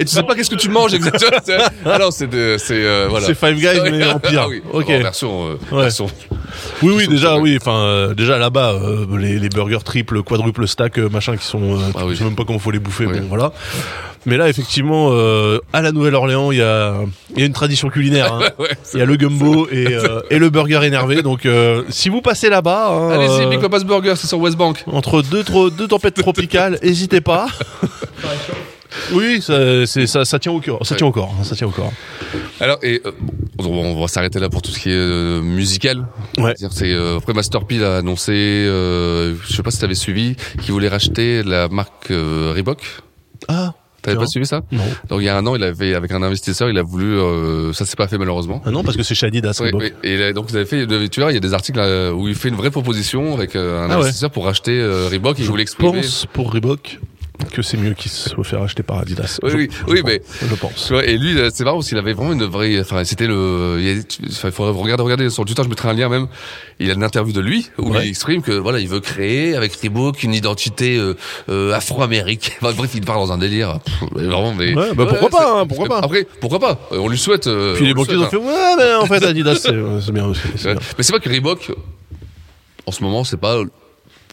et tu sais pas qu'est-ce que tu manges exactement. Ah non, c'est, de- c'est euh, voilà.
C'est Five Guys, mais en pire.
Ah oui,
Ok.
en version, euh,
Ouais.
version-
Oui, oui, déjà, oui. Enfin, euh, déjà là-bas, euh, les, les burgers triple, quadruple stack, euh, machin, qui sont, euh,
Ah
je sais même pas comment faut les bouffer. Bon, voilà. Mais là, effectivement, euh, à la Nouvelle-Orléans, il y a, il y a une tradition culinaire. hein.
Ouais,
Il y a le gumbo et, euh, et le burger énervé. Donc, euh, si vous passez là-bas, hein,
Allez-y,
euh,
Big Papa's Burger, c'est sur West Bank.
entre deux, tro- deux tempêtes tropicales, n'hésitez pas. Oui, ça, c'est- ça, ça tient au corps. Ça tient au corps. hein, Ça tient au corps.
Alors, et euh, bon, on va s'arrêter là pour tout ce qui est euh, musical.
Ouais.
C'est-à-dire, C'est euh, après Master P a annoncé, euh, je sais pas si t'avais suivi, qu'il voulait racheter la marque euh, Reebok.
Ah.
T'avais
tiens.
pas suivi ça
Non.
Donc il y a un an, il avait avec un investisseur, il a voulu, euh, ça s'est pas fait malheureusement.
Ah non, parce que c'est Shadid à
Oui, oui. Et il a- donc ils avaient fait, tu vois, il y a des articles euh, où il fait une vraie proposition avec euh, un
Ah ouais.
investisseur pour racheter euh, Reebok. Il
Je
voulait exprimer.
pense pour Reebok que c'est mieux qu'il se soit fait racheter par Adidas.
Oui,
Je-
oui,
je
oui,
pense,
mais-
je pense.
Tu vois, et lui, là, c'est marrant parce qu'il avait vraiment une vraie. Enfin, c'était le. Il y a- tu- enfin, il faudrait regarder, regarder sur le Twitter. Je mettrai un lien même. Il a une interview de lui où
Ouais.
il exprime que voilà, il veut créer avec Reebok une identité euh, euh, afro-américaine. Enfin, bref, il part dans un délire. Pff, mais vraiment, mais.
Ouais, bah, pourquoi pas, hein,
c'est-
pourquoi pas.
Après, pourquoi pas Euh, On lui souhaite. euh,
Puis
on
les
lui
banquiers ont
souhaite,
fait ouais, mais en fait Adidas c'est euh, c'est bien aussi. c'est
hein.
bien.
Ouais. Mais c'est vrai que Reebok, en ce moment, c'est pas.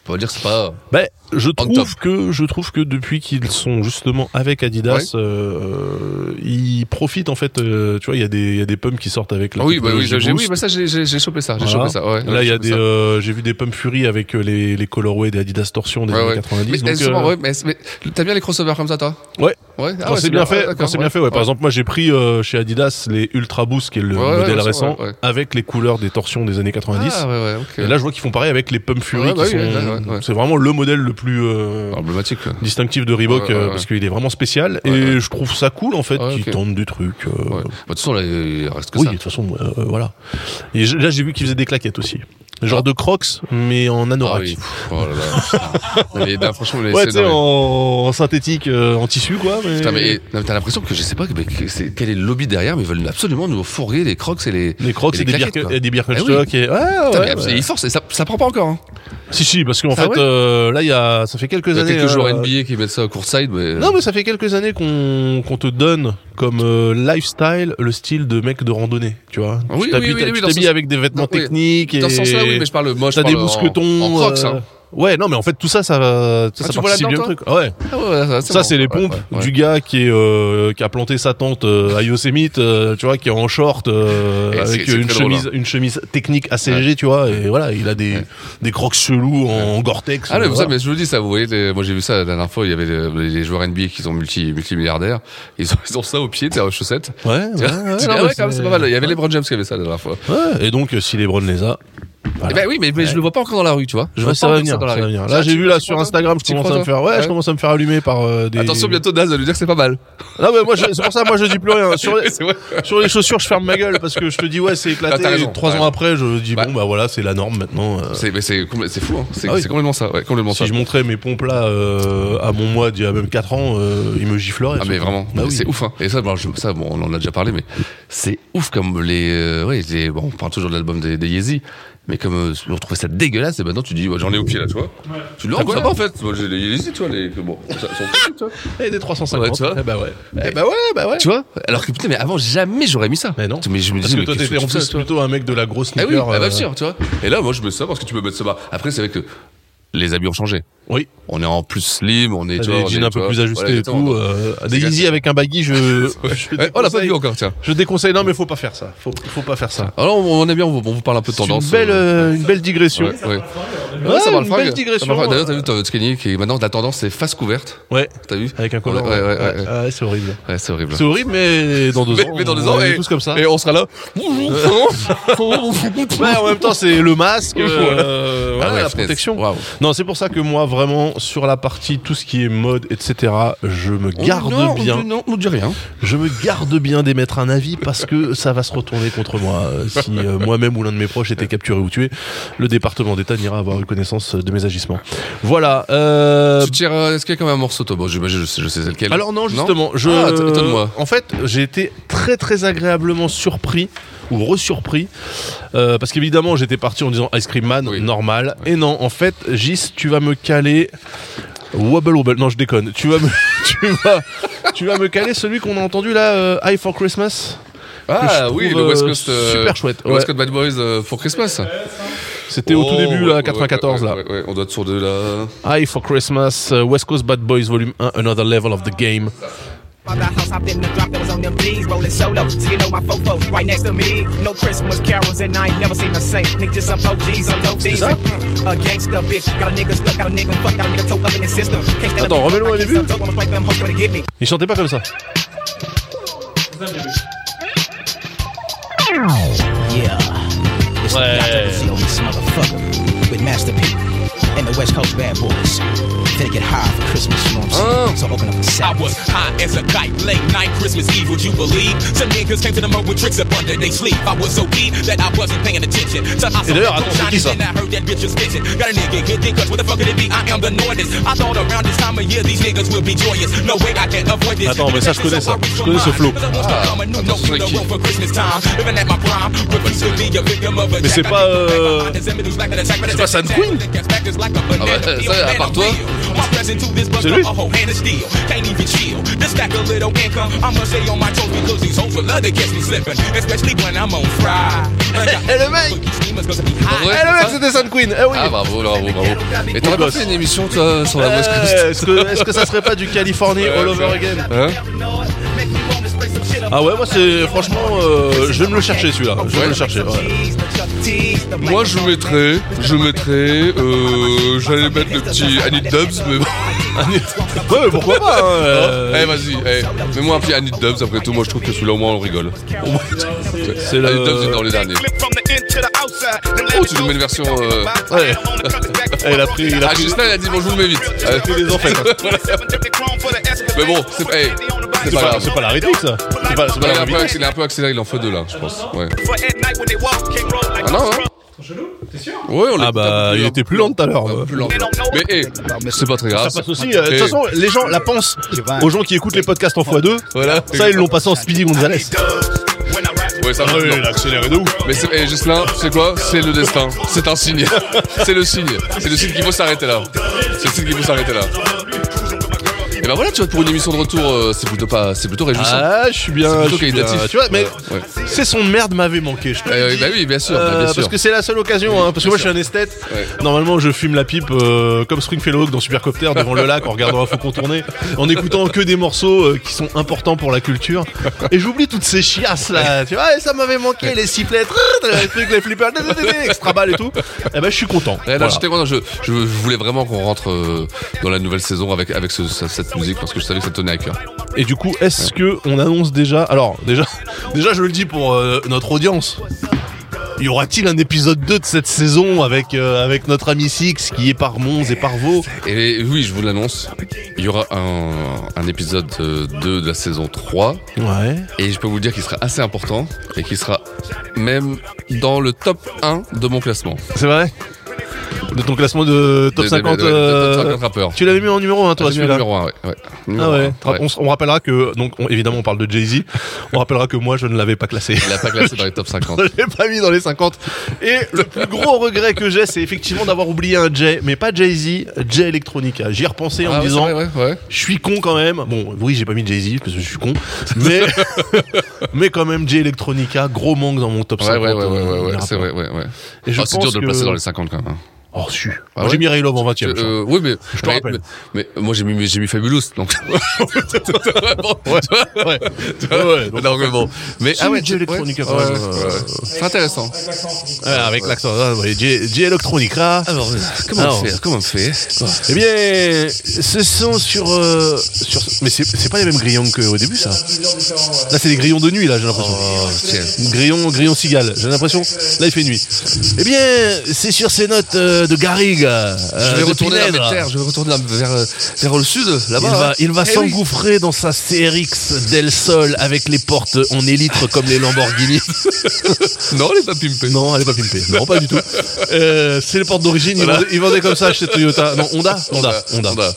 On va dire, c'est pas.
Ben, je
On top.
trouve que je trouve que depuis qu'ils sont justement avec Adidas, euh, ils profitent en fait. euh, tu vois, il y a des il y a des pumps qui sortent avec. La
Ah oui, bah oui,
technologie
j'ai, oui,
Boost.
bah ça, j'ai, j'ai, j'ai chopé ça. J'ai
Voilà.
chopé ça. Ouais,
Là, il y
j'ai
a
chopé
des
ça.
euh, j'ai vu des pumps Fury avec euh, les les Colorway des Adidas Torsion des
Ouais,
années
ouais.
90.
Mais,
donc,
justement,
euh,
ouais, mais, mais t'aimes bien les crossovers comme ça, toi
Ouais.
Ouais, ah
quand
ouais,
c'est bien, fait,
Ah,
quand
d'accord,
c'est bien fait. Ouais. Par exemple, moi j'ai pris euh, chez Adidas les Ultra Boost, qui est le
Ouais, ouais,
modèle
ouais,
récent,
ouais, ouais.
avec les couleurs des torsions des années 90.
Ah, ouais, ouais, ok.
Et là, je vois qu'ils font pareil avec les Pump Fury.
Ouais, bah
qui
oui,
sont-
ouais, ouais, ouais.
C'est vraiment le modèle le plus euh,
Emblématique. quoi.
distinctif de Reebok
Ouais, ouais,
euh,
ouais.
parce qu'il est vraiment spécial.
Ouais,
et je trouve ça cool en fait
Ouais,
qu'ils
ok.
tentent des trucs. euh,
Ouais. Bah, de toute façon, là, il reste que
oui,
ça.
de toute façon, euh, euh, voilà. Et je- là, j'ai vu qu'ils faisaient des claquettes aussi. Genre de crocs, mais en
Ah
anorak.
oui. Oh là là. Non, mais, non, franchement, mais
ouais,
c'est-
tu sais, en,
non,
en synthétique, euh, en tissu, quoi. Mais...
mais- Putain, mais- non, mais t'as l'impression que je sais pas mais que c'est- quel est le lobby derrière, mais ils veulent absolument nous fourguer les crocs et les.
Les crocs,
et
c'est des,
claquettes,
Birken-
quoi.
et des
Eh oui.
Birkenstock. et... Ouais, ouais,
Putain, mais
ouais.
abs- et ils forcent, et ça, ça prend pas encore. Hein.
Si, si, parce qu'en
Ah
fait,
ouais
euh, là, il y a, ça fait quelques
Il y a
années.
quelques joueurs
euh,
NBA qui mettent ça au courtside, mais. euh,
Non, mais ça fait quelques années qu'on qu'on te donne comme euh, lifestyle le style de mec de randonnée, tu vois.
Oui,
tu t'habilles
oui, oui, oui,
tu
dans ce
t'habilles
sens-
avec des vêtements
Non, oui.
techniques.
Dans ce
et
sens-là, oui, mais je parle- moi, je
T'as des
parle en- en
mousquetons. euh,
crocs, hein.
Ouais, non, mais en fait, tout ça, ça, ça,
Ah,
ça
tu vois
participe
là-dedans,
bien au
toi
truc. Ouais.
Ah ouais, ouais,
Ça, c'est les
bon. Ouais,
pompes
ouais, ouais.
du gars qui, est, euh, qui a planté sa tente euh, à Yosemite, euh, tu vois, qui est en short, euh,
Et c'est-
avec
c'est
une
très drôle,
chemise,
hein.
une chemise technique assez légère, tu vois, et voilà, il a des, des crocs chelous en, en Gore-Tex.
Ah
euh,
non, mais ça,
voilà.
mais je vous dis ça, vous voyez, les- moi j'ai vu ça la dernière fois, il y avait euh, les, les joueurs NBA qui sont multi, multimilliardaires, ils ont, ils ont ça au pied, t'es aux chaussettes.
Ouais, ouais,
Tu vois,
ouais,
tu dis,
non,
ah
mais
ouais, quand même,
c'est-
c'est pas mal, il y avait les Brown James qui avaient ça la dernière fois.
Ouais, et donc, euh, si Lebron les a.
Eh ben oui, mais, mais je le vois pas encore dans la rue, tu vois. Je
Ouais,
vois
ça
pas
va
encore
venir,
dans la
ça va
rue. Ah,
venir. Là, j'ai vu là sur Instagram, je
Tu
commence
crois,
à me
toi
faire, ouais,
Ouais.
je commence à me faire allumer par euh, des.
Attention, bientôt Daz va lui dire que c'est pas mal.
Non mais moi je- c'est pour ça moi je dis plus rien sur les,
C'est vrai.
sur les chaussures je ferme ma gueule parce que je te dis ouais c'est éclaté.
Ah, t'as raison,
Et Trois
t'as
ans
raison.
après je dis bon bah voilà c'est la norme maintenant. euh.
C'est mais c'est compl- c'est fou, hein. c'est
Ah oui.
c'est complètement ça, ouais, complètement
Si
ça.
je montrais mes pompes là euh, à mon mois d'il y a même 4 ans, euh, il me giflerait.
Ah mais vraiment,
Bah oui.
c'est ouf hein. Et ça, bon, je- ça, bon, on en a déjà parlé, mais c'est ouf comme les, euh, ouais, les- bon, on parle toujours de l'album des, des Yeezy, mais comme euh, on trouvait ça dégueulasse, et maintenant tu dis, ouais, j'en ai au pied là, tu vois. Tu le
Ah,
ça
ouais.
va en fait. Moi j'ai les Yeezy, tu vois, les, bon, ça, ça-
Et des 350.
Ouais, tu vois.
Eh bah ouais. Eh bah ouais, bah ouais.
tu vois. Alors que putain, mais avant jamais j'aurais mis ça. Mais non. Mais je me
Parce
disais,
que
mais
toi
qu'est-ce
t'étais en
tu fais,
plus
toi
plutôt un mec de la grosse
Ah oui,
sneaker.
ah, bah,
euh,
bien sûr, tu vois. Et là, moi je mets ça parce que tu peux mettre ça bas. Après, c'est vrai que les habits ont changé.
Oui.
On est en plus slim, on est,
t'as
Ah, tu vois,
Des
on
jeans
est,
un
tu
peu
vois,
plus ajustés
voilà,
et
exactement.
tout. euh,
C'est
des
exact.
Yeezy avec un baggy, je. je
Ouais, on l'a pas
déconseille.
vu encore, tiens.
Je déconseille, non mais faut pas faire ça. Faut, faut pas faire ça.
Alors, Ah on on aime bien, on vous on vous parle un peu de
C'est
tendance.
une belle,
euh,
euh, une belle digression.
Ouais, ouais.
Ouais,
Ouais, ça va le
une
fringue.
belle
Ça
digression.
va le fringue. D'ailleurs, t'as vu ton skinny qui est maintenant la tendance c'est face couverte.
Ouais.
T'as vu
Avec un collant.
Ouais, ouais, ouais,
ouais.
ouais.
Ah, ouais, c'est horrible.
Ouais, c'est horrible.
C'est horrible, mais dans deux
Mais,
ans.
mais dans deux
on
ans,
est
et,
tous comme ça.
et on sera là.
Euh. Ouais, en même temps, c'est le masque, euh,
Ah
voilà,
ouais,
la
finesse.
protection.
Waouh.
Non, c'est pour ça que moi, vraiment, sur la partie tout ce qui est mode, etc., je me garde
Oh non,
bien.
on dit non, on dit rien.
Je me garde bien d'émettre un avis parce que ça va se retourner contre moi. Euh, Si euh, moi-même ou l'un de mes proches était capturé ou tué, le département d'État n'ira avoir eu connaissance de mes agissements. Voilà. Euh...
Tu tires, euh, est-ce qu'il y a quand même un morceau, toi Bon, j'imagine, je sais, je sais c'est lequel.
Alors non, justement, je.
Ah, t- étonne-moi.
En fait, j'ai été très très agréablement surpris ou resurpris euh, parce qu'évidemment j'étais parti en disant Ice Cream Man normal et non en fait Gis tu vas me caler Wobble Wobble non je déconne tu vas me tu vas tu vas me caler celui qu'on a entendu là euh, High for Christmas que
Ah
je
oui,
trouve,
le West
euh,
Coast. euh,
super chouette
le
ouais.
West Coast Bad Boys euh, pour Christmas.
c'était au tout
Oh,
début
ouais,
là
ouais,
94
ouais,
là
ouais, ouais, on doit être sur de là.
High for Christmas euh, West Coast Bad Boys volume 1 Another Level of the Game
Mother house, hopped in the drop that was on them D's, rolling solo. So you know my fofo right next to me. No Christmas carols, and I ain't never seen the same. Nigga, just some OGs, some dope D's. A gangsta bitch, got a nigga stuck, got a nigga fuck, got a nigga toe up in his system. Can't stand
Attends,
a
remets-le au début.
Some dope, I'ma fight them hoes gonna get me.
il chantait pas comme ça
Eh,
Yeah. It's the controversy on this motherfucker with Master P and the West Coast Bad Boys. They get high for Christmas, you know what I'm saying? So open up the
Uh. I was high as a kite, late night Christmas Eve, would you believe? Some niggas came to the mud with tricks up under they sleeve. I was so deep that I wasn't paying attention. So I
Et d'ailleurs, attends, c'est qui ça
and I heard that bitch was bitching. Got a nigga get dick, 'cause what the fuck could it be? I am the Nordist. I thought around this time of year these niggas will be joyous. No way I can avoid this.
Attends, mais ça, je connais ça. Je connais ce flow. Mais c'est pas. Euh...
C'est
pas San Queen
Ah
bah, ça, à part toi
C'est
lui
Can't even chill. This stack a little income. I'ma stay on my toes because these hoes will love to catch me slipping. Especially when I'm on fry.
Eh, le mec
En vrai,
Eh,
c'est
le mec,
ça
c'était San Queen Eh oui
Ah bravo, bravo, bravo. Et t'aurais
Beau
pas
gosse.
fait une émission, toi, sur la
Eh,
West Coast
Est-ce que, est-ce que ça serait pas du Californie all over again
Hein
Ah ouais, moi c'est franchement, euh, je vais me le chercher celui-là. Je vais me le chercher. ouais.
Moi je mettrais, je mettrais, euh, j'allais mettre le petit Annie Dubs, mais
ouais, mais pourquoi pas hein, euh,
Eh vas-y, eh, mets-moi un petit Annie Dubs après tout, moi je trouve que celui-là au moins on rigole.
C'est
Annie
le-
Dubs est dans les derniers. Oh, tu nous mets une version. Euh...
Ouais. Elle a pris, il a
Ah,
pris.
Justin, il a dit bonjour, mais vite.
a pris les enfants.
Voilà. Mais bon, c'est eh, c'est
C'est
pas
pas,
grave.
c'est pas la rythmique ça. C'est pas, c'est pas
Il
la
a un peu
rythmique.
accéléré- il a un peu accéléré, il en fait deux là, je pense. Ouais. Ah non, hein Ouais, on l'a
Ah bah, il était plus lent tout à l'heure. hein.
plus lent. Mais eh, c'est pas très grave. Eh,
Ça passe aussi. euh, De toute façon, les gens la pensent aux gens qui écoutent les podcasts en x2.
Voilà.
Ça, ils l'ont passé en Speedy Gonzales.
Ouais, ça va.
Ah, Ouais,
non.
il a accéléré de ouf.
Mais c'est, eh, Ghislain, c'est quoi C'est le destin. C'est un signe. c'est le signe. C'est le signe qu'il faut s'arrêter là. C'est le signe qu'il faut s'arrêter là. Et ben voilà, tu vois, pour une émission de retour, euh, c'est plutôt pas, c'est plutôt hein. réjouissant.
Ah, je suis bien,
C'est
je
plutôt
suis
qualitatif.
bien. Tu vois, mais
Ouais.
c'est son merde m'avait manqué. Je te le
Euh,
dis.
bah oui, bien sûr, bah, bien sûr.
Parce que c'est la seule occasion, hein, parce que moi je suis un esthète. Normalement, je fume la pipe euh, comme Springfellow dans Supercopter devant le lac en regardant un faucon tourner, en écoutant que des morceaux euh, qui sont importants pour la culture. Et j'oublie toutes ces chiasses là. Tu vois, et ça m'avait manqué les sifflets, les trucs, les flippers, extra balles et tout. Et ben je suis content.
Ouais, non,
Voilà.
j'étais content. Je, je voulais vraiment qu'on rentre euh, dans la nouvelle saison avec, avec ce- ce- cette musique parce que je savais que ça te tenait à cœur.
Et du coup, est-ce que on annonce déjà Alors, déjà, déjà, je le dis pour euh, notre audience. Y aura-t-il un épisode 2 de cette saison avec, euh, avec notre ami Six qui est par Mons et par Vaux
Et oui, je vous l'annonce, il y aura un, un épisode euh, 2 de la saison 3.
Ouais.
Et je peux vous dire qu'il sera assez important et qu'il sera même dans le top 1 de mon classement.
C'est vrai De ton classement de top
Des-
50,
des- ouais,
euh,
top 50 rappeurs.
Tu l'avais mis en numéro 1 toi
Ah, j'ai mis
celui-là
numéro 1, ouais. ouais. Numéro
ah ouais.
un, ouais.
On, s- on rappellera que donc on- évidemment on parle de Jay Z. On rappellera que moi je ne l'avais pas classé.
Il a pas classé dans les top 50.
Je l'ai pas mis dans les 50. Et le plus gros regret que j'ai, c'est effectivement d'avoir oublié un Jay, mais pas Jay Z, Jay Electronica. J'y ai repensé en
Ah
me
ouais,
disant,
c'est vrai,
je suis con quand même. Bon, oui, j'ai pas mis Jay Z parce que je suis con, mais mais quand même Jay Electronica, gros manque dans mon top
Ouais,
50.
ouais, ouais, ouais,
euh,
ouais, ouais,
des
c'est
rappeurs.
vrai, ouais, ouais.
Et je
Ah, c'est
pense
dur de le
que-
placer dans les 50 quand même.
Oh, su.
Ah
Moi,
ouais
J'ai mis Ray Love en 20 e
Euh, oui, mais je
te rappelle.
Mais, mais moi j'ai mis, j'ai mis Fabulous, donc. euh,
ouais, ouais, ouais, donc-
Donc, bon. Mais
Si,
ah ouais,
Jay Electronica, quand même, euh,
C'est intéressant.
Ah, avec l'accent, ah, ouais, J, J Electronica. Alors,
comment faire, comment faire
Eh bien, ce sont sur, euh, sur- mais c'est- c'est pas les mêmes grillons qu'au début, ça. Là, c'est des grillons de nuit, là, j'ai l'impression. grillons, grillons cigales, j'ai l'impression. Là, il fait nuit. Eh bien, c'est sur ces notes euh, de Garrigue. euh,
je vais
de
retourner vers
Pinèdre.
mes terres, je vais retourner vers, euh, vers le sud,
Il
là-bas.
va,
hein.
il va
Eh oui.
s'engouffrer dans sa CRX Del Sol avec les portes en élytre comme les Lamborghini.
non, elle est pas pimpée.
Non, elle est pas pimpée. Non, pas du tout. Euh, c'est les portes d'origine. ils
Voilà.
vendaient- Ils vendaient comme ça chez Toyota. Non, Honda. Honda.
Honda,
Honda.
Honda.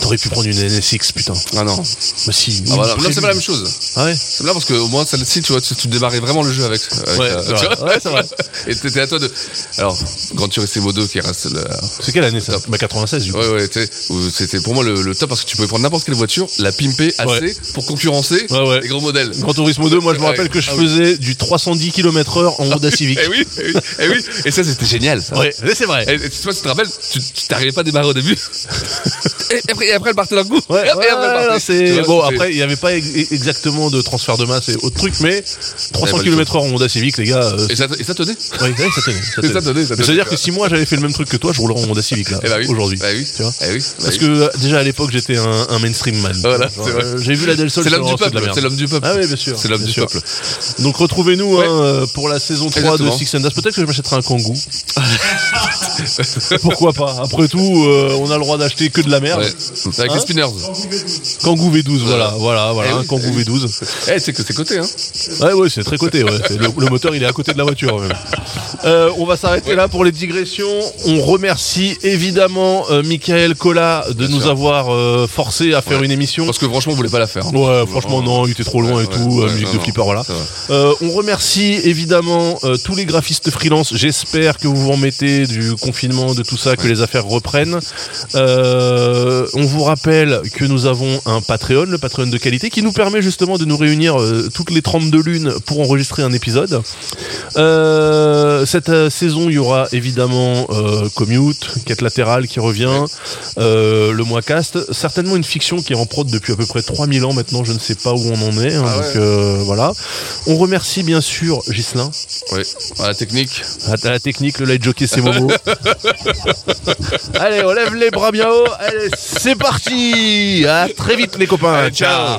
T'aurais pu prendre une NSX, putain.
Ah non.
Bah si.
Ah voilà.
une
Non, c'est pas la
Prelude.
même chose.
Ah ouais.
C'est là parce que au moins celle-ci, tu vois, tu, tu démarrais vraiment le jeu avec. avec,
Ouais,
euh,
c'est
tu
vrai.
vois.
Ouais, c'est vrai.
Et t'étais à toi de. Alors, Grand Turismo 2 qui reste le.
C'est quelle année ça Bah 96 du coup.
Ouais, ouais, tu sais, où c'était pour moi le, le top parce que tu pouvais prendre n'importe quelle voiture, la pimper assez pour concurrencer les gros modèles.
Grand Turismo 2, moi je me
Ouais.
rappelle que je
Ah oui.
faisais du 310 km/h en Honda Civic.
Eh Ah, oui, eh oui, eh oui. Et ça, c'était génial. Ça.
Ouais, mais c'est vrai.
Et, et tu vois, tu te rappelles, tu tu t'arrivais pas à démarrer au début. et après, et après, elle partait d'un coup.
Ouais,
et après,
ouais,
elle partait.
non,
Tu
c'est
vois,
bon.
c'était-
Après, il n'y avait pas ex- exactement de transfert de masse et autre truc,
Eh
mais 300
pas le
km/h en Honda Civic, les gars. euh,
Et ça, et ça tenait.
Ouais, ouais, ça tenait.
Et ça tenait, ça tenait,
C'est-à-dire
quoi.
que si moi j'avais fait le même truc que toi, je roulerais en Honda Civic là,
Eh bah oui.
aujourd'hui.
Bah oui.
Tu vois
Eh oui. Bah
Parce
oui.
que euh, déjà à l'époque j'étais un, un mainstream man.
Voilà,
Genre,
c'est vrai.
euh, J'ai vu la Del Sol.
C'est
je
l'homme
me
du
rends, c'est de la
peuple,
merde.
c'est l'homme du peuple.
Ah oui, bien sûr.
C'est l'homme
bien
du
sûr.
peuple.
Donc retrouvez-nous hein, euh, pour la saison 3
Exactement.
de Six and Dust. Peut-être que je m'achèterai un Kangoo. Pourquoi pas Après tout, euh, on a le droit d'acheter que de la merde.
Ouais. Avec les
Hein
spinners.
Kangoo V12, voilà, voilà,
Eh
voilà,
oui,
un Kangoo
eh oui.
V12.
Eh, c'est que c'est coté, hein.
Ouais, ouais, c'est très coté. ouais. C'est Le, le moteur, il est à côté de la voiture. Même. Euh, on va s'arrêter là pour les digressions. On remercie évidemment euh, Michael Collat de nous avoir euh, forcé à faire une émission.
Parce que franchement, on voulait pas la faire. hein.
Ouais, franchement, non, il était trop loin
ouais,
et tout,
ouais,
euh, musique
non,
de
non,
flipper, voilà.
c'est vrai.
Euh, on remercie évidemment euh, tous les graphistes freelance. J'espère que vous vous remettez du confinement, de tout ça, que les affaires reprennent. Euh, on vous rappelle que nous avons un Patreon, le Patreon de qualité, qui nous permet justement de nous réunir euh, toutes les 32 lunes pour enregistrer un épisode. Euh, cette euh, saison, il y aura évidemment euh, Commute, Quête latérale qui revient, euh, le mois cast, certainement une fiction qui est en prod depuis à peu près 3000 ans maintenant, je ne sais pas où on en est. hein,
Ah
donc
ouais.
euh, voilà. On remercie bien sûr Gislin,
Ouais. À la technique.
à à la technique, le light jockey, c'est Momo. Allez, on lève les bras bien haut. Allez, c'est parti. À très vite les copains. ciao.